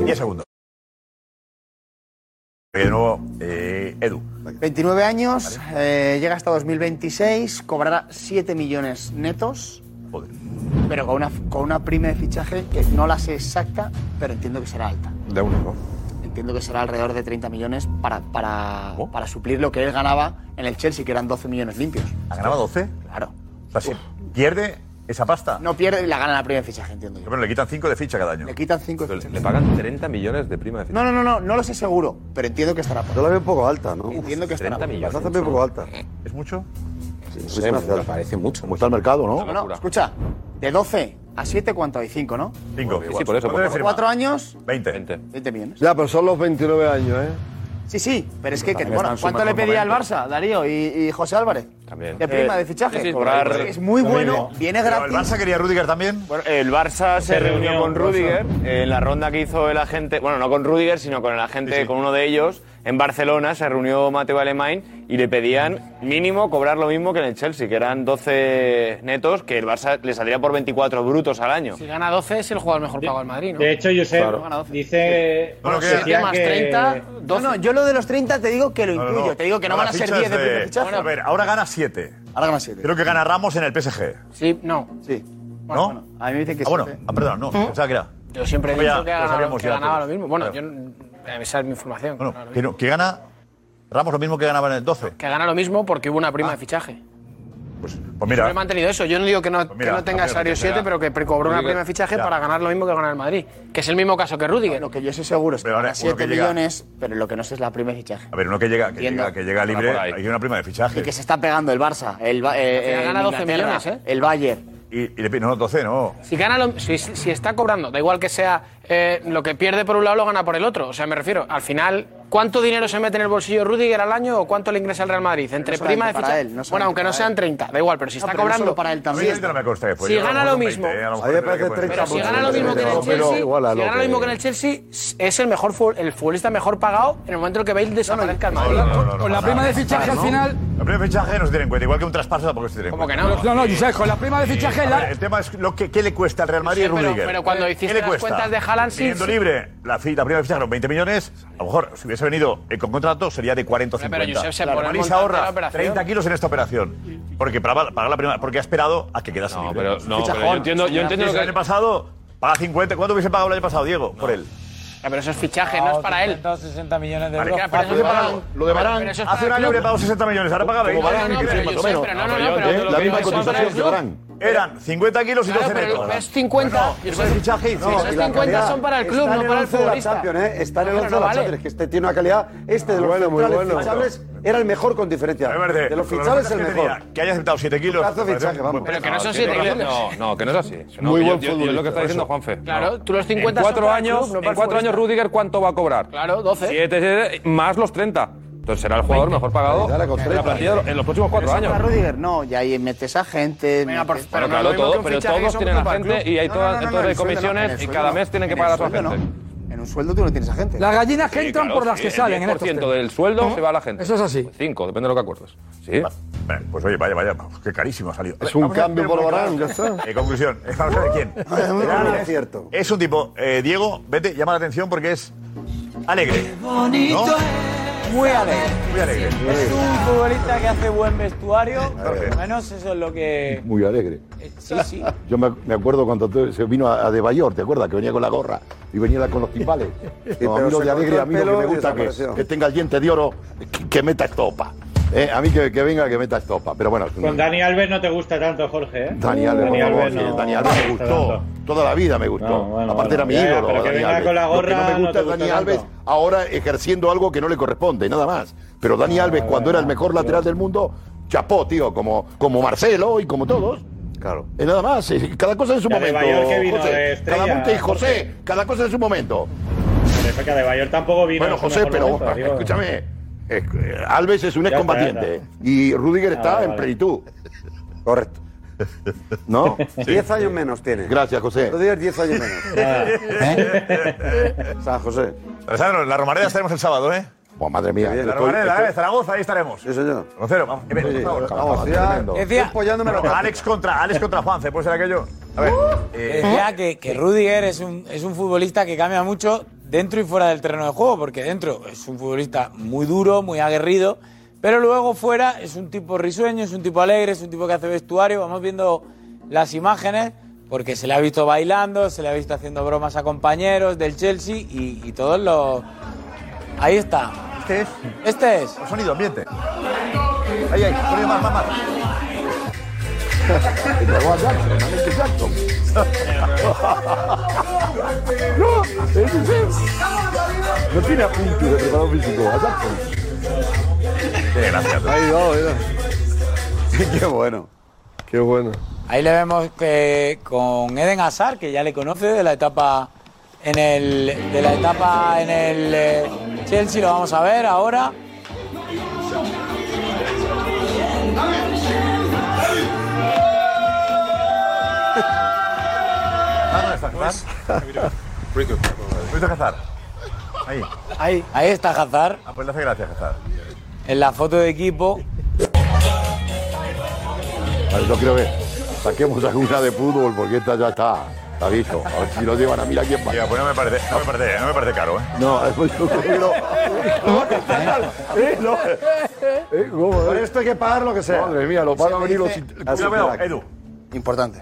[SPEAKER 7] Diez segundos. Y De nuevo, eh, Edu.
[SPEAKER 6] 29 años, eh, llega hasta 2026, cobrará 7 millones netos. Pero con una, con una prima de fichaje que no la sé exacta, pero entiendo que será alta.
[SPEAKER 7] De uno,
[SPEAKER 6] Entiendo que será alrededor de 30 millones para, para, para suplir lo que él ganaba en el Chelsea, que eran 12 millones limpios.
[SPEAKER 7] ¿Ha ganado 12?
[SPEAKER 6] Claro.
[SPEAKER 7] O sea, si pierde esa pasta.
[SPEAKER 6] No pierde y la gana la prima de fichaje, entiendo yo.
[SPEAKER 7] Bueno, le quitan 5 de ficha cada año.
[SPEAKER 6] Le quitan 5 de
[SPEAKER 16] Le pagan 30 millones de prima de ficha.
[SPEAKER 6] No, no, no, no, no lo sé seguro, pero entiendo que estará. Yo
[SPEAKER 20] la veo un poco alta, ¿no?
[SPEAKER 6] Entiendo que estará.
[SPEAKER 16] 30 millones.
[SPEAKER 20] Bastante poco alta.
[SPEAKER 7] ¿Es mucho?
[SPEAKER 20] Sí, me
[SPEAKER 17] parece mucho.
[SPEAKER 20] Como está el mercado,
[SPEAKER 6] No, no, escucha, de 12 a 7, ¿cuánto hay? 5, ¿no?
[SPEAKER 7] 5.
[SPEAKER 17] Sí, sí, por eso, por
[SPEAKER 6] Por
[SPEAKER 17] favor.
[SPEAKER 6] 4 años,
[SPEAKER 7] 20.
[SPEAKER 6] 20 millones.
[SPEAKER 5] Ya, pero son los 29 años, ¿eh?
[SPEAKER 6] Sí, sí, pero es que, que-
[SPEAKER 5] También
[SPEAKER 6] bueno,
[SPEAKER 5] está en su
[SPEAKER 6] ¿cuánto le
[SPEAKER 5] mejor
[SPEAKER 6] pedía al
[SPEAKER 5] momento.
[SPEAKER 6] Barça, Darío y, y José Álvarez?
[SPEAKER 17] También.
[SPEAKER 6] De prima,
[SPEAKER 19] Eh,
[SPEAKER 6] de fichaje.
[SPEAKER 19] sí, sí, cobrar-
[SPEAKER 6] es muy
[SPEAKER 19] lo
[SPEAKER 6] bueno,
[SPEAKER 19] mismo.
[SPEAKER 6] viene
[SPEAKER 19] Pero
[SPEAKER 6] gratis.
[SPEAKER 19] el Barça
[SPEAKER 7] quería a Rudiger también?
[SPEAKER 19] Bueno, el Barça se,
[SPEAKER 7] Se
[SPEAKER 19] reunió,
[SPEAKER 7] reunió
[SPEAKER 19] con
[SPEAKER 7] con
[SPEAKER 19] Rudiger eh, en la ronda que hizo el agente, bueno, no con Rudiger, sino con el agente, con uno de ellos, en Barcelona, se reunió Mateo Alemán y le pedían mínimo cobrar lo mismo que en el Chelsea, que eran 12 netos, que el Barça le saldría por 24 brutos al año.
[SPEAKER 14] Si gana 12 es el jugador mejor pago al Madrid, ¿no?
[SPEAKER 11] De hecho, Josep
[SPEAKER 19] Claro.
[SPEAKER 11] dice.
[SPEAKER 14] Bueno,
[SPEAKER 11] decía
[SPEAKER 14] siete más
[SPEAKER 11] que-
[SPEAKER 14] 30,
[SPEAKER 16] Eh,
[SPEAKER 6] No, no, yo lo de los 30 te digo que lo incluyo. Te digo que no, van a
[SPEAKER 7] las
[SPEAKER 6] ser
[SPEAKER 7] fichas
[SPEAKER 6] 10 de prima de fichaje.
[SPEAKER 7] A ver, ahora gana 7.
[SPEAKER 6] Ahora gana 7.
[SPEAKER 7] Creo que gana Ramos en el PSG.
[SPEAKER 14] Sí, no.
[SPEAKER 6] Sí.
[SPEAKER 7] ¿No?
[SPEAKER 6] a mí me dicen que
[SPEAKER 7] ah, bueno,
[SPEAKER 6] siete.
[SPEAKER 7] ah, perdón, no.
[SPEAKER 14] ¿Eh?
[SPEAKER 7] Pensaba que era.
[SPEAKER 14] Yo siempre he
[SPEAKER 7] Pues ya,
[SPEAKER 14] dicho que,
[SPEAKER 7] lo
[SPEAKER 14] ganaba-
[SPEAKER 7] sabíamos
[SPEAKER 14] que
[SPEAKER 7] ya
[SPEAKER 14] ganaba
[SPEAKER 7] todos.
[SPEAKER 14] lo mismo. Bueno,
[SPEAKER 7] Claro.
[SPEAKER 14] yo no- esa es mi información. Claro.
[SPEAKER 7] Que, no- que gana Ramos lo mismo que ganaba en el 12.
[SPEAKER 14] Que gana lo mismo porque hubo una prima de fichaje.
[SPEAKER 7] Pues
[SPEAKER 14] Yo
[SPEAKER 7] mira, Pues
[SPEAKER 14] he mantenido eso. Yo no digo que no,
[SPEAKER 7] mira,
[SPEAKER 14] que no tenga
[SPEAKER 7] mira,
[SPEAKER 14] salario
[SPEAKER 7] mira.
[SPEAKER 14] 7, pero que pre- cobró una
[SPEAKER 7] Rudiger,
[SPEAKER 14] prima de fichaje
[SPEAKER 7] ya.
[SPEAKER 14] para ganar lo mismo que gana el Madrid. Que es el mismo caso que Rudiger.
[SPEAKER 6] Lo que yo sé seguro es que gana
[SPEAKER 7] ahora uno que
[SPEAKER 6] 7
[SPEAKER 7] llega-
[SPEAKER 6] millones, pero lo que no sé es la prima de fichaje.
[SPEAKER 7] a ver, uno que llega, que
[SPEAKER 6] Entiendo.
[SPEAKER 7] llega, que llega libre, hay una prima de fichaje.
[SPEAKER 6] Y que se está pegando el Barça. El, Ba- eh,
[SPEAKER 14] Al final
[SPEAKER 6] eh,
[SPEAKER 14] gana 12
[SPEAKER 6] Inglaterra,
[SPEAKER 14] millones, ¿eh?
[SPEAKER 6] El Bayern.
[SPEAKER 7] Y, y le pide, no, 12, no.
[SPEAKER 14] Si, gana lo- si, si está cobrando, da igual que sea eh, lo que pierde por un lado, lo gana por el otro. O sea, me refiero, al final, ¿cuánto dinero se mete en el bolsillo de Rudiger al año o cuánto le ingresa el Real Madrid? Entre
[SPEAKER 6] solamente
[SPEAKER 14] prima de
[SPEAKER 6] para
[SPEAKER 14] fichaje.
[SPEAKER 6] él, no solamente
[SPEAKER 14] bueno, aunque
[SPEAKER 6] para
[SPEAKER 14] no sean
[SPEAKER 6] él.
[SPEAKER 14] 30, da igual, pero
[SPEAKER 6] No,
[SPEAKER 14] si está
[SPEAKER 6] pero no
[SPEAKER 14] cobrando.
[SPEAKER 6] solo para él
[SPEAKER 7] A
[SPEAKER 6] también.
[SPEAKER 7] mí 30 no me consta después,
[SPEAKER 14] Si
[SPEAKER 7] pues, yo a lo
[SPEAKER 14] gana
[SPEAKER 7] mejor son
[SPEAKER 14] lo mismo.
[SPEAKER 7] 20, ¿eh? A lo mejor
[SPEAKER 14] Pero
[SPEAKER 7] creo que puede ser.
[SPEAKER 14] si gana lo mismo que en el Chelsea,
[SPEAKER 7] Igual a
[SPEAKER 14] si
[SPEAKER 7] lo
[SPEAKER 14] gana lo
[SPEAKER 7] que-
[SPEAKER 14] mismo que en el Chelsea, es el mejor fu- el futbolista mejor pagado en el momento en el que Bale desaparezca al
[SPEAKER 7] No,
[SPEAKER 14] Madrid.
[SPEAKER 7] no, no, no, no,
[SPEAKER 14] Con la
[SPEAKER 7] no,
[SPEAKER 14] prima
[SPEAKER 7] no,
[SPEAKER 14] de
[SPEAKER 7] no,
[SPEAKER 14] fichaje
[SPEAKER 7] no.
[SPEAKER 14] al final-
[SPEAKER 7] La prima de fichaje no se tiene en cuenta, igual que un traspaso tampoco se tiene en
[SPEAKER 14] ¿Cómo
[SPEAKER 7] cuenta.
[SPEAKER 14] que no? No, no, Josep, con la prima de fichaje
[SPEAKER 7] A
[SPEAKER 14] la-
[SPEAKER 7] ver, El tema es lo que, qué le cuesta al Real Madrid
[SPEAKER 14] Sí,
[SPEAKER 7] y
[SPEAKER 14] pero-
[SPEAKER 7] Rudiger.
[SPEAKER 14] pero cuando
[SPEAKER 7] ¿Qué
[SPEAKER 14] hiciste
[SPEAKER 7] le
[SPEAKER 14] las
[SPEAKER 7] cuesta?
[SPEAKER 14] cuentas de Haaland, sí,
[SPEAKER 7] Viniendo
[SPEAKER 14] sí.
[SPEAKER 7] libre, la, fi- la prima de fichaje eran 20 millones, a lo mejor si hubiese venido eh, con contrato sería de 40 o
[SPEAKER 14] Hombre,
[SPEAKER 7] 50.
[SPEAKER 14] pero Josep, se pone
[SPEAKER 7] Madrid
[SPEAKER 14] el
[SPEAKER 7] se
[SPEAKER 14] montante de la
[SPEAKER 7] ahorra
[SPEAKER 14] operación.
[SPEAKER 7] 30 kilos en esta operación. Porque para pagar la prima, porque ha esperado a que quedase libre.
[SPEAKER 16] pero- no, pero yo entiendo- yo entiendo
[SPEAKER 7] el
[SPEAKER 16] que-
[SPEAKER 7] año pasado paga 50, ¿cuánto hubiese pagado el año pasado Diego por él?
[SPEAKER 14] pero eso es fichaje, no es para él.
[SPEAKER 2] 60 millones de
[SPEAKER 14] Vale,
[SPEAKER 2] euros.
[SPEAKER 14] claro, pero eso es para- Lo de Varane, pero eso es hace para un el año club. le pagó 60 millones, ahora paga Como 20. Varane,
[SPEAKER 7] No, no,
[SPEAKER 14] sí,
[SPEAKER 7] pero
[SPEAKER 14] más
[SPEAKER 7] yo
[SPEAKER 14] o
[SPEAKER 7] sé,
[SPEAKER 14] menos.
[SPEAKER 7] pero no,
[SPEAKER 14] No,
[SPEAKER 7] no,
[SPEAKER 14] pero
[SPEAKER 7] no,
[SPEAKER 14] yo-
[SPEAKER 7] pero
[SPEAKER 14] ¿eh?
[SPEAKER 7] lo
[SPEAKER 14] La
[SPEAKER 7] que
[SPEAKER 14] misma
[SPEAKER 7] yo sé
[SPEAKER 14] cotización
[SPEAKER 7] es
[SPEAKER 14] que
[SPEAKER 7] lo-
[SPEAKER 14] Varane.
[SPEAKER 7] Eran 50 kilos y
[SPEAKER 14] Claro,
[SPEAKER 7] 12
[SPEAKER 14] pero
[SPEAKER 7] metros.
[SPEAKER 14] es 50.
[SPEAKER 7] Bueno,
[SPEAKER 14] eso es fichaje.
[SPEAKER 7] no,
[SPEAKER 14] Esos
[SPEAKER 7] y la
[SPEAKER 14] 50
[SPEAKER 7] calidad.
[SPEAKER 14] son para el club, no para el futbolista.
[SPEAKER 20] Champions, ¿eh? Está en el
[SPEAKER 14] Pero
[SPEAKER 20] 11
[SPEAKER 14] no
[SPEAKER 20] de la
[SPEAKER 14] vale.
[SPEAKER 20] Champions, que este tiene una calidad, este de los
[SPEAKER 7] Bueno, muy
[SPEAKER 20] centrales
[SPEAKER 7] bueno.
[SPEAKER 20] fichables era el mejor con diferencia.
[SPEAKER 7] Valverde,
[SPEAKER 20] de los
[SPEAKER 7] con
[SPEAKER 20] fichables el
[SPEAKER 7] ofertas que
[SPEAKER 20] mejor.
[SPEAKER 7] tenía, Que haya aceptado 7 kilos.
[SPEAKER 20] Pedazo de
[SPEAKER 7] me parece
[SPEAKER 20] fichaje,
[SPEAKER 7] un
[SPEAKER 20] vamos.
[SPEAKER 7] buen-
[SPEAKER 14] Pero que no son
[SPEAKER 7] Ah,
[SPEAKER 14] siete
[SPEAKER 7] tiene
[SPEAKER 14] kilos.
[SPEAKER 7] razón.
[SPEAKER 16] No, no, que no es así. Que no,
[SPEAKER 7] Muy
[SPEAKER 16] yo- yo-
[SPEAKER 7] buen
[SPEAKER 16] yo Es lo que
[SPEAKER 7] futbolista,
[SPEAKER 16] está diciendo
[SPEAKER 7] eso.
[SPEAKER 16] Juanfe.
[SPEAKER 14] Claro, tú los 50
[SPEAKER 16] En cuatro
[SPEAKER 14] son para el
[SPEAKER 16] años,
[SPEAKER 14] club, no
[SPEAKER 16] en
[SPEAKER 14] para el
[SPEAKER 16] cuatro
[SPEAKER 14] futbolista.
[SPEAKER 16] años, Rudiger, ¿cuánto va a cobrar?
[SPEAKER 14] Claro, 12.
[SPEAKER 16] 7, más los 30. Entonces será el jugador mejor pagado en la plantilla en los próximos cuatro
[SPEAKER 6] Pero eso
[SPEAKER 16] años.
[SPEAKER 6] para Rudiger, no, y ahí metes a gente. metes-
[SPEAKER 16] Pero claro, todo, pero todos tienen a gente y hay
[SPEAKER 6] No, no,
[SPEAKER 16] todas
[SPEAKER 6] no, no,
[SPEAKER 16] entonces hay
[SPEAKER 6] en el sueldo no, en el
[SPEAKER 16] comisiones y
[SPEAKER 6] sueldo
[SPEAKER 16] cada
[SPEAKER 6] no.
[SPEAKER 16] mes tienen que
[SPEAKER 6] En
[SPEAKER 16] pagar a
[SPEAKER 6] el
[SPEAKER 16] su
[SPEAKER 6] sueldo
[SPEAKER 16] gente.
[SPEAKER 6] no. En un sueldo tú no tienes a gente.
[SPEAKER 21] Las gallinas que
[SPEAKER 16] Sí,
[SPEAKER 21] entran
[SPEAKER 16] claro,
[SPEAKER 21] por las
[SPEAKER 16] sí,
[SPEAKER 21] que salen en
[SPEAKER 16] El
[SPEAKER 21] estos
[SPEAKER 16] 10%
[SPEAKER 21] temas.
[SPEAKER 16] del sueldo se va a la gente.
[SPEAKER 21] Eso es así.
[SPEAKER 16] 5, depende de lo que acuerdes. Sí.
[SPEAKER 7] Bueno, Pues oye, vaya, vaya, qué carísimo ha salido.
[SPEAKER 16] Es un
[SPEAKER 7] Vamos a
[SPEAKER 16] cambio
[SPEAKER 7] ver,
[SPEAKER 16] por
[SPEAKER 7] vamos a
[SPEAKER 16] Varane,
[SPEAKER 7] ver.
[SPEAKER 16] ya está.
[SPEAKER 7] Eh, conclusión, vamos a ver quién. Varane es cierto. Es un tipo, eh, Diego, vete, llama la atención porque es alegre.
[SPEAKER 2] Bonito es. Muy alegre.
[SPEAKER 7] Muy alegre.
[SPEAKER 2] Es un futbolista que hace buen vestuario. Por lo menos eso es lo que.
[SPEAKER 4] Muy alegre.
[SPEAKER 2] Sí, sí.
[SPEAKER 4] Yo me, me acuerdo cuando te- se vino a, a De Bayor, ¿te acuerdas? Que venía con la gorra y venía la- con los timbales. No, a
[SPEAKER 5] pero
[SPEAKER 4] mí lo
[SPEAKER 5] se
[SPEAKER 4] de alegre,
[SPEAKER 5] cortó
[SPEAKER 4] a mí
[SPEAKER 5] el
[SPEAKER 4] lo
[SPEAKER 5] pelo
[SPEAKER 4] que
[SPEAKER 5] y
[SPEAKER 4] me gusta que,
[SPEAKER 5] desapareció.
[SPEAKER 4] que tenga el diente de oro, que, que meta estopa. Eh, a mí que, que venga, que meta estopa. Pero bueno, es un-
[SPEAKER 11] Con Dani Alves no te gusta tanto, Jorge, ¿eh?
[SPEAKER 4] Dani Alves, por favor,
[SPEAKER 11] no.
[SPEAKER 4] sí, Dani Alves me gustó. Toda la vida me gustó. Aparte era mi
[SPEAKER 11] Ya,
[SPEAKER 4] ídolo.
[SPEAKER 11] pero que
[SPEAKER 4] Dani
[SPEAKER 11] venga
[SPEAKER 4] Alves.
[SPEAKER 11] con la
[SPEAKER 4] Lo que
[SPEAKER 11] gorra
[SPEAKER 4] no me
[SPEAKER 11] no te
[SPEAKER 4] gusta es
[SPEAKER 11] gusta
[SPEAKER 4] Dani
[SPEAKER 11] tanto.
[SPEAKER 4] Alves ahora ejerciendo algo que no le corresponde, nada más. Pero Dani Alves, cuando era el mejor lateral del mundo, chapó, tío, como, como Marcelo y como todos. Claro. Es nada más. eh, Cada cosa en su
[SPEAKER 11] Y a De
[SPEAKER 4] momento.
[SPEAKER 11] Bayor que vino
[SPEAKER 4] José.
[SPEAKER 11] de estrella,
[SPEAKER 4] cada monte y José,
[SPEAKER 11] José.
[SPEAKER 4] cada cosa en su momento.
[SPEAKER 11] Que De Bayor tampoco vino.
[SPEAKER 4] Bueno,
[SPEAKER 11] en su
[SPEAKER 4] José,
[SPEAKER 11] mejor
[SPEAKER 4] pero
[SPEAKER 11] momento, digo.
[SPEAKER 4] escúchame. eh, Alves es un
[SPEAKER 11] Ya está, ya
[SPEAKER 4] excombatiente eh,
[SPEAKER 11] está.
[SPEAKER 4] y Rudiger
[SPEAKER 11] Ah,
[SPEAKER 4] está
[SPEAKER 11] vale,
[SPEAKER 4] en
[SPEAKER 11] vale.
[SPEAKER 4] plenitud. Correcto. ¿No?
[SPEAKER 20] Diez años menos tiene.
[SPEAKER 4] Gracias, José.
[SPEAKER 20] Rudiger, 10 años menos.
[SPEAKER 4] San José.
[SPEAKER 7] ¿Eh? Alessandro, en la Romareda estaremos el sábado, ¿eh?
[SPEAKER 4] Pues madre mía.
[SPEAKER 7] La
[SPEAKER 4] estoy-
[SPEAKER 7] Romareda,
[SPEAKER 4] estoy-
[SPEAKER 7] ¿eh? Zaragoza, ahí estaremos.
[SPEAKER 4] Sí, señor.
[SPEAKER 7] Rocero, vamos, ven, por favor.
[SPEAKER 4] Vamos, tremendo.
[SPEAKER 2] Decía-
[SPEAKER 7] Bueno, Alex contra, Alex contra Juanfe, ¿puede ser aquello? A ver. eh,
[SPEAKER 2] Decía que, que Rudiger es un, es un futbolista que cambia mucho dentro y fuera del terreno de juego, porque dentro es un futbolista muy duro, muy aguerrido, pero luego fuera es un tipo risueño, es un tipo alegre, es un tipo que hace vestuario. Vamos viendo las imágenes, porque se le ha visto bailando, se le ha visto haciendo bromas a compañeros del Chelsea y, y todos los. Ahí está.
[SPEAKER 7] Este es.
[SPEAKER 2] Este es.
[SPEAKER 7] Sonido, ambiente. Ahí, ahí, sonido más, más, más.
[SPEAKER 4] No, ese es. No tiene apunte de preparado físico. a Jackson.
[SPEAKER 7] Qué gracia, tú.
[SPEAKER 5] Ahí va, mira.
[SPEAKER 4] Qué bueno.
[SPEAKER 5] Qué bueno.
[SPEAKER 2] Ahí le vemos que con Eden Hazard, que ya le conoce de la etapa en el de la etapa en el eh, Chelsea, lo vamos a ver ahora.
[SPEAKER 7] Ah, ¿Dónde está Hazard? Rico. Rico Hazard. Ahí.
[SPEAKER 2] Ahí, ahí está Hazard
[SPEAKER 7] Ah, pues le hace gracia Hazard.
[SPEAKER 2] en la foto de equipo.
[SPEAKER 4] Vale, yo creo que saquemos alguna de fútbol porque esta ya está. Está visto. A ver si lo llevan a mira quién va.
[SPEAKER 7] Mira, pues no me parece, no me parece, no me parece caro, ¿eh?
[SPEAKER 4] No, después yo creo que no. Eh, no. Eh, ¿cómo, eh?
[SPEAKER 20] Por esto hay que pagar lo que sea.
[SPEAKER 4] Madre mía, lo pagan
[SPEAKER 20] Se
[SPEAKER 4] venir los.
[SPEAKER 20] dice-
[SPEAKER 7] Cuidado, cuidado, Edu.
[SPEAKER 6] Importante.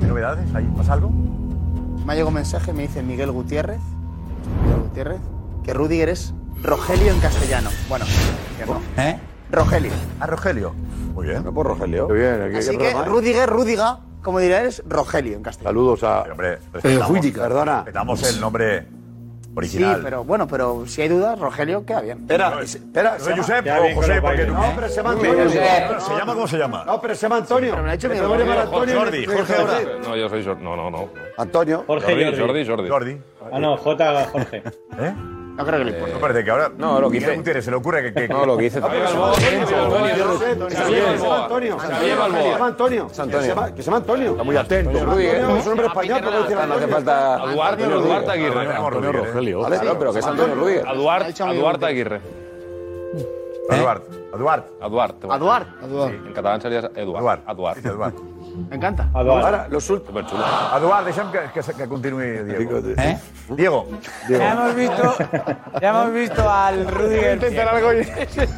[SPEAKER 7] ¿Qué novedades? ¿Ahí pasa algo?
[SPEAKER 6] Me ha llegado un mensaje, me dice Miguel Gutiérrez, Miguel Gutiérrez, que Rudiger es Rogelio en castellano. Bueno, que no.
[SPEAKER 4] ¿Eh?
[SPEAKER 6] Rogelio.
[SPEAKER 7] Ah, Rogelio. Muy bien.
[SPEAKER 4] No por Rogelio. Qué bien, qué-
[SPEAKER 6] Así
[SPEAKER 4] qué
[SPEAKER 6] que
[SPEAKER 4] programa, ¿eh?
[SPEAKER 6] Rudiger, Rudiga, como dirá, es Rogelio en castellano.
[SPEAKER 4] Saludos a.
[SPEAKER 7] Hombre,
[SPEAKER 4] Huidica.
[SPEAKER 7] perdona. Respetamos el nombre
[SPEAKER 6] Sí,
[SPEAKER 7] original.
[SPEAKER 6] pero bueno, pero si hay dudas, Rogelio queda bien.
[SPEAKER 7] Espera, espera. No es Josep
[SPEAKER 6] Ya
[SPEAKER 7] o
[SPEAKER 6] bien con
[SPEAKER 7] José,
[SPEAKER 6] los
[SPEAKER 7] porque
[SPEAKER 6] bailes.
[SPEAKER 7] tú...
[SPEAKER 6] No, pero se llama
[SPEAKER 7] No,
[SPEAKER 6] Antonio.
[SPEAKER 7] no, ¿Se llama cómo se llama?
[SPEAKER 20] No, pero se llama Antonio.
[SPEAKER 6] Pero me lo ha hecho
[SPEAKER 20] Le
[SPEAKER 6] mi
[SPEAKER 20] podemos llamar Antonio.
[SPEAKER 7] Jordi, Jorge ahora.
[SPEAKER 16] No, yo soy Jordi. No, no, no.
[SPEAKER 4] Antonio.
[SPEAKER 16] Jordi, Jordi, Jordi.
[SPEAKER 11] Ah, no, J. Jorge.
[SPEAKER 7] ¿Eh?
[SPEAKER 6] No creo que le
[SPEAKER 7] importe. No parece que ahora. No, lo que dice. Gutiérrez, se le ocurre que. que
[SPEAKER 17] No, lo que dice
[SPEAKER 7] Javier
[SPEAKER 17] Javier
[SPEAKER 7] Balboa.
[SPEAKER 20] Que se llama Antonio. Que se llama Antonio. Que se llama- Que se llama Antonio. Está muy atento. Es un hombre español, pero dice
[SPEAKER 17] No hace
[SPEAKER 20] Antonio.
[SPEAKER 17] falta.
[SPEAKER 16] A Duarte, no, Duarte Aguirre.
[SPEAKER 7] Antonio
[SPEAKER 17] Rogelio.
[SPEAKER 7] Vale,
[SPEAKER 17] Claro, pero que es Antonio Ruiz.
[SPEAKER 16] A Duarte, a Duarte Aguirre.
[SPEAKER 7] Eduard. Eduard.
[SPEAKER 16] A Duarte.
[SPEAKER 6] A Duarte.
[SPEAKER 16] Sí, en catalán sería Eduard. A Duarte.
[SPEAKER 7] Dice Eduard.
[SPEAKER 6] Me encanta.
[SPEAKER 7] Ahora,
[SPEAKER 16] los últimos.
[SPEAKER 7] Eduard, deixa'm que, que, se- que continue Diego. ¿Eh? Diego.
[SPEAKER 2] Ya hemos visto, ya hemos visto al Rudiger.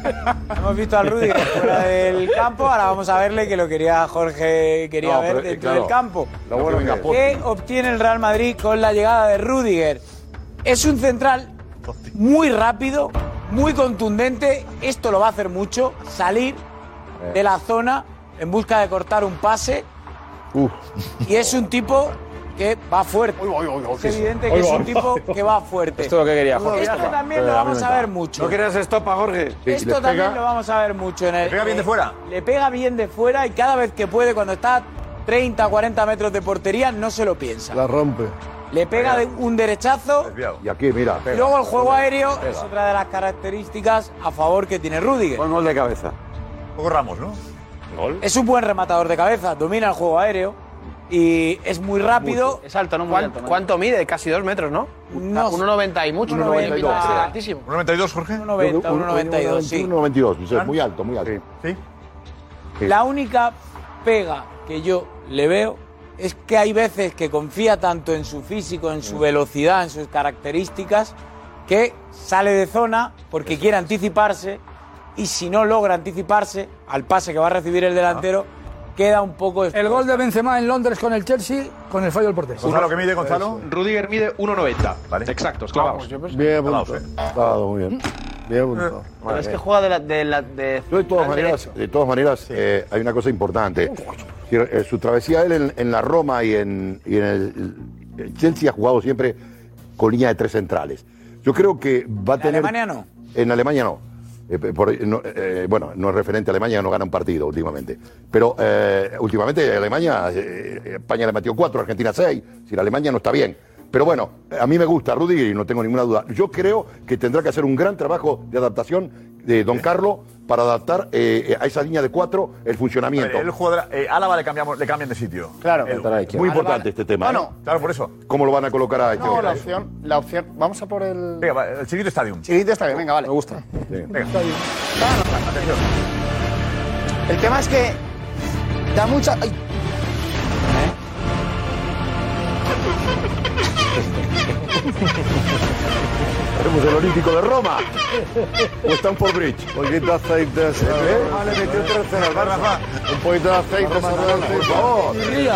[SPEAKER 2] hemos visto al Rudiger fuera del campo. Ahora vamos a verle que lo quería Jorge quería
[SPEAKER 4] No,
[SPEAKER 2] ver
[SPEAKER 4] pero, eh,
[SPEAKER 2] dentro
[SPEAKER 4] claro.
[SPEAKER 2] del campo.
[SPEAKER 4] Lo bueno que-
[SPEAKER 2] ¿Qué obtiene el Real Madrid con la llegada de Rudiger? Es un central muy rápido, muy contundente. Esto lo va a hacer mucho. Salir
[SPEAKER 20] Eh.
[SPEAKER 2] de la zona en busca de cortar un pase. Y es un tipo que va fuerte. es
[SPEAKER 20] sí, sí.
[SPEAKER 2] evidente
[SPEAKER 20] Uy,
[SPEAKER 2] que es
[SPEAKER 20] uy,
[SPEAKER 2] un tipo que va fuerte.
[SPEAKER 17] Esto es lo que quería, Jorge.
[SPEAKER 2] Esto
[SPEAKER 17] Estopa.
[SPEAKER 2] también lo
[SPEAKER 17] Pero
[SPEAKER 2] vamos a
[SPEAKER 17] lamentable.
[SPEAKER 2] ver mucho.
[SPEAKER 17] No
[SPEAKER 19] querías
[SPEAKER 2] estopa, Jorge.
[SPEAKER 17] le
[SPEAKER 2] Esto
[SPEAKER 17] pega-
[SPEAKER 2] también lo vamos a ver mucho en el.
[SPEAKER 7] ¿Le pega bien de fuera?
[SPEAKER 2] Le pega bien de fuera y cada vez que puede, cuando está a 30, 40 metros de portería, no se lo piensa.
[SPEAKER 5] La rompe.
[SPEAKER 2] Le pega de un derechazo.
[SPEAKER 4] Y aquí, mira.
[SPEAKER 2] Y luego el juego aéreo
[SPEAKER 4] Pega.
[SPEAKER 2] es otra de las características a favor que tiene Rudiger.
[SPEAKER 4] Buen
[SPEAKER 2] gol de cabeza.
[SPEAKER 7] Poco Ramos, ¿no?
[SPEAKER 2] Es un buen rematador de cabeza, domina el juego aéreo y es muy rápido.
[SPEAKER 14] Es alto, ¿no? ¿Cuánto, mide? Casi dos metros, ¿no? 1,90 y mucho.
[SPEAKER 2] 1,92.
[SPEAKER 14] 1,92. Sí, altísimo.
[SPEAKER 7] 1,92, Jorge.
[SPEAKER 2] 1,90, 1,92, sí.
[SPEAKER 4] 1,92, Josep, muy alto, muy alto.
[SPEAKER 7] Sí.
[SPEAKER 2] La única pega que yo le veo es que hay veces que confía tanto en su físico, en su velocidad, en sus características, que sale de zona porque quiere anticiparse y si no logra anticiparse al pase que va a recibir el delantero, queda un poco...
[SPEAKER 21] El gol de Benzema en Londres con el Chelsea, con el fallo del portero.
[SPEAKER 8] Rudiger mide 1,90. Vale. Exacto,
[SPEAKER 14] Ah, pues
[SPEAKER 8] esclavos.
[SPEAKER 5] Bien apuntado.
[SPEAKER 4] Dado, muy bien.
[SPEAKER 5] Bien apuntado.
[SPEAKER 6] Pero es que juega de la. De la de,
[SPEAKER 4] Yo de todas maneras, de todas maneras eh, hay una cosa importante. Sí, eh, Su travesía él en, en la Roma y en, y en el, el Chelsea ha jugado siempre con línea de tres centrales. Yo creo que va a
[SPEAKER 2] ¿En
[SPEAKER 4] tener...
[SPEAKER 2] Alemania no?
[SPEAKER 4] En Alemania no. Eh, pe- por- no, eh, bueno, no es referente a Alemania, no gana un partido últimamente. Pero eh, últimamente Alemania, eh, España le metió cuatro, Argentina seis. Si la Alemania no está bien. Pero bueno, a mí me gusta Rudy y no tengo ninguna duda. Yo creo que tendrá que hacer un gran trabajo de adaptación de Don Carlo para adaptar eh, eh, a esa línea de cuatro el
[SPEAKER 7] A ver,
[SPEAKER 4] funcionamiento.
[SPEAKER 7] el jugador, eh, Álava le, cambiamos, le cambian de sitio.
[SPEAKER 6] Claro.
[SPEAKER 7] Edu.
[SPEAKER 4] Muy importante este tema.
[SPEAKER 6] Bueno.
[SPEAKER 4] ¿eh?
[SPEAKER 7] Claro, por eso.
[SPEAKER 4] ¿Cómo lo van a colocar a este?
[SPEAKER 6] No, la opción, la opción. Vamos a por el.
[SPEAKER 7] Venga, va, el Chiquito Stadium.
[SPEAKER 6] Chirito está bien, venga, vale. Me gusta.
[SPEAKER 7] Venga.
[SPEAKER 6] El tema es que da mucha. ay.
[SPEAKER 4] Tenemos el Olímpico de Roma. Pues, ¿O están por Bridge?
[SPEAKER 5] Poquito aceite. ¿Eh? Ah, le metió tercero al Barça. Un poquito de aceite. Por favor.
[SPEAKER 20] Y ría.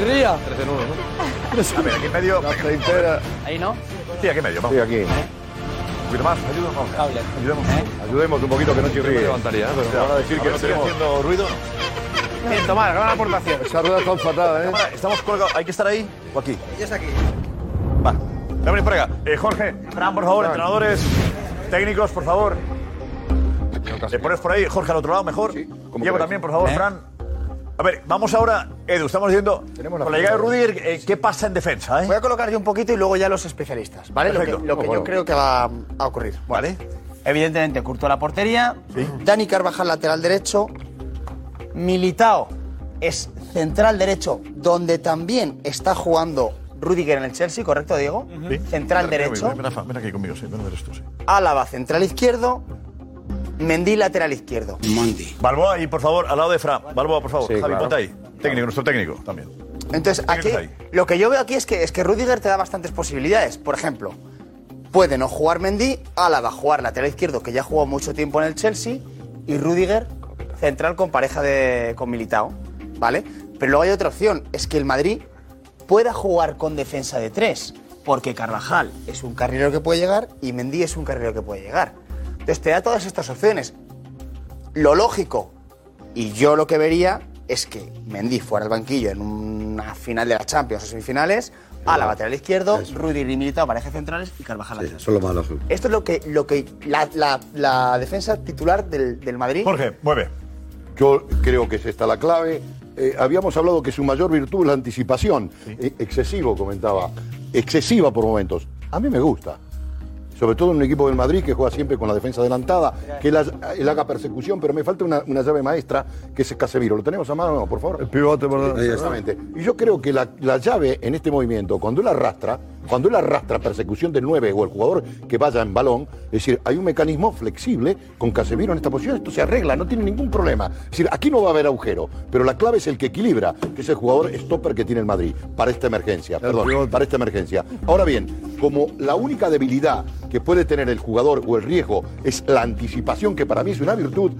[SPEAKER 5] Y ría.
[SPEAKER 7] A ver, aquí en medio.
[SPEAKER 5] La aceitera.
[SPEAKER 6] Ahí no.
[SPEAKER 7] Sí, aquí en medio, vamos.
[SPEAKER 4] Sí, aquí.
[SPEAKER 7] Un poquito más, ayúdanos, vamos. Ayudemos.
[SPEAKER 4] Ayudemos un poquito que no
[SPEAKER 7] Yo
[SPEAKER 4] chirríe.
[SPEAKER 7] me levantaría, ¿eh? Pero
[SPEAKER 4] O sea, van a decir
[SPEAKER 7] a
[SPEAKER 4] que
[SPEAKER 7] ver
[SPEAKER 4] no
[SPEAKER 7] si
[SPEAKER 4] tenemos...
[SPEAKER 7] haciendo ruido.
[SPEAKER 14] Bien, Tomás, gran aportación.
[SPEAKER 5] Esa rueda está fatal, ¿eh?
[SPEAKER 7] Cámara, Estamos colgados. ¿Hay que estar ahí o aquí?
[SPEAKER 6] Ya está aquí.
[SPEAKER 7] Va. Ya venís por acá. Eh, Jorge, Fran, por favor, entrenadores, técnicos, por favor. Te pones por ahí, Jorge, al otro lado, mejor. Diego también, por favor,
[SPEAKER 20] ¿Eh?
[SPEAKER 7] Fran. A ver, vamos ahora, Edu, estamos diciendo,
[SPEAKER 6] la
[SPEAKER 7] con la llegada de
[SPEAKER 6] primera.
[SPEAKER 7] Rudiger, eh, ¿qué pasa en defensa? Eh?
[SPEAKER 6] Voy a colocar yo un poquito y luego ya los especialistas, ¿vale? Lo que,
[SPEAKER 7] Perfecto.
[SPEAKER 6] lo que yo
[SPEAKER 7] Bueno.
[SPEAKER 6] creo que va a ocurrir. Vale. Evidentemente, Curto a la portería. Dani Carvajal, lateral derecho. Militao es central derecho, donde también está jugando Rudiger en el Chelsea, ¿correcto, Diego? Central
[SPEAKER 7] Ven, ven,
[SPEAKER 6] derecho.
[SPEAKER 7] Ven, ven, Rafa, ven aquí conmigo, sí, ven a ver esto, sí.
[SPEAKER 6] Álava, central izquierdo. Mendy, lateral izquierdo.
[SPEAKER 7] Balboa, y por favor, al lado de Fran. Balboa, por favor.
[SPEAKER 6] Sí,
[SPEAKER 7] Javi,
[SPEAKER 6] claro.
[SPEAKER 7] ponte ahí. Técnico, nuestro técnico también.
[SPEAKER 6] Entonces, aquí,
[SPEAKER 7] ahí.
[SPEAKER 6] lo que yo veo aquí es que, es que Rudiger te da bastantes posibilidades. Por ejemplo, puede no jugar Mendy, Álava jugar lateral izquierdo, que ya jugó mucho tiempo en el Chelsea, y Rudiger central con pareja de, con Militao, ¿vale? Pero luego hay otra opción, es que el Madrid pueda jugar con defensa de tres, porque Carvajal es un carrilero que puede llegar y Mendy es un carrilero que puede llegar. Entonces te da todas estas opciones. Lo lógico, y yo lo que vería es que Mendy fuera al banquillo en una final de las Champions o semifinales, a la lateral izquierdo, Rudy y Militao pareja centrales y Carvajal lateral.
[SPEAKER 5] Eso es lo más lógico.
[SPEAKER 6] Esto es lo que, lo que la, la- la defensa titular del, del Madrid.
[SPEAKER 7] mueve.
[SPEAKER 4] Yo creo que es esta la clave. Eh, habíamos hablado que su mayor virtud es la anticipación. Eh, excesivo, comentaba. Excesiva por momentos. A mí me gusta. Sobre todo en un equipo del Madrid que juega siempre con la defensa adelantada, que la- él haga persecución, pero me falta una, una llave maestra que es Casemiro. ¿Lo tenemos a mano, por favor? El
[SPEAKER 5] pivote, por
[SPEAKER 4] Exactamente. Y yo creo que la, la llave en este movimiento, cuando él arrastra, cuando él arrastra persecución del 9 o el jugador que vaya en balón, es decir, hay un mecanismo flexible con Casemiro en esta posición, esto se arregla, no tiene ningún problema. Es decir, aquí no va a haber agujero, pero la clave es el que equilibra, que es el jugador stopper que tiene el Madrid para esta emergencia, perdón, para esta emergencia. Ahora bien, como la única debilidad que puede tener el jugador o el riesgo es la anticipación, que para mí es una virtud,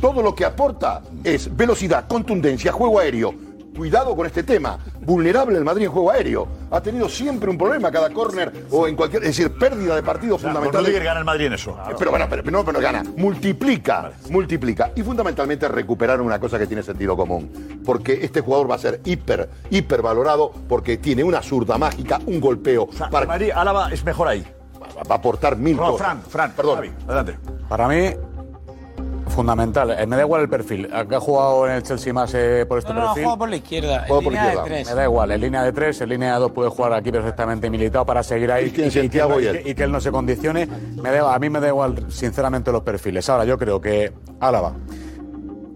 [SPEAKER 4] todo lo que aporta es velocidad, contundencia, juego aéreo. cuidado con este tema. Vulnerable el Madrid en juego aéreo. Ha tenido siempre un problema cada córner o en cualquier. Es decir, pérdida de partidos fundamentales.
[SPEAKER 7] Rudiger gana el Madrid en eso.
[SPEAKER 4] Pero bueno, pero, no, pero gana. Multiplica, multiplica. Y fundamentalmente recuperar una cosa que tiene sentido común. Porque este jugador va a ser hiper, hipervalorado porque tiene una zurda mágica, un golpeo. para...
[SPEAKER 7] Madrid, Álava es mejor ahí.
[SPEAKER 4] Va a aportar mil
[SPEAKER 7] No,
[SPEAKER 4] cosas.
[SPEAKER 7] Fran, Fran,
[SPEAKER 4] Perdón.
[SPEAKER 7] Javi, adelante.
[SPEAKER 3] Para mí, fundamental. Eh, Me da igual el perfil. ¿A qué ha jugado en el Chelsea más eh, por este
[SPEAKER 2] No, no,
[SPEAKER 3] perfil?
[SPEAKER 2] juega por la izquierda.
[SPEAKER 3] Juega
[SPEAKER 2] en
[SPEAKER 3] por
[SPEAKER 2] línea de
[SPEAKER 3] izquierda.
[SPEAKER 2] tres.
[SPEAKER 3] Me da igual, eh. en línea de tres, en línea de dos puede jugar aquí perfectamente militado para seguir ahí.
[SPEAKER 4] Cristian Santiago
[SPEAKER 3] que,
[SPEAKER 4] y
[SPEAKER 3] no-
[SPEAKER 4] él.
[SPEAKER 3] que- que él no se condicione. Me da- a mí me da igual, sinceramente, los perfiles. Ahora, yo creo que Álava,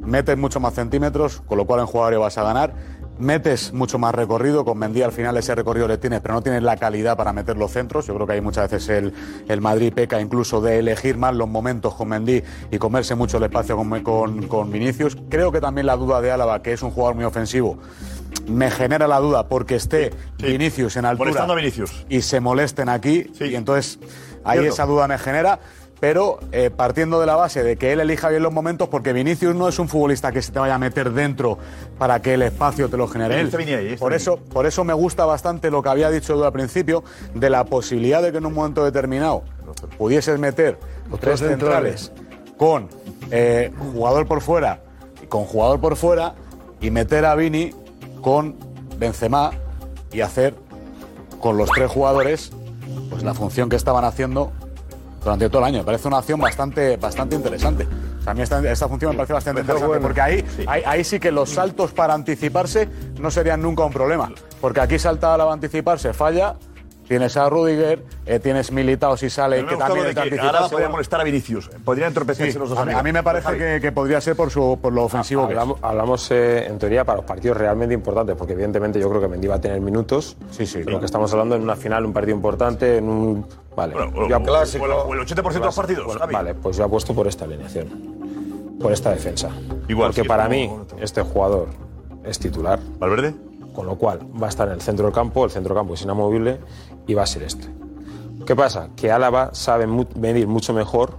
[SPEAKER 3] metes mucho más centímetros, con lo cual en jugadores vas a ganar. Metes mucho más recorrido, con Mendy al final ese recorrido le tienes, pero no tienes la calidad para meter los centros. Yo creo que ahí muchas veces el, el Madrid peca incluso de elegir más los momentos con Mendy y comerse mucho el espacio con, con, con Vinicius. Creo que también la duda de Álava, que es un jugador muy ofensivo, me genera la duda porque esté Vinicius en altura
[SPEAKER 7] Molestando a Vinicius.
[SPEAKER 3] y se molesten aquí. Y entonces ahí
[SPEAKER 7] Cierto.
[SPEAKER 3] esa duda me genera. Pero eh, partiendo de la base de que él elija bien los momentos, porque Vinicius no es un futbolista que se te vaya a meter dentro para que el espacio te lo genere él.
[SPEAKER 7] Este venía ahí, este
[SPEAKER 3] por, eso, por eso me gusta bastante lo que había dicho Edu al principio, de la posibilidad de que en un momento determinado pudieses meter los tres
[SPEAKER 4] tres centrales.
[SPEAKER 3] centrales con eh, jugador por fuera, con jugador por fuera, y meter a Vini con Benzema y hacer con los tres jugadores pues la función que estaban haciendo durante todo el año. Me parece una acción bastante, bastante interesante. O sea, a mí esta, esta función me parece bastante interesante porque ahí, ahí, ahí sí que los saltos para anticiparse no serían nunca un problema. Porque aquí salta la anticiparse, falla. Tienes a Rudiger, eh, tienes Militao si sale,
[SPEAKER 7] Me
[SPEAKER 3] que
[SPEAKER 7] gusta lo
[SPEAKER 3] también te
[SPEAKER 7] de que
[SPEAKER 3] anticipas,
[SPEAKER 7] Álava podría
[SPEAKER 3] bueno.
[SPEAKER 7] molestar a Vinicius. Podría entorpecerse
[SPEAKER 3] Sí,
[SPEAKER 7] los dos
[SPEAKER 3] a mí-
[SPEAKER 7] amigos. Ah,
[SPEAKER 3] a mí me parece
[SPEAKER 7] Javi.
[SPEAKER 3] que, que podría ser por, su, por lo ofensivo que es.
[SPEAKER 17] Hablamos, hablamos, eh, en teoría para los partidos realmente importantes, porque evidentemente yo creo que Mendy va a tener minutos. Sí, sí. Lo que estamos hablando en una final, un partido importante, en un. Vale.
[SPEAKER 7] o- o- o el- o el 80% de los partidos,
[SPEAKER 17] Bueno,
[SPEAKER 7] Javi.
[SPEAKER 17] Vale, pues yo apuesto por esta alineación. Por esta defensa.
[SPEAKER 7] Igual,
[SPEAKER 17] Porque
[SPEAKER 7] sí,
[SPEAKER 17] para
[SPEAKER 7] estamos-
[SPEAKER 17] mí, este jugador es titular.
[SPEAKER 7] ¿Valverde?
[SPEAKER 17] Con lo cual, va a estar en el centro del campo, el centro del campo es inamovible y va a ser este. ¿Qué pasa? Que Álava sabe mu- medir mucho mejor,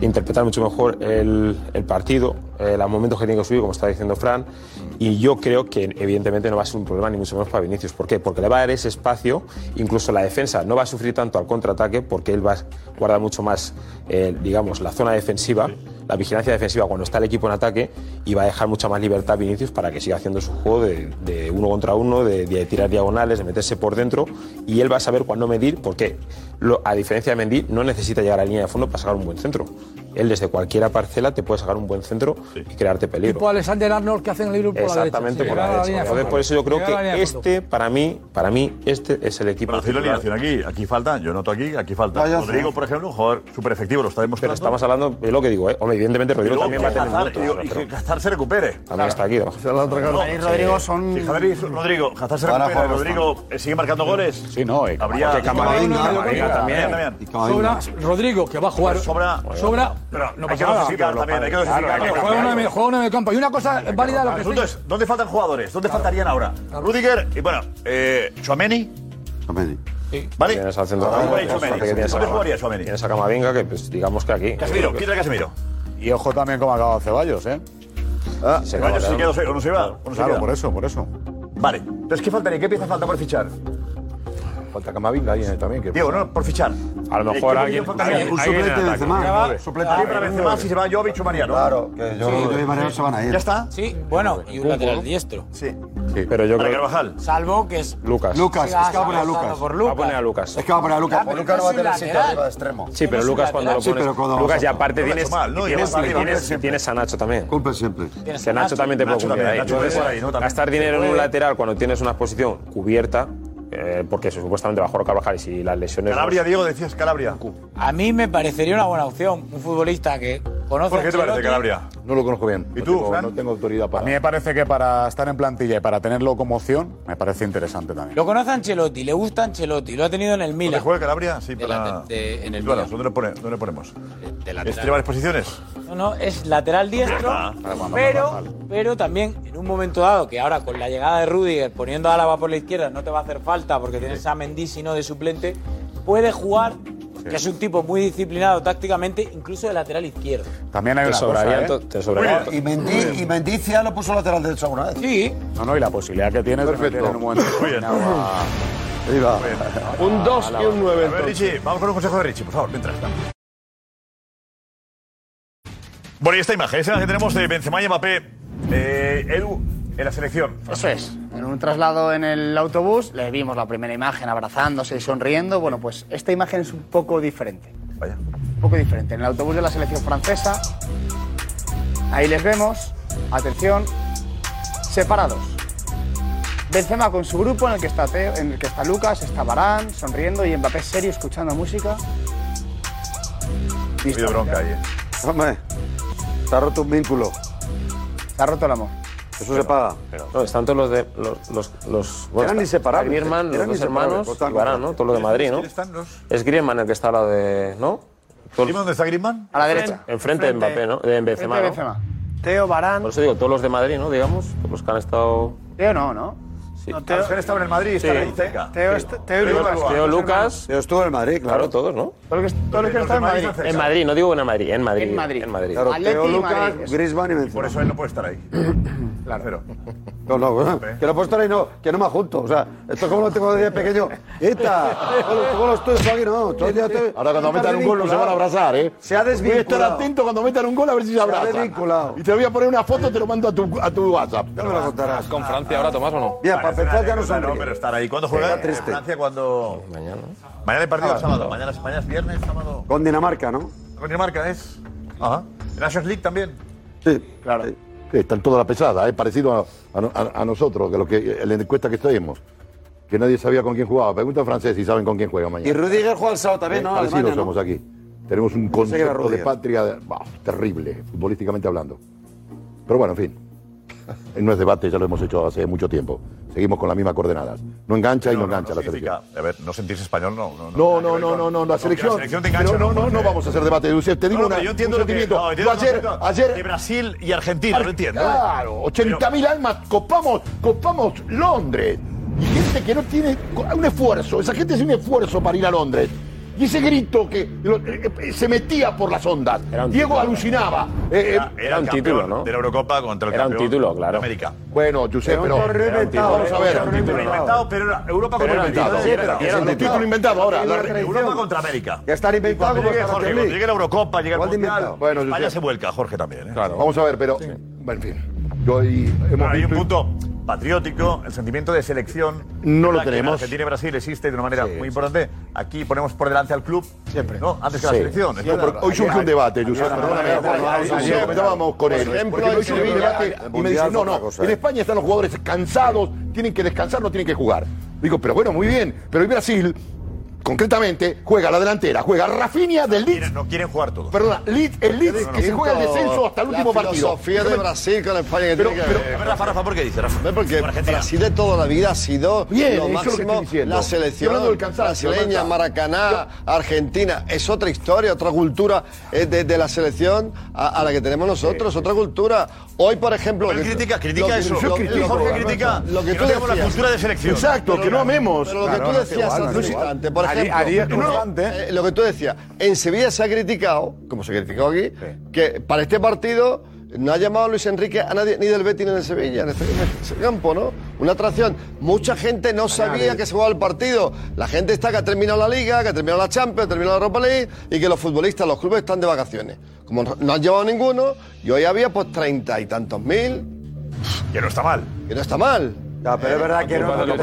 [SPEAKER 17] interpretar mucho mejor el, el partido, eh, los momentos que tiene que subir, como está diciendo Fran, y yo creo que evidentemente no va a ser un problema ni mucho menos para Vinicius. ¿Por qué? Porque le va a dar ese espacio, incluso la defensa no va a sufrir tanto al contraataque porque él va a guardar mucho más, eh, digamos, la zona defensiva, la vigilancia defensiva cuando está el equipo en ataque y va a dejar mucha más libertad a Vinicius para que siga haciendo su juego de, de uno contra uno, de, de tirar diagonales, de meterse por dentro y él va a saber cuándo medir porque, lo- a diferencia de Mendy, no necesita llegar a la línea de fondo para sacar un buen centro. Él desde cualquiera parcela te puede sacar un buen centro y crearte peligro.
[SPEAKER 21] Tipo Alexander Arnold que hacen el libro por la derecha.
[SPEAKER 17] Exactamente,
[SPEAKER 21] Sí,
[SPEAKER 17] por
[SPEAKER 21] llegar a
[SPEAKER 17] la
[SPEAKER 21] línea
[SPEAKER 17] derecha.
[SPEAKER 21] de
[SPEAKER 17] Entonces,
[SPEAKER 21] fondo.
[SPEAKER 17] por eso yo creo
[SPEAKER 21] Llegar a la línea
[SPEAKER 17] que
[SPEAKER 21] de fondo.
[SPEAKER 17] este, para mí, para mí, este es el equipo.
[SPEAKER 7] Pero si la
[SPEAKER 17] titular.
[SPEAKER 7] alineación aquí, aquí falta, yo noto aquí, aquí falta.
[SPEAKER 17] Vaya
[SPEAKER 7] Rodrigo,
[SPEAKER 17] azul.
[SPEAKER 7] por ejemplo, un jugador súper efectivo, lo está
[SPEAKER 17] Pero
[SPEAKER 7] demostrando.
[SPEAKER 17] estamos hablando de lo que digo, ¿eh? Hombre, evidentemente
[SPEAKER 7] Y
[SPEAKER 17] Rodrigo
[SPEAKER 7] luego
[SPEAKER 17] también va a
[SPEAKER 7] que
[SPEAKER 17] tener
[SPEAKER 7] Hazard-
[SPEAKER 17] minutos,
[SPEAKER 7] y-
[SPEAKER 17] pero
[SPEAKER 7] y que Hazard se recupere.
[SPEAKER 17] También está aquí. ¿no?
[SPEAKER 7] No, sí. Sí, Javier, Rodrigo, Hazard se
[SPEAKER 17] Ahora
[SPEAKER 7] recupera.
[SPEAKER 17] jugamos
[SPEAKER 7] Rodrigo eh, sigue marcando goles. Sí,
[SPEAKER 3] no, eh,
[SPEAKER 7] Habría
[SPEAKER 21] Porque Camavinga, Camavinga también.
[SPEAKER 7] también.
[SPEAKER 21] Sobra Rodrigo, que va a jugar. Sobra. Sobra.
[SPEAKER 7] Pero
[SPEAKER 21] No
[SPEAKER 7] hay que
[SPEAKER 21] pasa nada.
[SPEAKER 7] dosificar también, hay que dosificar.
[SPEAKER 21] Claro, hay que jugar una- Juega una medio campo. Y una cosa válida lo
[SPEAKER 7] El
[SPEAKER 21] que
[SPEAKER 7] asunto es, ¿dónde faltan jugadores? ¿Dónde faltarían ahora? Rudiger y, bueno, eh, Chouameni. ¿Vale?
[SPEAKER 17] Tienes al centro.
[SPEAKER 7] Ahora juega
[SPEAKER 17] Tienes a-
[SPEAKER 7] Tchouaméni.
[SPEAKER 17] tienes a-
[SPEAKER 7] ¿Dónde jugaría Tchouaméni?
[SPEAKER 17] Tienes a Camavinga, que pues, digamos que aquí.
[SPEAKER 7] Casemiro, quita a Casemiro.
[SPEAKER 3] Y ojo también como ha acabado Ceballos, ¿eh?
[SPEAKER 17] Ah,
[SPEAKER 7] Ceballos se queda o se- o no se va, o no se
[SPEAKER 3] Claro,
[SPEAKER 7] queda.
[SPEAKER 3] por eso, por eso.
[SPEAKER 7] Vale. Entonces, ¿qué faltaría? ¿Qué pieza falta por fichar?
[SPEAKER 4] Falta Camavinga ahí en el también. Que...
[SPEAKER 7] Diego, no, por fichar. Eh,
[SPEAKER 17] A lo
[SPEAKER 4] mejor
[SPEAKER 7] ¿Qué posición
[SPEAKER 4] alguien-
[SPEAKER 7] faltaría?
[SPEAKER 4] alguien- Un alguien en suplente de ataque. Benzema,
[SPEAKER 7] Llegaba-
[SPEAKER 4] nueve.
[SPEAKER 7] Suplente de para Benzema, si se va Jovic o Mariano.
[SPEAKER 4] Claro, que yo-
[SPEAKER 7] Sí.
[SPEAKER 4] yo y Mariano se van a ir.
[SPEAKER 7] ¿Ya está?
[SPEAKER 2] Sí, bueno, y un lateral diestro.
[SPEAKER 7] Sí.
[SPEAKER 17] Pero yo creo-
[SPEAKER 2] Salvo que es.
[SPEAKER 17] Lucas. Ah,
[SPEAKER 2] Lucas, es que va a poner a apostando
[SPEAKER 17] Lucas.
[SPEAKER 2] por
[SPEAKER 17] Va a poner a Lucas.
[SPEAKER 2] Es que va a poner a Lucas.
[SPEAKER 17] Ya, pero
[SPEAKER 2] Lucas no va a tener sitio
[SPEAKER 17] lateral.
[SPEAKER 2] arriba de
[SPEAKER 4] extremo.
[SPEAKER 17] Sí, pero Lucas cuando lo
[SPEAKER 4] Sí,
[SPEAKER 17] pones.
[SPEAKER 4] pero cuando lo
[SPEAKER 17] Lucas, y
[SPEAKER 4] vas a-
[SPEAKER 17] aparte
[SPEAKER 4] no lo
[SPEAKER 17] tienes.
[SPEAKER 4] hace mal, no,
[SPEAKER 17] y
[SPEAKER 4] y
[SPEAKER 17] tienes,
[SPEAKER 4] vas arriba,
[SPEAKER 17] y tienes-
[SPEAKER 4] siempre.
[SPEAKER 17] y tienes a Nacho también.
[SPEAKER 4] Culpa siempre.
[SPEAKER 17] Que Nacho también te puede
[SPEAKER 4] Nacho
[SPEAKER 17] cumplir
[SPEAKER 4] también,
[SPEAKER 17] ahí.
[SPEAKER 4] Nacho
[SPEAKER 17] Entonces,
[SPEAKER 4] puede por ahí, ¿no? También.
[SPEAKER 17] gastar dinero en un
[SPEAKER 4] Puede.
[SPEAKER 17] lateral cuando tienes una posición cubierta, eh, porque eso, supuestamente va a jugar Carvajal y si las lesiones.
[SPEAKER 7] Calabria, Diego, decías Calabria.
[SPEAKER 2] A mí me parecería una buena opción. Un futbolista que conoce.
[SPEAKER 7] ¿Por qué te
[SPEAKER 2] a Ancelotti.
[SPEAKER 7] parece Calabria?
[SPEAKER 4] No lo conozco bien. ¿Y
[SPEAKER 3] tú, Fran?
[SPEAKER 4] No tengo autoridad
[SPEAKER 3] A
[SPEAKER 4] para.
[SPEAKER 3] mí me parece que para estar en plantilla y para tenerlo como opción, me parece interesante también.
[SPEAKER 2] Lo conoce Ancelotti, le gusta Ancelotti, lo ha tenido en el Milan.
[SPEAKER 7] ¿Dónde juega Calabria? Sí,
[SPEAKER 2] De
[SPEAKER 7] para.
[SPEAKER 2] late- de- en el
[SPEAKER 7] Bueno,
[SPEAKER 2] Milan.
[SPEAKER 7] ¿dónde lo pone- dónde lo ponemos? ¿Este
[SPEAKER 2] lateral.
[SPEAKER 7] lleva las posiciones?
[SPEAKER 2] No, no, es lateral diestro,
[SPEAKER 7] Ah, para cuando
[SPEAKER 2] pero, pero también en un momento dado, que ahora con la llegada de Rudiger poniendo a Álava por la izquierda no te va a hacer falta porque tienes a Mendy si no de suplente, puede jugar que es un tipo muy disciplinado tácticamente, incluso de lateral izquierdo.
[SPEAKER 3] También hay
[SPEAKER 17] Te
[SPEAKER 3] una cosa,
[SPEAKER 17] sobrarían to-
[SPEAKER 3] ¿eh?
[SPEAKER 17] te sobrarían
[SPEAKER 3] Bueno,
[SPEAKER 17] to-
[SPEAKER 3] y-
[SPEAKER 20] Y Mendy, y Mendy ya lo puso lateral derecho alguna vez.
[SPEAKER 2] Sí.
[SPEAKER 3] No, no, y la posibilidad que tiene de meter en un momento determinado a-
[SPEAKER 7] Un
[SPEAKER 3] 2 y un 9.
[SPEAKER 7] A ver, Richie, vamos con un consejo de Richie, por favor, mientras. Bueno, y esta imagen, esa que tenemos de Benzema y Mbappé, eh, Edu, en la selección.
[SPEAKER 6] Eso es. En un traslado en el autobús le vimos la primera imagen abrazándose y sonriendo. Bueno, pues esta imagen es un poco diferente.
[SPEAKER 7] Vaya.
[SPEAKER 6] Un poco diferente. En el autobús de la selección francesa. Ahí les vemos. Atención. Separados. Benzema con su grupo en el que está Teo- en el que está Lucas, está Barán sonriendo y Mbappé serio escuchando música.
[SPEAKER 7] Ha habido bronca ahí, eh.
[SPEAKER 5] Hombre, te ha roto un vínculo.
[SPEAKER 6] Te ha roto el amor.
[SPEAKER 5] Eso se paga.
[SPEAKER 17] No, están todos los de los los, los
[SPEAKER 5] Eran
[SPEAKER 17] está
[SPEAKER 5] inseparables.
[SPEAKER 17] Griezmann, los
[SPEAKER 5] Eran
[SPEAKER 17] dos
[SPEAKER 5] inseparables,
[SPEAKER 17] hermanos
[SPEAKER 5] total,
[SPEAKER 17] y Varane, ¿no? Todos los de Madrid, ¿no?
[SPEAKER 7] ¿Quién están los?
[SPEAKER 17] Es Griezmann el que está al lado de, ¿no? Todos-
[SPEAKER 7] ¿Dónde está Griezmann?
[SPEAKER 6] A la derecha.
[SPEAKER 17] Enfrente de Mbappé, ¿no? De Benzema,
[SPEAKER 6] Frente
[SPEAKER 17] ¿no?
[SPEAKER 6] a Benzema. Teo, Barán.
[SPEAKER 17] Por eso digo, todos los de Madrid, ¿no? Digamos, todos los que han estado
[SPEAKER 6] Teo no, ¿no?
[SPEAKER 17] Sí.
[SPEAKER 6] No, Teo-
[SPEAKER 7] Los que han estado en el Madrid están ahí cerca.
[SPEAKER 6] Teo,
[SPEAKER 14] este-
[SPEAKER 7] Sí.
[SPEAKER 6] está- Teo y Lucas.
[SPEAKER 17] Teo Lucas.
[SPEAKER 5] Yo estuve en Madrid,
[SPEAKER 17] claro. todos, ¿no?
[SPEAKER 6] Todos los que, todos los que están en Madrid.
[SPEAKER 17] En Madrid, no digo en el Madrid, en Madrid.
[SPEAKER 6] En Madrid.
[SPEAKER 5] Claro,
[SPEAKER 6] Atleti
[SPEAKER 5] Teo
[SPEAKER 6] y
[SPEAKER 5] Lucas,
[SPEAKER 6] Madrid, eso.
[SPEAKER 5] Griezmann y Benzema.
[SPEAKER 7] Por eso él no puede estar ahí. Claro. Eh.
[SPEAKER 5] No, no, bueno, que no puedo estar ahí, no, que no me junto. O sea, esto como lo tengo desde pequeño. ¡Eta! Como lo estoy aquí, no. todo el día estoy-
[SPEAKER 20] Ahora cuando metan un gol no se van a abrazar, ¿eh?
[SPEAKER 5] Se ha desvinculado.
[SPEAKER 20] Voy a estar atento cuando metan un gol a ver si se
[SPEAKER 5] Se ha
[SPEAKER 20] abrazan.
[SPEAKER 5] desvinculado.
[SPEAKER 20] Y te voy a poner una foto, te lo mando a tu, a tu WhatsApp.
[SPEAKER 17] ¿Estás con Francia ahora, Tomás, o no?
[SPEAKER 5] Mira,
[SPEAKER 7] para pensar ya no son. No, pero estar ahí. ¿Cuándo juega? Francia, cuando.
[SPEAKER 17] Mañana.
[SPEAKER 7] Mañana el partido
[SPEAKER 5] Ah,
[SPEAKER 7] es sábado. Mañana, mañana es viernes, sábado.
[SPEAKER 5] Con Dinamarca, ¿no?
[SPEAKER 7] Con Dinamarca es. Ajá. Ah, Nations League también.
[SPEAKER 4] Sí, eh,
[SPEAKER 6] claro.
[SPEAKER 4] están toda la pesada, es parecido a, a no- a- a nosotros, que lo que en la encuesta que estuvimos. Que nadie sabía con quién jugaba. Pregunta al francés si saben con quién juega mañana.
[SPEAKER 5] Y Rudiger juega el sábado también, ¿no?
[SPEAKER 4] Eh, Parecidos
[SPEAKER 5] Alemania, ¿no?
[SPEAKER 4] somos aquí. Tenemos un
[SPEAKER 5] Pensé que era
[SPEAKER 4] concepto de
[SPEAKER 5] Rudiger.
[SPEAKER 4] patria bah, terrible, futbolísticamente hablando. Pero bueno, en fin. Eh, No es debate, ya lo hemos hecho hace mucho tiempo. Seguimos con las mismas coordenadas. No engancha y no, engancha la selección.
[SPEAKER 7] A ver, no sentirse español, no. No,
[SPEAKER 4] No, no, no, no, no, la selección.
[SPEAKER 7] te engancha,
[SPEAKER 4] pero no, no,
[SPEAKER 7] porque-
[SPEAKER 4] no vamos a hacer debate. Josep, Te
[SPEAKER 7] No,
[SPEAKER 4] digo
[SPEAKER 7] no,
[SPEAKER 4] una,
[SPEAKER 7] pero yo entiendo
[SPEAKER 4] un
[SPEAKER 7] lo que-
[SPEAKER 4] sentimiento.
[SPEAKER 7] no, entiendo
[SPEAKER 4] Yo ayer,
[SPEAKER 7] el concepto
[SPEAKER 4] ayer.
[SPEAKER 7] de Brasil y Argentina, lo entiendo.
[SPEAKER 4] Claro, 80.000 almas copamos, copamos Londres. Y gente que no tiene co- un esfuerzo, esa gente hace un esfuerzo para ir a Londres. Y ese grito que lo- eh, eh, se metía por las ondas. Diego alucinaba. Eh, eh,
[SPEAKER 7] Era, era un título, ¿no? De la Eurocopa contra el
[SPEAKER 4] Era un
[SPEAKER 7] campeón
[SPEAKER 4] título,
[SPEAKER 7] de América.
[SPEAKER 4] Bueno, Josep,
[SPEAKER 7] Era un
[SPEAKER 4] pero.
[SPEAKER 7] torneo
[SPEAKER 4] Era un
[SPEAKER 7] inventado,
[SPEAKER 4] vamos a ver.
[SPEAKER 7] era un título inventado, pero era Europa contra
[SPEAKER 4] Pero era
[SPEAKER 7] América.
[SPEAKER 4] inventado,
[SPEAKER 7] Sí,
[SPEAKER 4] era-
[SPEAKER 7] pero
[SPEAKER 4] era
[SPEAKER 7] un
[SPEAKER 4] un
[SPEAKER 7] título
[SPEAKER 4] título
[SPEAKER 7] inventado ahora.
[SPEAKER 4] Era una
[SPEAKER 7] la-
[SPEAKER 4] tradición.
[SPEAKER 7] Europa contra América.
[SPEAKER 5] Ya estar inventado
[SPEAKER 7] Cuando
[SPEAKER 5] como
[SPEAKER 7] llegue,
[SPEAKER 5] la
[SPEAKER 7] Jorge,
[SPEAKER 5] Champions
[SPEAKER 7] cuando
[SPEAKER 5] League.
[SPEAKER 7] llegue la Eurocopa, llega el
[SPEAKER 5] Igual de
[SPEAKER 7] Mundial.
[SPEAKER 5] inventado. Bueno,
[SPEAKER 7] España
[SPEAKER 5] Josep.
[SPEAKER 7] se vuelca, Jorge también. ¿eh?
[SPEAKER 4] Vamos a ver, pero. bueno, en fin. Yo ahí hemos
[SPEAKER 7] Hay un
[SPEAKER 4] visto-
[SPEAKER 7] punto patriótico, el sentimiento de selección.
[SPEAKER 4] No lo
[SPEAKER 7] ¿verdad? Que
[SPEAKER 4] tenemos.
[SPEAKER 7] en Argentina y Brasil existe de una manera muy importante. Aquí ponemos por delante al club. Siempre. ¿no? Antes que la
[SPEAKER 4] Sí.
[SPEAKER 7] selección.
[SPEAKER 4] Sí, pero hoy surge un debate, Josep, perdóname. Hoy sí, comentábamos con él. Porque hoy surge un debate y me dice, no, no,
[SPEAKER 7] eh".
[SPEAKER 4] en España están los jugadores cansados, tienen que descansar, no tienen que jugar. Digo, pero bueno, muy bien. Pero hoy Brasil, concretamente, juega a la delantera, juega a Rafinha del Leeds.
[SPEAKER 7] No quieren jugar todos.
[SPEAKER 4] Perdona, Leeds, el Leeds que se juega el descenso hasta el último
[SPEAKER 5] la
[SPEAKER 4] partido.
[SPEAKER 5] filosofía de Brasil con España que
[SPEAKER 4] Pero-
[SPEAKER 5] tiene que
[SPEAKER 4] pero-
[SPEAKER 5] ver.
[SPEAKER 7] A ver, Rafa, Rafa, ¿por qué dice Rafa?
[SPEAKER 5] ¿Ves? Porque
[SPEAKER 7] Por Argentina.
[SPEAKER 5] Brasil de toda la vida ha sido
[SPEAKER 4] Bien, eso
[SPEAKER 5] lo
[SPEAKER 4] es lo que
[SPEAKER 5] máximo.
[SPEAKER 4] estoy diciendo.
[SPEAKER 5] la
[SPEAKER 4] Estoy
[SPEAKER 5] selección
[SPEAKER 4] hablando del cansancio,
[SPEAKER 5] brasileña,
[SPEAKER 4] Marta.
[SPEAKER 5] Maracaná, Argentina. Es otra historia, otra cultura eh, de, de la selección a, a la que tenemos nosotros, otra cultura. Hoy, por ejemplo.
[SPEAKER 7] Pero
[SPEAKER 5] lo que-
[SPEAKER 7] critica, critica
[SPEAKER 5] lo que-
[SPEAKER 7] eso.
[SPEAKER 5] lo-
[SPEAKER 7] Yo critico, Jorge critica
[SPEAKER 5] Lo que
[SPEAKER 7] que
[SPEAKER 5] tú
[SPEAKER 7] no tenemos la
[SPEAKER 5] decías.
[SPEAKER 7] cultura de selección.
[SPEAKER 4] Exacto, que no amemos.
[SPEAKER 5] Pero lo que
[SPEAKER 4] Claro,
[SPEAKER 5] tú
[SPEAKER 4] no es
[SPEAKER 5] decías
[SPEAKER 4] igual,
[SPEAKER 5] hace
[SPEAKER 4] no
[SPEAKER 5] un
[SPEAKER 4] es igual.
[SPEAKER 5] instante, por
[SPEAKER 4] Ari-
[SPEAKER 5] ejemplo.
[SPEAKER 4] Ari es
[SPEAKER 5] no,
[SPEAKER 4] constante.
[SPEAKER 5] eh, lo que tú decías, en Sevilla se ha criticado, como se criticó aquí, que para este partido no ha llamado a Luis Enrique a nadie, ni del Betis ni del Sevilla, en este, en este campo, ¿no? Una atracción. Mucha gente no sabía que se jugaba el partido. La gente está que ha terminado la Liga, que ha terminado la Champions, que ha terminado la Europa League y que los futbolistas, los clubes están de vacaciones. Como no- no han llevado ninguno, y hoy había pues treinta y tantos mil,
[SPEAKER 7] Que no está mal.
[SPEAKER 5] que no está mal.
[SPEAKER 7] pero es verdad que no- no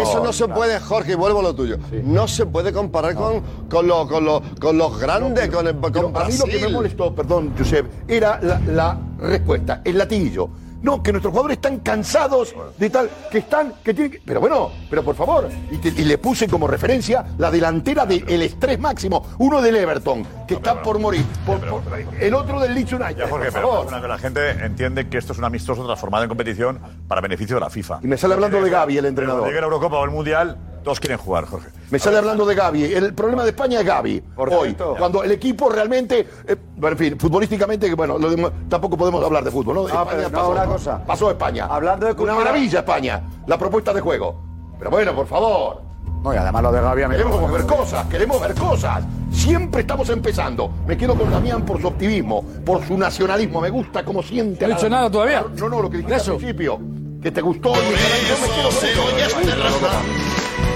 [SPEAKER 5] Eso no se puede, Jorge, y vuelvo a lo tuyo. No se puede comparar con, con, los- con, los- con los grandes, con, el, con
[SPEAKER 4] A mí
[SPEAKER 5] Brasil.
[SPEAKER 4] lo que me molestó, perdón, Josep, era la, la respuesta, el latillo. No, que nuestros jugadores están cansados de tal, que están, que tienen que- Pero bueno, pero por favor. Y, te- y le puse como referencia la delantera del estrés máximo. Uno del Everton, que está por morir. por- por- el otro del Leeds United.
[SPEAKER 7] Ya, Jorge,
[SPEAKER 4] por
[SPEAKER 7] pero
[SPEAKER 4] favor.
[SPEAKER 7] es una que la gente entiende que esto es un amistoso transformado en competición para beneficio de la FIFA.
[SPEAKER 4] Y me sale hablando de Gaby,
[SPEAKER 7] Pero
[SPEAKER 4] el
[SPEAKER 7] cuando
[SPEAKER 4] entrenador.
[SPEAKER 7] llegue la Eurocopa o el Mundial, todos quieren jugar, Jorge.
[SPEAKER 4] Me sale hablando de Gaby. El problema de España es Gaby. Hoy, cuando el equipo realmente. eh, bueno, en fin, futbolísticamente, que, bueno, lo demás- tampoco podemos hablar de fútbol, ¿no? España
[SPEAKER 20] Ah, pero no, una cosa.
[SPEAKER 4] Pasó España. Hablando de Una maravilla España, la propuesta de juego. Pero bueno, por favor.
[SPEAKER 3] No, y además lo de Gavi a mí-
[SPEAKER 4] Queremos ver cosas, queremos ver cosas. Siempre estamos empezando. Me quedo con Damián por su optimismo, por su nacionalismo. Me gusta cómo siente.
[SPEAKER 8] No he
[SPEAKER 4] la-
[SPEAKER 8] dicho nada todavía.
[SPEAKER 4] No, no, lo que dijiste al principio. Que te gustó. y- Yo me quedo con eso.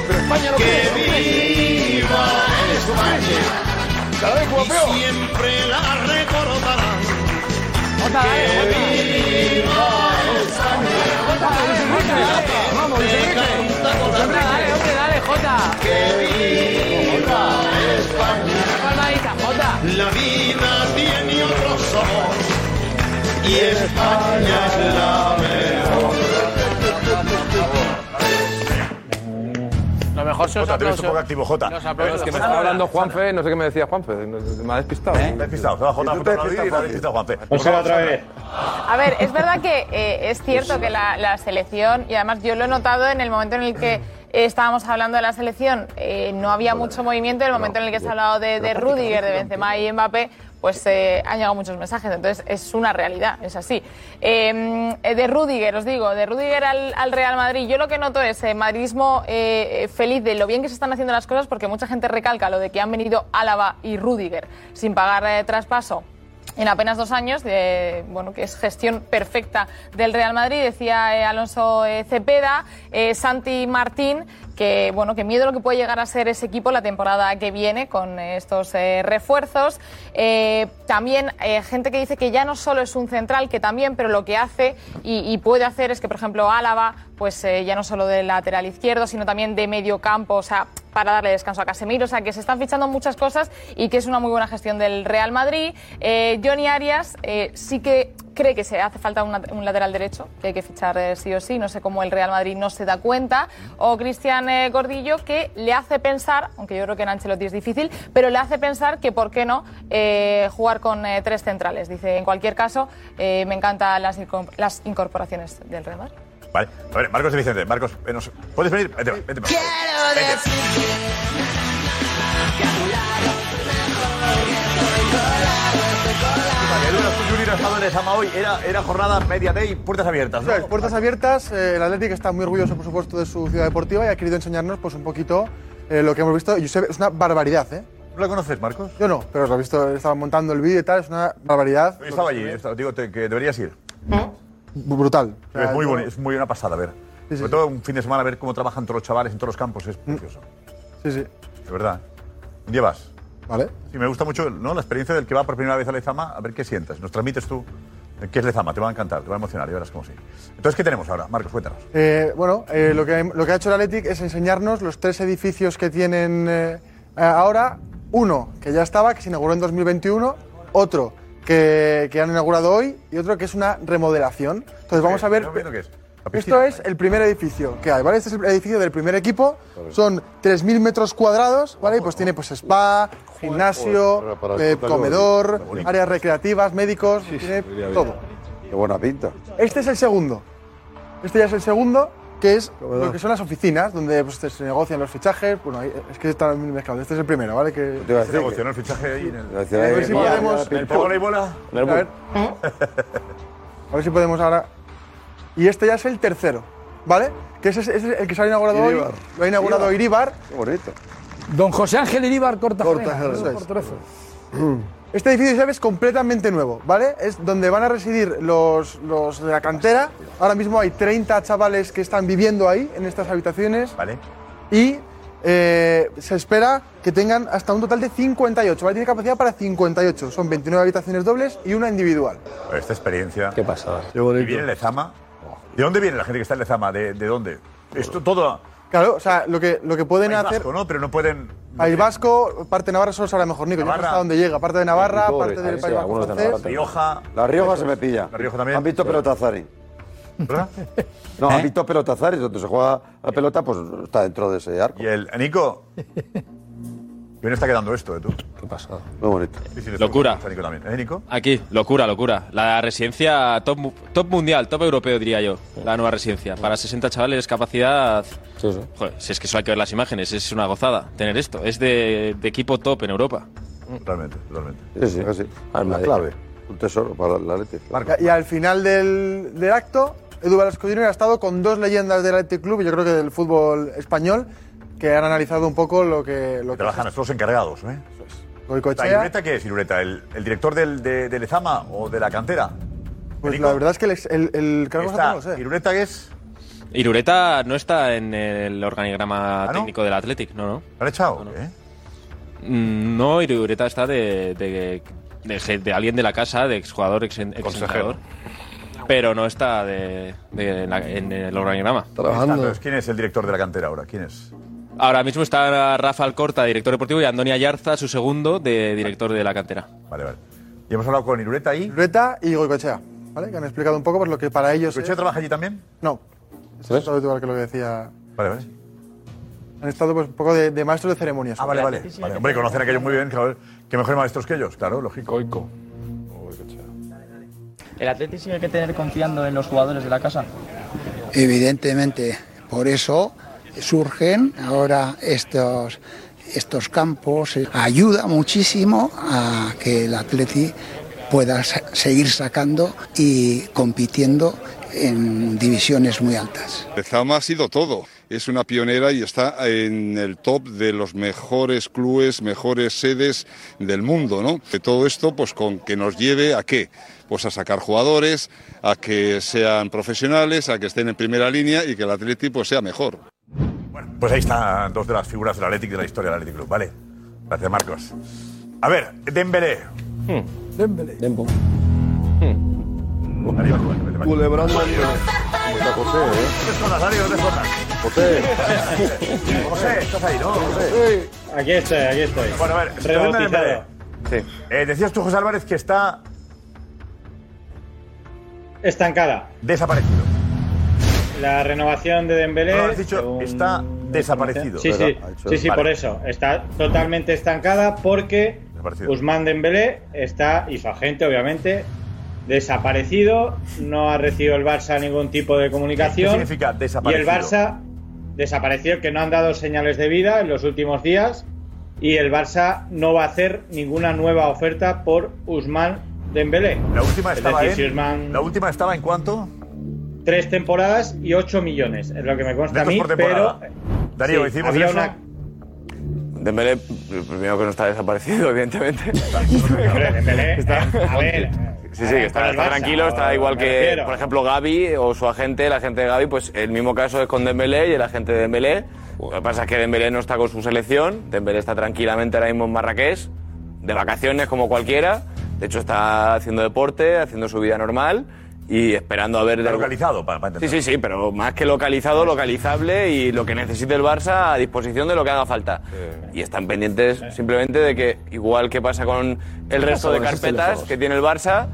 [SPEAKER 4] Pero España no quiere, no quiere. Cada vez como peor.
[SPEAKER 20] Siempre la recordarán.
[SPEAKER 8] Vamos,
[SPEAKER 20] Dale, hombre, dale, Jota.
[SPEAKER 9] Palmadita, Jota.
[SPEAKER 20] La vida tiene otro sabor y España es la mejor.
[SPEAKER 27] Lo mejor son los
[SPEAKER 16] Jota, te he visto
[SPEAKER 27] aplausos.
[SPEAKER 16] poco activo, Jota.
[SPEAKER 7] Ah,
[SPEAKER 27] Los
[SPEAKER 16] Pero Es
[SPEAKER 27] aplausos.
[SPEAKER 16] que me estaba hablando Juanfe, no sé qué me decía Juanfe, me ha despistado. ¿Eh? Me ha despistado, estaba Jota,
[SPEAKER 7] te has despistado,
[SPEAKER 16] me ha despistado
[SPEAKER 7] Juanfe.
[SPEAKER 16] otra
[SPEAKER 7] vez.
[SPEAKER 9] A ver, es verdad que eh, es cierto que la, la selección, y además yo lo he notado en el momento en el que eh, estábamos hablando de la selección, eh, no había mucho movimiento, en el momento en el que se ha hablado de, de Rudiger, de Benzema y Mbappé, pues eh, han llegado muchos mensajes, entonces es una realidad, es así. Eh, eh, de Rudiger, os digo, de Rudiger al, al Real Madrid, yo lo que noto es eh, madridismo eh, eh, feliz de lo bien que se están haciendo las cosas, porque mucha gente recalca lo de que han venido Álava y Rudiger sin pagar eh, traspaso en apenas dos años, de, bueno, que es gestión perfecta del Real Madrid, decía eh, Alonso eh, Cepeda, eh, Santi Martín, que bueno, que miedo lo que puede llegar a ser ese equipo la temporada que viene con eh, estos eh, refuerzos. Eh, también eh, gente que dice que ya no solo es un central, que también, pero lo que hace y, y puede hacer es que, por ejemplo, Álava, pues eh, ya no solo de lateral izquierdo, sino también de medio campo, o sea, para darle descanso a Casemiro. O sea, que se están fichando muchas cosas y que es una muy buena gestión del Real Madrid. Eh, Johnny Arias eh, sí que cree que se hace falta una- un lateral derecho, que hay que fichar eh, sí o sí. No sé cómo el Real Madrid no se da cuenta. O Cristian eh, Gordillo que le hace pensar, aunque yo creo que en Ancelotti es difícil, pero le hace pensar que por qué no eh, jugar con eh, tres centrales. Dice, en cualquier caso, eh, me encantan las, inco- las incorporaciones del Real Madrid.
[SPEAKER 7] Vale, a ver, Marcos de Vicente, Marcos, eh, nos- ¿puedes venir? Vete, vete, vete. Junior ha estado en el Sama hoy, era, era jornada media day, puertas abiertas. ¿no?
[SPEAKER 13] Eso es, puertas abiertas, eh, el Atlético está muy orgulloso, por supuesto, de su ciudad deportiva y ha querido enseñarnos pues, un poquito eh, lo que hemos visto. Josep, es una barbaridad, ¿eh?
[SPEAKER 7] ¿No la conoces, Marcos?
[SPEAKER 13] Yo no, pero lo he visto, estaba montando el vídeo y tal, es una barbaridad.
[SPEAKER 7] Yo Estaba allí, estaba- digo te- que deberías ir.
[SPEAKER 13] Brutal.
[SPEAKER 7] es muy
[SPEAKER 13] yo-
[SPEAKER 7] bonito, es muy una pasada ver. Sobre todo un fin de semana ver cómo trabajan todos los chavales en todos los campos, es precioso.
[SPEAKER 13] Mm. Sí, sí.
[SPEAKER 7] De verdad. Un día vas.
[SPEAKER 13] Vale.
[SPEAKER 7] Sí, me gusta mucho ¿no? la experiencia del que va por primera vez a Lezama, a ver qué sientas. Nos transmites tú eh, qué es Lezama, te va a encantar, te va a emocionar y verás cómo sí. Entonces, ¿qué tenemos ahora? Marcos, cuéntanos.
[SPEAKER 13] Eh, bueno, eh, lo, que, lo que ha hecho el Athletic es enseñarnos los tres edificios que tienen eh, eh, ahora. Uno que ya estaba, que se inauguró en 2021, otro que, que han inaugurado hoy y otro que es una remodelación. Entonces vamos a ver...
[SPEAKER 7] ¿Estás viendo qué es?
[SPEAKER 13] Esto es el primer edificio que hay, ¿vale? Este es el edificio del primer equipo. Son 3.000 metros cuadrados, ¿vale? Y pues tiene pues spa, gimnasio,
[SPEAKER 4] Joder, para
[SPEAKER 13] eh,
[SPEAKER 4] escucharlo,
[SPEAKER 13] comedor,
[SPEAKER 4] está bonito.
[SPEAKER 13] áreas recreativas, médicos, tiene todo.
[SPEAKER 20] Qué buena pinta.
[SPEAKER 13] Este es el segundo. Este ya es el segundo, que es
[SPEAKER 20] Comedor.
[SPEAKER 13] lo que son las oficinas, donde pues, se negocian los fichajes. Bueno, ahí- es que está mezclado. Este es el primero, ¿vale? Que,
[SPEAKER 20] Te iba a
[SPEAKER 7] Se negoció, ¿no? el fichaje ahí en el.
[SPEAKER 13] A ver si podemos.
[SPEAKER 7] En el Polo y bola.
[SPEAKER 13] A ver. A ver si podemos ahora. Y este ya es el tercero, ¿vale? Que ese es, ese es el que se ha inaugurado hoy.
[SPEAKER 8] Iribar.
[SPEAKER 13] Lo ha inaugurado Iribar.
[SPEAKER 20] Qué bonito.
[SPEAKER 13] Don José Ángel Iribar Cortajarena.
[SPEAKER 8] Cortajarena.
[SPEAKER 13] Eso es. Este edificio, ya ves, completamente nuevo, ¿vale? Es donde van a residir los, los de la cantera. Ahora mismo hay 30 chavales que están viviendo ahí, en estas habitaciones.
[SPEAKER 7] Vale.
[SPEAKER 13] Y eh, se espera que tengan hasta un total de 58, ¿vale? Tiene capacidad para 58. Son 29 habitaciones dobles y una individual.
[SPEAKER 7] Esta experiencia. Qué pasada.
[SPEAKER 13] Qué bonito.
[SPEAKER 7] Y viene Lezama. ¿De dónde viene la gente que está en Lezama? ¿De, de dónde? Esto todo.
[SPEAKER 13] Claro, o sea, lo que, lo que pueden
[SPEAKER 7] País
[SPEAKER 13] hacer...
[SPEAKER 7] Vasco, ¿no? Pero no pueden.
[SPEAKER 13] País Vasco, parte de Navarra solo sabrá mejor, Nico. Yo no sé
[SPEAKER 7] Navarra.
[SPEAKER 13] hasta dónde llega. Parte de Navarra,
[SPEAKER 7] Pobres,
[SPEAKER 13] parte del
[SPEAKER 7] sí,
[SPEAKER 13] País Vasco
[SPEAKER 7] algunos de
[SPEAKER 13] francés.
[SPEAKER 7] Navarra también. Rioja.
[SPEAKER 20] La Rioja se me pilla.
[SPEAKER 7] La Rioja también.
[SPEAKER 20] ¿Han visto
[SPEAKER 7] Sí.
[SPEAKER 20] pelotazari?
[SPEAKER 7] ¿Verdad? ¿Eh?
[SPEAKER 20] No, ¿han visto pelotazari? Donde se juega la pelota, pues está dentro de ese arco.
[SPEAKER 7] Y el. Nico. Bien está quedando esto, ¿eh, tú? Qué pasada.
[SPEAKER 20] Muy bonito.
[SPEAKER 7] Sí, sí, le
[SPEAKER 15] Locura.
[SPEAKER 7] está Nico también. ¿Eh, Nico?
[SPEAKER 15] Aquí, locura, locura. La residencia top, mu- top mundial, top europeo, diría yo. La nueva residencia. Para 60 chavales, capacidad. Joder, si es que solo hay que ver las imágenes, es una gozada tener esto. Es de, de equipo top en Europa.
[SPEAKER 7] Totalmente, totalmente.
[SPEAKER 20] Sí, sí, sí. Una clave. Un tesoro para la Leti.
[SPEAKER 13] Y, y al final del, del acto, Edu Velasco Jr. ha estado con dos leyendas del Athletic Club, y yo creo que del fútbol español,
[SPEAKER 1] que han analizado un poco lo que... Lo que
[SPEAKER 7] Trabajan nuestros encargados, ¿eh?
[SPEAKER 1] Goicoechea.
[SPEAKER 7] ¿La Irureta qué es, Irureta? ¿El, el director del, de, de Lezama o de la cantera?
[SPEAKER 1] Pues la verdad es que el, ex- el, el cargo
[SPEAKER 7] Está-
[SPEAKER 1] no lo sé.
[SPEAKER 7] ¿Irureta qué es?
[SPEAKER 15] Irureta no está en el
[SPEAKER 7] Ah,
[SPEAKER 15] organigrama técnico del Athletic, no, no.
[SPEAKER 7] ¿Lo han echado? ¿Eh?
[SPEAKER 15] No, Mm, no, Irureta está de, de, de je- de alguien de la casa, de exjugador, ex, exentrenador. Pero no está de, de la- en el organigrama.
[SPEAKER 7] Está, entonces, ¿Quién es el director de la cantera ahora? ¿Quién es?
[SPEAKER 15] Ahora mismo está Rafa Alcorta, director deportivo, y Andonia Yarza, su segundo, de director de la cantera.
[SPEAKER 7] Vale, vale. Y hemos hablado con Irureta y...
[SPEAKER 1] Irureta y Goicochea, ¿vale? Que han explicado un poco pues, lo que para ellos...
[SPEAKER 7] ¿Goicoechea trabaja allí también?
[SPEAKER 1] No. Eso es todo igual que lo que decía...
[SPEAKER 7] Vale, vale.
[SPEAKER 1] Han estado pues, un poco de, de maestros de ceremonias.
[SPEAKER 7] Ah, vale, vale. Vale, Hombre, conocen a aquellos muy bien, claro. ¿Qué mejores maestros que ellos? Claro, lógico. Oico.
[SPEAKER 13] ¿El Atleti sigue que tener confiando en los jugadores de la casa?
[SPEAKER 18] Evidentemente, por eso surgen ahora estos, estos campos. Ayuda muchísimo a que el Atleti pueda sa- seguir sacando y compitiendo en divisiones muy altas.
[SPEAKER 22] Lezama ha sido todo. Es una pionera y está en el top de los mejores clubes, mejores sedes del mundo, ¿no? Que todo esto, pues, con que nos lleve a qué? Pues a sacar jugadores, a que sean profesionales, a que estén en primera línea y que el Atleti, pues, sea mejor.
[SPEAKER 7] Pues ahí están dos de las figuras del Athletic de la historia del Athletic Club, ¿vale? Gracias, Marcos. A ver, Dembélé.
[SPEAKER 21] Dembélé.
[SPEAKER 7] Arriba, Juan, vale, vale.
[SPEAKER 5] Culebrando.
[SPEAKER 4] ¿Cómo está José, eh?
[SPEAKER 7] José. José, estás ahí, ¿no? José.
[SPEAKER 11] Aquí estoy, aquí estoy.
[SPEAKER 7] Bueno, a ver,
[SPEAKER 11] Rebautizado.
[SPEAKER 7] Dembélé, Dembélé. Eh, decías tú, José Álvarez, que está
[SPEAKER 11] Estancada.
[SPEAKER 7] desaparecido.
[SPEAKER 11] La renovación de Dembélé.
[SPEAKER 7] No, has dicho, está desaparecido,
[SPEAKER 11] Sí, sí,
[SPEAKER 7] ¿verdad? Ha dicho-
[SPEAKER 11] sí, sí,
[SPEAKER 7] Vale.
[SPEAKER 11] por eso. Está totalmente estancada porque
[SPEAKER 7] Desaparecido.
[SPEAKER 11] Guzmán Dembélé está y su agente, obviamente, desaparecido. No ha recibido el Barça ningún tipo de comunicación.
[SPEAKER 7] ¿Qué significa desaparecido?
[SPEAKER 11] Y el Barça desapareció, que no han dado señales de vida en los últimos días. Y el Barça no va a hacer ninguna nueva oferta por Usman Dembélé.
[SPEAKER 7] La última estaba
[SPEAKER 11] decir,
[SPEAKER 7] en-
[SPEAKER 11] si Usman-
[SPEAKER 7] La última estaba en cuánto?
[SPEAKER 11] Tres temporadas y 8 millones, es lo que me consta a
[SPEAKER 7] Netos
[SPEAKER 11] mí,
[SPEAKER 7] por
[SPEAKER 11] pero...
[SPEAKER 7] temporada. Darío,
[SPEAKER 11] sí,
[SPEAKER 7] ¿hicimos
[SPEAKER 11] había
[SPEAKER 7] eso?
[SPEAKER 11] una-
[SPEAKER 19] Dembélé, primero que no está desaparecido, evidentemente.
[SPEAKER 11] Está- eh, a ver,
[SPEAKER 19] Sí, sí, que
[SPEAKER 11] Con
[SPEAKER 19] está,
[SPEAKER 11] el
[SPEAKER 19] está
[SPEAKER 11] Barça,
[SPEAKER 19] tranquilo, está
[SPEAKER 11] me
[SPEAKER 19] igual que,
[SPEAKER 11] refiero.
[SPEAKER 19] por ejemplo, Gaby o su agente, el agente de Gaby, pues el mismo caso es con Dembélé y el agente de Dembélé. Lo que pasa es que Dembélé no está con su selección, Dembélé está tranquilamente ahora mismo en Marrakech, de vacaciones como cualquiera, de hecho está haciendo deporte, haciendo su vida normal y esperando a ver...
[SPEAKER 7] Está localizado, para,
[SPEAKER 19] Sí, sí, sí, pero más que localizado, localizable y lo que necesite el Barça a disposición de lo que haga falta. Y están pendientes simplemente de que, igual que pasa con el
[SPEAKER 7] ¿Qué
[SPEAKER 19] resto
[SPEAKER 7] pasa
[SPEAKER 19] de
[SPEAKER 7] con esos
[SPEAKER 19] carpetas
[SPEAKER 7] teléfonos?
[SPEAKER 19] que tiene el Barça,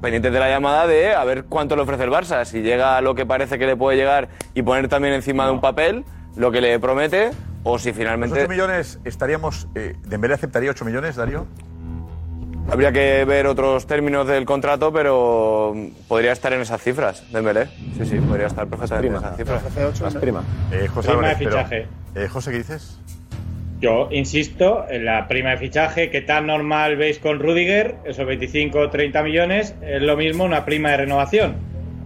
[SPEAKER 19] pendientes de la llamada de a ver cuánto le ofrece el Barça. Si llega a lo que parece que le puede llegar y poner también encima de un papel lo que le promete, o si
[SPEAKER 7] Los
[SPEAKER 19] finalmente
[SPEAKER 7] 8 millones estaríamos. Eh, ¿Dembélé aceptaría 8 millones, Darío?
[SPEAKER 19] habría que ver otros términos del contrato, pero mm, podría estar en esas cifras, Dembélé. Sí, sí, podría estar perfectamente en esas cifras.
[SPEAKER 11] Las prima.
[SPEAKER 7] Eh, José
[SPEAKER 11] Prima
[SPEAKER 7] Álvarez,
[SPEAKER 11] de
[SPEAKER 7] pero-
[SPEAKER 11] fichaje.
[SPEAKER 7] eh, José, ¿qué dices?
[SPEAKER 11] Yo insisto, en la prima de fichaje que tan normal veis con Rudiger, esos 25 o 30 millones, es lo mismo una prima de renovación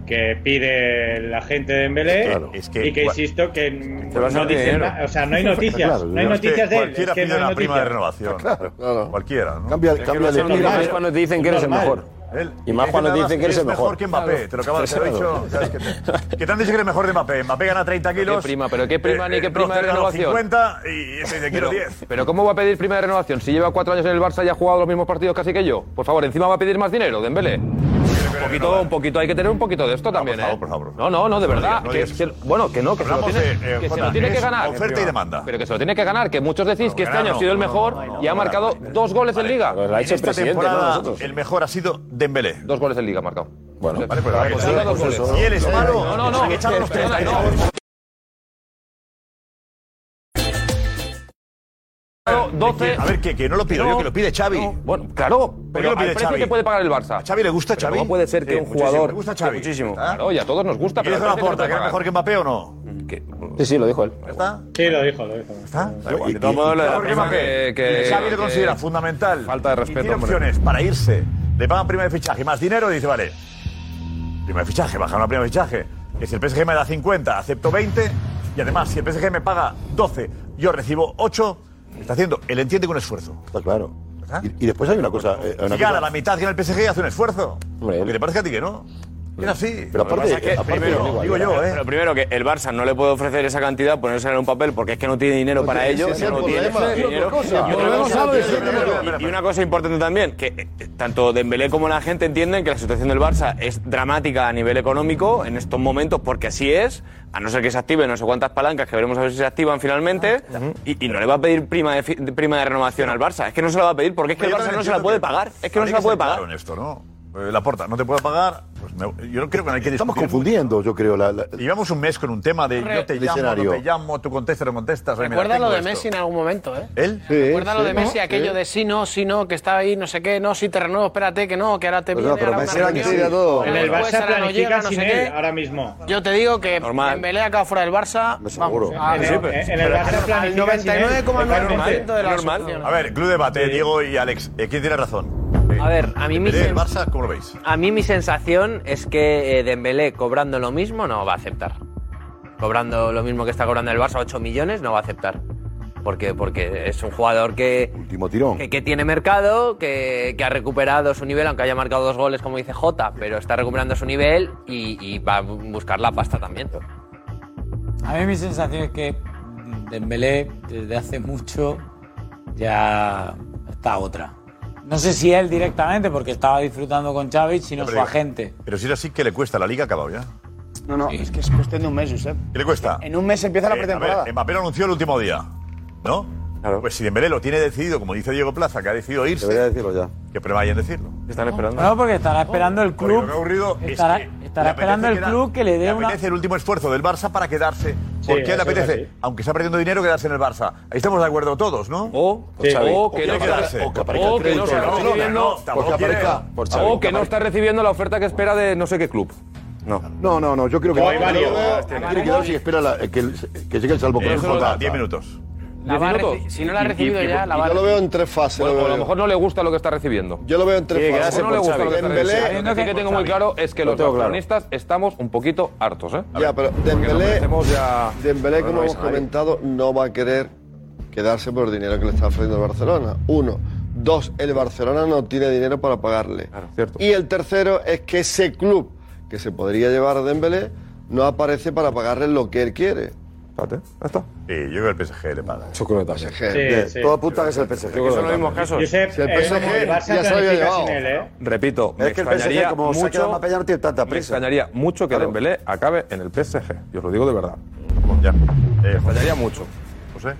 [SPEAKER 11] que pide la gente de Dembélé
[SPEAKER 7] Claro. Es que-
[SPEAKER 11] y que
[SPEAKER 7] gua-
[SPEAKER 11] insisto que
[SPEAKER 7] te vas a
[SPEAKER 11] no
[SPEAKER 7] hacer
[SPEAKER 11] dicen
[SPEAKER 7] dinero.
[SPEAKER 11] nada, o sea, no hay noticias,
[SPEAKER 7] Claro,
[SPEAKER 11] no hay
[SPEAKER 7] es que
[SPEAKER 11] noticias de él,
[SPEAKER 7] Cualquiera
[SPEAKER 11] es que
[SPEAKER 7] pide
[SPEAKER 11] no hay
[SPEAKER 7] una prima de
[SPEAKER 11] noticias.
[SPEAKER 7] renovación.
[SPEAKER 11] Claro,
[SPEAKER 7] Cualquiera, ¿no?
[SPEAKER 11] Cambia-
[SPEAKER 7] Es que
[SPEAKER 11] cambia
[SPEAKER 7] vas a
[SPEAKER 11] de
[SPEAKER 7] un
[SPEAKER 11] normal.
[SPEAKER 7] rival-
[SPEAKER 11] Es cuando te dicen que
[SPEAKER 7] Es
[SPEAKER 11] eres el
[SPEAKER 7] normal.
[SPEAKER 11] mejor.
[SPEAKER 7] Él-
[SPEAKER 11] Y más
[SPEAKER 7] es
[SPEAKER 11] cuando
[SPEAKER 7] nada
[SPEAKER 11] dicen que eres el
[SPEAKER 7] mejor
[SPEAKER 11] mejor.
[SPEAKER 7] que Mbappé,
[SPEAKER 11] Claro.
[SPEAKER 7] te lo acabas de
[SPEAKER 11] Claro.
[SPEAKER 7] dicho. ¿sabes? Que te, que te han dicho que eres mejor de Mbappé. Mbappé gana 30
[SPEAKER 8] ¿Pero qué
[SPEAKER 7] kilos. eh,
[SPEAKER 8] prima? ¿Pero qué
[SPEAKER 16] eh,
[SPEAKER 8] prima ni qué prima de
[SPEAKER 7] Rosberg ganó
[SPEAKER 8] renovación?
[SPEAKER 7] 50 y ese dice quiero
[SPEAKER 8] Pero,
[SPEAKER 7] 10.
[SPEAKER 8] pero ¿cómo va a pedir prima de renovación? Si lleva cuatro años en el Barça y ha jugado los mismos partidos casi que yo. Por favor, encima va a pedir más dinero, Dembélé. Un poquito, un poquito, hay que tener un poquito de esto también, ¿eh? No, no, no, de verdad.
[SPEAKER 7] digas, no
[SPEAKER 8] que-
[SPEAKER 7] digas.
[SPEAKER 8] que- bueno, que no, que se lo
[SPEAKER 7] Hablamos
[SPEAKER 8] tiene,
[SPEAKER 7] de, eh,
[SPEAKER 8] que, se
[SPEAKER 7] Jota,
[SPEAKER 8] lo tiene que
[SPEAKER 7] es
[SPEAKER 8] ganar.
[SPEAKER 7] oferta y demanda.
[SPEAKER 8] Pero que se lo tiene que ganar, que muchos decís que este
[SPEAKER 7] ganar
[SPEAKER 8] año
[SPEAKER 7] no,
[SPEAKER 8] ha sido el
[SPEAKER 7] no,
[SPEAKER 8] mejor
[SPEAKER 7] no, no,
[SPEAKER 8] y ha
[SPEAKER 7] no, pues
[SPEAKER 8] marcado dos goles en Liga.
[SPEAKER 7] ha hecho En esta presidente, ¿no? temporada, Nosotros. el mejor ha sido Dembélé.
[SPEAKER 8] Dos goles en Liga ha marcado.
[SPEAKER 7] Bueno,
[SPEAKER 8] pues,
[SPEAKER 7] vale, pues,
[SPEAKER 8] Liga, dos
[SPEAKER 7] pues,
[SPEAKER 8] goles.
[SPEAKER 7] eso. Si él es malo,
[SPEAKER 8] no, no, no,
[SPEAKER 7] han echado los 30 y
[SPEAKER 8] no.
[SPEAKER 7] dos.
[SPEAKER 8] 12.
[SPEAKER 7] A ver, que, que no lo pido yo, que lo pide Xavi.
[SPEAKER 8] bueno, claro,
[SPEAKER 7] lo
[SPEAKER 8] pero
[SPEAKER 7] pide
[SPEAKER 8] al precio
[SPEAKER 7] Xavi?
[SPEAKER 8] que puede pagar el Barça.
[SPEAKER 7] ¿A Xavi le gusta
[SPEAKER 8] Pero
[SPEAKER 7] Xavi?
[SPEAKER 8] ¿Cómo puede ser que
[SPEAKER 7] Sí,
[SPEAKER 8] un
[SPEAKER 7] muchísimo.
[SPEAKER 8] jugador...
[SPEAKER 7] Le gusta Xavi.
[SPEAKER 8] Muchísimo.
[SPEAKER 7] ¿Ah?
[SPEAKER 8] Claro, y a todos nos gusta, pero...
[SPEAKER 7] ¿Quieres
[SPEAKER 8] al
[SPEAKER 7] la
[SPEAKER 8] precio
[SPEAKER 7] porta?
[SPEAKER 8] puede
[SPEAKER 7] ¿Que era
[SPEAKER 8] pagar.
[SPEAKER 7] mejor que Mbappé o no?
[SPEAKER 8] Sí, sí, lo dijo él.
[SPEAKER 7] ¿Está?
[SPEAKER 11] Sí, lo dijo, lo dijo.
[SPEAKER 7] ¿Está?
[SPEAKER 8] Da igual,
[SPEAKER 7] Y-
[SPEAKER 8] de todos
[SPEAKER 7] y-
[SPEAKER 8] modos, lo de la
[SPEAKER 7] Jorge
[SPEAKER 8] prima que-
[SPEAKER 7] Mbappé,
[SPEAKER 8] que-
[SPEAKER 7] Xavi
[SPEAKER 8] que-
[SPEAKER 7] lo considera fundamental. Falta de respeto. Tiene
[SPEAKER 8] hombre.
[SPEAKER 7] opciones para irse. Le pagan prima de fichaje, más dinero, y dice, vale. Prima de fichaje, baja una prima de fichaje. Que si el PSG me da 50, acepto 20. Y además, si el PSG me paga 12, yo recibo 8, está haciendo, él entiende con esfuerzo.
[SPEAKER 20] Pues
[SPEAKER 4] Está claro. Y, y después hay una cosa. eh, una
[SPEAKER 7] ¿Ah? Si gana
[SPEAKER 4] cosa-
[SPEAKER 7] la mitad que en el PSG, hace un esfuerzo.
[SPEAKER 4] Hombre,
[SPEAKER 7] ¿Qué te parece a ti que no? Es Pues, así.
[SPEAKER 4] Pero
[SPEAKER 7] Lo que
[SPEAKER 4] aparte-
[SPEAKER 7] pasa es que,
[SPEAKER 4] aparte-
[SPEAKER 7] primero, digo yo, ¿eh?
[SPEAKER 19] Pero primero que el Barça no le puede ofrecer esa cantidad, ponerse en un papel, porque es que no tiene dinero para
[SPEAKER 4] tiene-
[SPEAKER 19] ello.
[SPEAKER 4] ese es el
[SPEAKER 19] no tiene
[SPEAKER 4] problema.
[SPEAKER 19] ese dinero.
[SPEAKER 4] Y otra
[SPEAKER 19] Y
[SPEAKER 4] cosa.
[SPEAKER 19] otra
[SPEAKER 4] Volvemos
[SPEAKER 19] cosa-
[SPEAKER 4] a lo de siempre.
[SPEAKER 19] y- y una cosa importante también, que eh, tanto Dembélé como la gente entienden que la situación del Barça es dramática a nivel económico en estos momentos, porque así es, a no ser que se activen no sé cuántas palancas, que veremos a ver si se activan
[SPEAKER 11] Ah,
[SPEAKER 19] finalmente, y, y no le va a pedir prima de, fi- prima de renovación al Barça. Es que no se la va a pedir, porque es que el
[SPEAKER 7] Yo
[SPEAKER 19] Barça
[SPEAKER 7] también
[SPEAKER 19] no se la
[SPEAKER 7] entiendo
[SPEAKER 19] puede
[SPEAKER 7] que-
[SPEAKER 19] pagar. Es que no
[SPEAKER 7] hay
[SPEAKER 19] se la puede
[SPEAKER 7] ser
[SPEAKER 19] pagar.
[SPEAKER 7] claro en esto, ¿no? Eh, La porta no te puede pagar. Pues me- yo creo que no hay que
[SPEAKER 4] Estamos
[SPEAKER 7] discutir.
[SPEAKER 4] confundiendo, yo creo. La, la-
[SPEAKER 7] Llevamos un mes con un tema de
[SPEAKER 4] Re-
[SPEAKER 7] yo te
[SPEAKER 4] el
[SPEAKER 7] llamo,
[SPEAKER 4] escenario.
[SPEAKER 7] no te llamo, tú contestas, no contestas. ay, mira,
[SPEAKER 14] Recuerda lo
[SPEAKER 7] tengo
[SPEAKER 14] de
[SPEAKER 7] esto.
[SPEAKER 14] Messi en algún momento, ¿eh?
[SPEAKER 7] ¿Él?
[SPEAKER 14] Recuerda lo de Messi, aquello de sí, no, sí, no, que está ahí, no sé qué, no, si te renuevo, espérate, que no, que ahora
[SPEAKER 11] Pues
[SPEAKER 14] te viene, ahora una
[SPEAKER 11] En
[SPEAKER 14] reunión,
[SPEAKER 11] el
[SPEAKER 14] después,
[SPEAKER 11] Barça
[SPEAKER 14] ahora no llega,
[SPEAKER 11] planifican
[SPEAKER 14] no
[SPEAKER 11] sin
[SPEAKER 14] sé qué.
[SPEAKER 11] él ahora mismo.
[SPEAKER 14] Yo te digo que
[SPEAKER 11] Normal.
[SPEAKER 14] Dembélé acaba fuera del Barça.
[SPEAKER 11] seguro.
[SPEAKER 14] vamos, Ah,
[SPEAKER 11] En el-
[SPEAKER 14] a-
[SPEAKER 11] en el Barça
[SPEAKER 14] al
[SPEAKER 11] planifican sin él.
[SPEAKER 14] 99,9% de las opciones.
[SPEAKER 7] A ver, club debate, Diego y Alex. Eh, ¿Quién tiene razón?
[SPEAKER 10] A ver, a mí me
[SPEAKER 7] Dembélé,
[SPEAKER 10] dicen-
[SPEAKER 7] el Barça, ¿cómo lo veis?
[SPEAKER 10] A mí mi sensación es que eh, Dembélé cobrando lo mismo no va a aceptar. Cobrando lo mismo que está cobrando el Barça, 8 millones, no va a aceptar. Porque, porque es un jugador que,
[SPEAKER 4] último tirón.
[SPEAKER 10] que, que tiene mercado, que, que ha recuperado su nivel, aunque haya marcado dos goles, como dice Jota, pero está recuperando su nivel y, y va a buscar la pasta también.
[SPEAKER 2] A mí mi sensación es que Dembélé desde hace mucho ya está otra. No sé si él directamente, porque estaba disfrutando con Xavi, sino su
[SPEAKER 7] Pero-
[SPEAKER 2] agente.
[SPEAKER 7] Pero si es así, que le cuesta? La liga ha acabado ya.
[SPEAKER 6] No, no, es que es cuestión de un mes, Josep.
[SPEAKER 7] ¿Qué le cuesta?
[SPEAKER 6] En un mes empieza la
[SPEAKER 7] Eh,
[SPEAKER 6] pretemporada.
[SPEAKER 7] a ver, Mbappé lo anunció el último día, ¿no? Pues si Dembélé lo tiene decidido, como dice Diego Plaza, que ha decidido irse. Debería
[SPEAKER 4] decirlo ya.
[SPEAKER 7] Que prevayan decirlo. Están esperando.
[SPEAKER 2] No, porque estará esperando el
[SPEAKER 7] Porque lo
[SPEAKER 2] club.
[SPEAKER 7] que ha ocurrido es
[SPEAKER 2] estará
[SPEAKER 7] que
[SPEAKER 2] estará
[SPEAKER 7] le apetece
[SPEAKER 2] esperando el
[SPEAKER 7] quedar-
[SPEAKER 2] club que le dé
[SPEAKER 7] Le
[SPEAKER 2] una.
[SPEAKER 7] apetece el último esfuerzo del Barça para quedarse.
[SPEAKER 2] Sí,
[SPEAKER 7] ¿Por qué le
[SPEAKER 2] eso es
[SPEAKER 7] apetece?
[SPEAKER 2] así.
[SPEAKER 7] Aunque está perdiendo dinero, quedarse en el Barça. Ahí estamos de acuerdo todos, ¿no?
[SPEAKER 16] O,
[SPEAKER 7] Sí.
[SPEAKER 16] o que
[SPEAKER 7] quiere
[SPEAKER 16] no
[SPEAKER 7] quedarse.
[SPEAKER 16] está- o que aparezca el crédito,
[SPEAKER 7] está
[SPEAKER 16] ¿no?
[SPEAKER 7] recibiendo-
[SPEAKER 16] No,
[SPEAKER 7] tampoco
[SPEAKER 16] porque
[SPEAKER 7] quiere-
[SPEAKER 16] aparezca- o que no está recibiendo la oferta que espera de no sé qué club.
[SPEAKER 4] No. No, no, yo creo que.
[SPEAKER 16] No, hay varios.
[SPEAKER 4] Tiene que darse y espera la-
[SPEAKER 5] eh,
[SPEAKER 4] que, el- que llegue el salvo
[SPEAKER 7] Eso nos da 10 minutos.
[SPEAKER 14] La va a reci- Si no la ha recibido ya, la va a
[SPEAKER 5] Yo lo veo en tres fases.
[SPEAKER 16] Bueno,
[SPEAKER 5] lo
[SPEAKER 16] a
[SPEAKER 5] veo.
[SPEAKER 16] lo mejor no le gusta lo que está recibiendo.
[SPEAKER 5] Yo lo veo en tres
[SPEAKER 16] Tiene que
[SPEAKER 5] fases.
[SPEAKER 16] darse
[SPEAKER 5] No
[SPEAKER 16] por
[SPEAKER 5] le gusta
[SPEAKER 16] Xavi.
[SPEAKER 5] lo que está
[SPEAKER 16] Dembélé-
[SPEAKER 5] recibiendo.
[SPEAKER 16] Lo que sí que tengo muy claro es que
[SPEAKER 5] Lo
[SPEAKER 16] los
[SPEAKER 5] tengo claro.
[SPEAKER 16] barcelonistas estamos un poquito hartos, ¿eh?
[SPEAKER 5] Ya, pero Dembélé, Dembélé, como
[SPEAKER 16] no
[SPEAKER 5] hemos
[SPEAKER 16] es nadie.
[SPEAKER 5] comentado, no va a querer quedarse por el dinero que le está ofreciendo el Barcelona. Uno. Dos, el Barcelona no tiene dinero para pagarle. Y el tercero es que ese club que se podría llevar a Dembélé no aparece para pagarle lo que él quiere.
[SPEAKER 7] Sí, yo creo que el PSG le paga.
[SPEAKER 5] Yo creo que también.
[SPEAKER 4] Sí, sí. Todo apunta que es el PSG. Yo creo que
[SPEAKER 16] Son los mismos
[SPEAKER 4] también.
[SPEAKER 16] casos.
[SPEAKER 4] Josep, Si el eh, PSG el Barça ya se lo había planifica llevado. sin él, ¿eh?
[SPEAKER 16] Repito, me
[SPEAKER 4] Es que el
[SPEAKER 16] extrañaría
[SPEAKER 4] PSG, como saque a
[SPEAKER 16] mucho,
[SPEAKER 4] Mbappé, ya no tiene tanta
[SPEAKER 16] me
[SPEAKER 4] prisa.
[SPEAKER 16] extrañaría mucho que
[SPEAKER 4] Claro.
[SPEAKER 16] Dembélé acabe en el PSG. Yo os lo digo de verdad.
[SPEAKER 7] Ya. Me
[SPEAKER 16] extrañaría mucho.
[SPEAKER 7] José.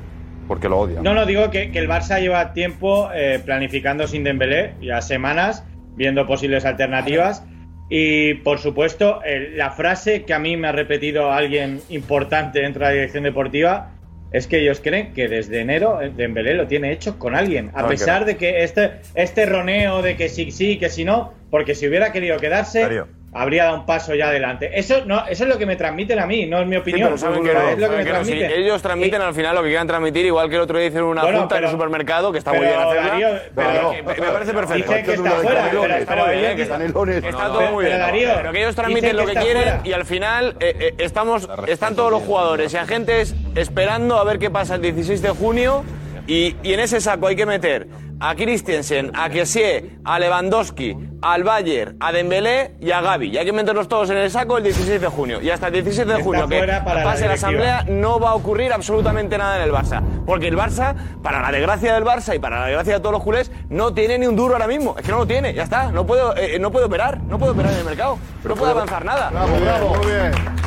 [SPEAKER 16] Porque lo odia.
[SPEAKER 11] No, no, digo que, que el Barça lleva tiempo eh, planificando sin Dembélé, ya semanas, viendo posibles alternativas. Y, por supuesto, el- la frase que a mí me ha repetido alguien importante dentro de la dirección deportiva es que ellos creen que desde enero eh, Dembélé lo tiene hecho con alguien. A
[SPEAKER 7] Claro que
[SPEAKER 11] pesar
[SPEAKER 7] no.
[SPEAKER 11] de que este, este roneo de que sí, sí, que si no, porque si hubiera querido quedarse, habría dado un paso ya adelante. Eso, no, eso es lo que me transmiten a mí, no es mi opinión.
[SPEAKER 19] pero saben que
[SPEAKER 11] pero
[SPEAKER 19] no,
[SPEAKER 11] es lo que me
[SPEAKER 19] saben que no. Si
[SPEAKER 11] transmiten.
[SPEAKER 19] ellos transmiten al final lo que quieran transmitir, igual que el otro día hicieron una
[SPEAKER 11] Bueno,
[SPEAKER 19] junta en
[SPEAKER 11] pero-
[SPEAKER 19] el supermercado, que está muy
[SPEAKER 11] pero,
[SPEAKER 19] bien hacerla.
[SPEAKER 11] Darío, pero-
[SPEAKER 19] pero que- me parece perfecto.
[SPEAKER 11] Dicen que está fuera, pero- pero ellos
[SPEAKER 19] que
[SPEAKER 11] dicen-
[SPEAKER 19] Está todo muy bien.
[SPEAKER 11] Pero, Darío,
[SPEAKER 19] Pero que ellos
[SPEAKER 11] dicen
[SPEAKER 19] transmiten
[SPEAKER 11] que
[SPEAKER 19] lo que
[SPEAKER 11] está
[SPEAKER 19] quieren
[SPEAKER 11] fuera.
[SPEAKER 19] y al final eh, eh, estamos, están todos los jugadores y agentes esperando a ver qué pasa el 16 de junio y, y en ese saco hay que meter a Christensen, a Kessie, a Lewandowski, al Bayer, a Dembélé y a Gaby. Y hay que meterlos todos en el saco el 16 de junio. Y hasta el 16 de
[SPEAKER 11] Está
[SPEAKER 19] junio que
[SPEAKER 11] fuera para la
[SPEAKER 19] pase la
[SPEAKER 11] directiva.
[SPEAKER 19] asamblea no va a ocurrir absolutamente nada en el Barça. Porque el Barça, para la desgracia del Barça y para la desgracia de todos los culés, no tiene ni un duro ahora mismo. Es que no lo tiene, ya está. No puedo, eh, no puedo operar, no puedo operar en el mercado. no puedo avanzar nada.
[SPEAKER 4] Muy bien, muy bien.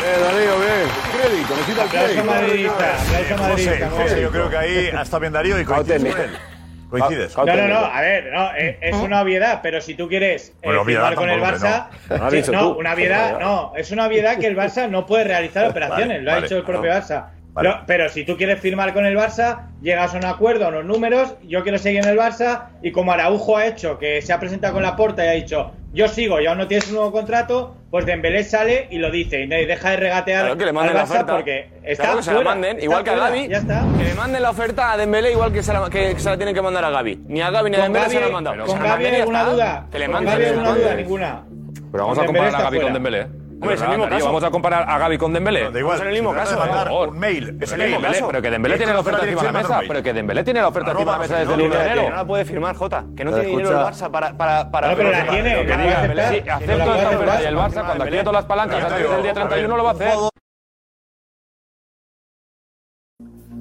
[SPEAKER 4] Bien, Darío, bien. Crédito, necesita el crédito.
[SPEAKER 7] Eh, José, José, yo creo que ahí hasta bien Darío y coincides con él. Ah, Coincides.
[SPEAKER 11] No, no, no, a ver, no, eh, es una obviedad, pero si tú quieres eh,
[SPEAKER 7] Bueno, obviedad
[SPEAKER 11] firmar con el
[SPEAKER 7] tampoco,
[SPEAKER 11] Barça,
[SPEAKER 7] no. No lo has
[SPEAKER 11] sí,
[SPEAKER 7] dicho
[SPEAKER 11] no,
[SPEAKER 7] tú.
[SPEAKER 11] una obviedad, no, es una obviedad que el Barça no puede realizar operaciones, lo ha
[SPEAKER 7] vale,
[SPEAKER 11] dicho el
[SPEAKER 7] claro.
[SPEAKER 11] propio Barça.
[SPEAKER 7] Vale.
[SPEAKER 11] Lo- pero si tú quieres firmar con el Barça, llegas a un acuerdo, a unos números, yo quiero seguir en el Barça y como Araujo ha hecho, que se ha presentado con la puerta y ha dicho, yo sigo y aún no tienes un nuevo contrato, pues Dembélé sale y lo dice y no- y deja de regatear
[SPEAKER 19] Claro, que le
[SPEAKER 11] al
[SPEAKER 19] manden la
[SPEAKER 11] Barça
[SPEAKER 19] oferta.
[SPEAKER 11] porque está
[SPEAKER 19] Claro que se la
[SPEAKER 11] fuera,
[SPEAKER 19] manden,
[SPEAKER 11] está
[SPEAKER 19] igual que a
[SPEAKER 11] fuera,
[SPEAKER 19] Gaby.
[SPEAKER 11] ya está.
[SPEAKER 19] Que le manden la oferta a Dembélé igual que se la, que se la tienen que mandar a Gaby. Ni a Gaby ni a
[SPEAKER 11] Con
[SPEAKER 19] Dembélé se la
[SPEAKER 11] Gaby-
[SPEAKER 19] han mandado.
[SPEAKER 11] con
[SPEAKER 19] Se la
[SPEAKER 11] Gaby
[SPEAKER 19] manden y ya
[SPEAKER 11] alguna
[SPEAKER 19] está.
[SPEAKER 11] duda,
[SPEAKER 19] Que le
[SPEAKER 11] con
[SPEAKER 19] manden.
[SPEAKER 11] Gaby alguna duda ninguna.
[SPEAKER 16] Pero vamos a
[SPEAKER 11] Dembélé
[SPEAKER 16] comparar a
[SPEAKER 11] está
[SPEAKER 16] Gaby con
[SPEAKER 11] fuera.
[SPEAKER 16] Dembélé. ¿eh? Hombre, es el mismo caso. Vamos a comparar a Gaby con Dembélé.
[SPEAKER 7] Da igual.
[SPEAKER 16] Es el mismo
[SPEAKER 7] se trata
[SPEAKER 16] caso.
[SPEAKER 7] de
[SPEAKER 16] por
[SPEAKER 7] mandar
[SPEAKER 16] favor.
[SPEAKER 7] un mail.
[SPEAKER 16] Es el mismo caso. Pero que Dembélé tiene la oferta encima de la mesa. Pero que Dembélé tiene la oferta encima de la mesa desde el 1 de
[SPEAKER 19] Que
[SPEAKER 16] enero.
[SPEAKER 19] no la puede firmar, Jota. Que no
[SPEAKER 16] Pero
[SPEAKER 19] tiene dinero el
[SPEAKER 16] escucha.
[SPEAKER 19] Barça para. para, para
[SPEAKER 16] Bueno, pero la tiene,
[SPEAKER 19] Lo que
[SPEAKER 16] la va a
[SPEAKER 19] diga
[SPEAKER 16] aceptar.
[SPEAKER 19] Dembélé.
[SPEAKER 16] Sí, acepto esta oferta y el Barça, cuando active todas las palancas antes del día 31 lo va a hacer.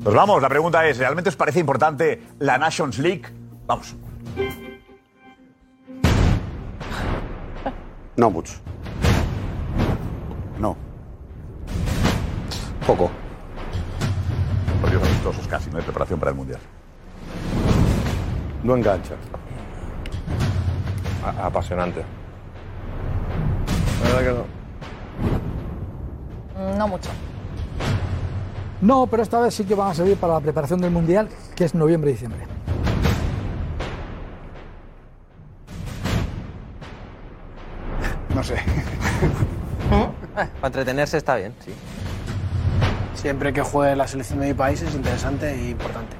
[SPEAKER 7] Nos vamos, la pregunta es, ¿realmente os parece importante la Nations League? Vamos.
[SPEAKER 28] No mucho. No. Poco.
[SPEAKER 7] Partidos amistosos casi, ¿no? De preparación para el Mundial.
[SPEAKER 29] No engancha.
[SPEAKER 30] Apasionante.
[SPEAKER 5] La verdad que no.
[SPEAKER 31] No mucho.
[SPEAKER 21] No, pero esta vez sí que van a servir para la preparación del Mundial, que es noviembre-diciembre.
[SPEAKER 22] No sé.
[SPEAKER 12] ¿Eh?
[SPEAKER 1] Para Eh, entretenerse está bien, sí.
[SPEAKER 12] Siempre que juegue la selección de mi país es interesante e importante.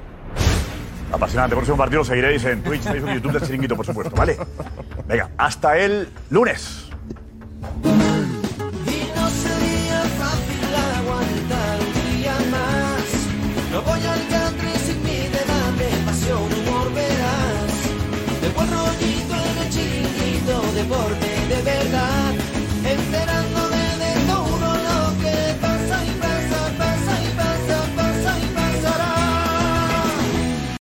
[SPEAKER 7] Apasionante. Por un partido lo seguiréis en Twitch, Facebook, YouTube del Chiringuito, por supuesto, ¿vale? Venga, hasta el lunes.
[SPEAKER 8] Y no sería fácil aguantar un día más. No voy al country sin mi debate, pasión, humor, verás. De buen rollito en el chiringuito, deporte de verdad.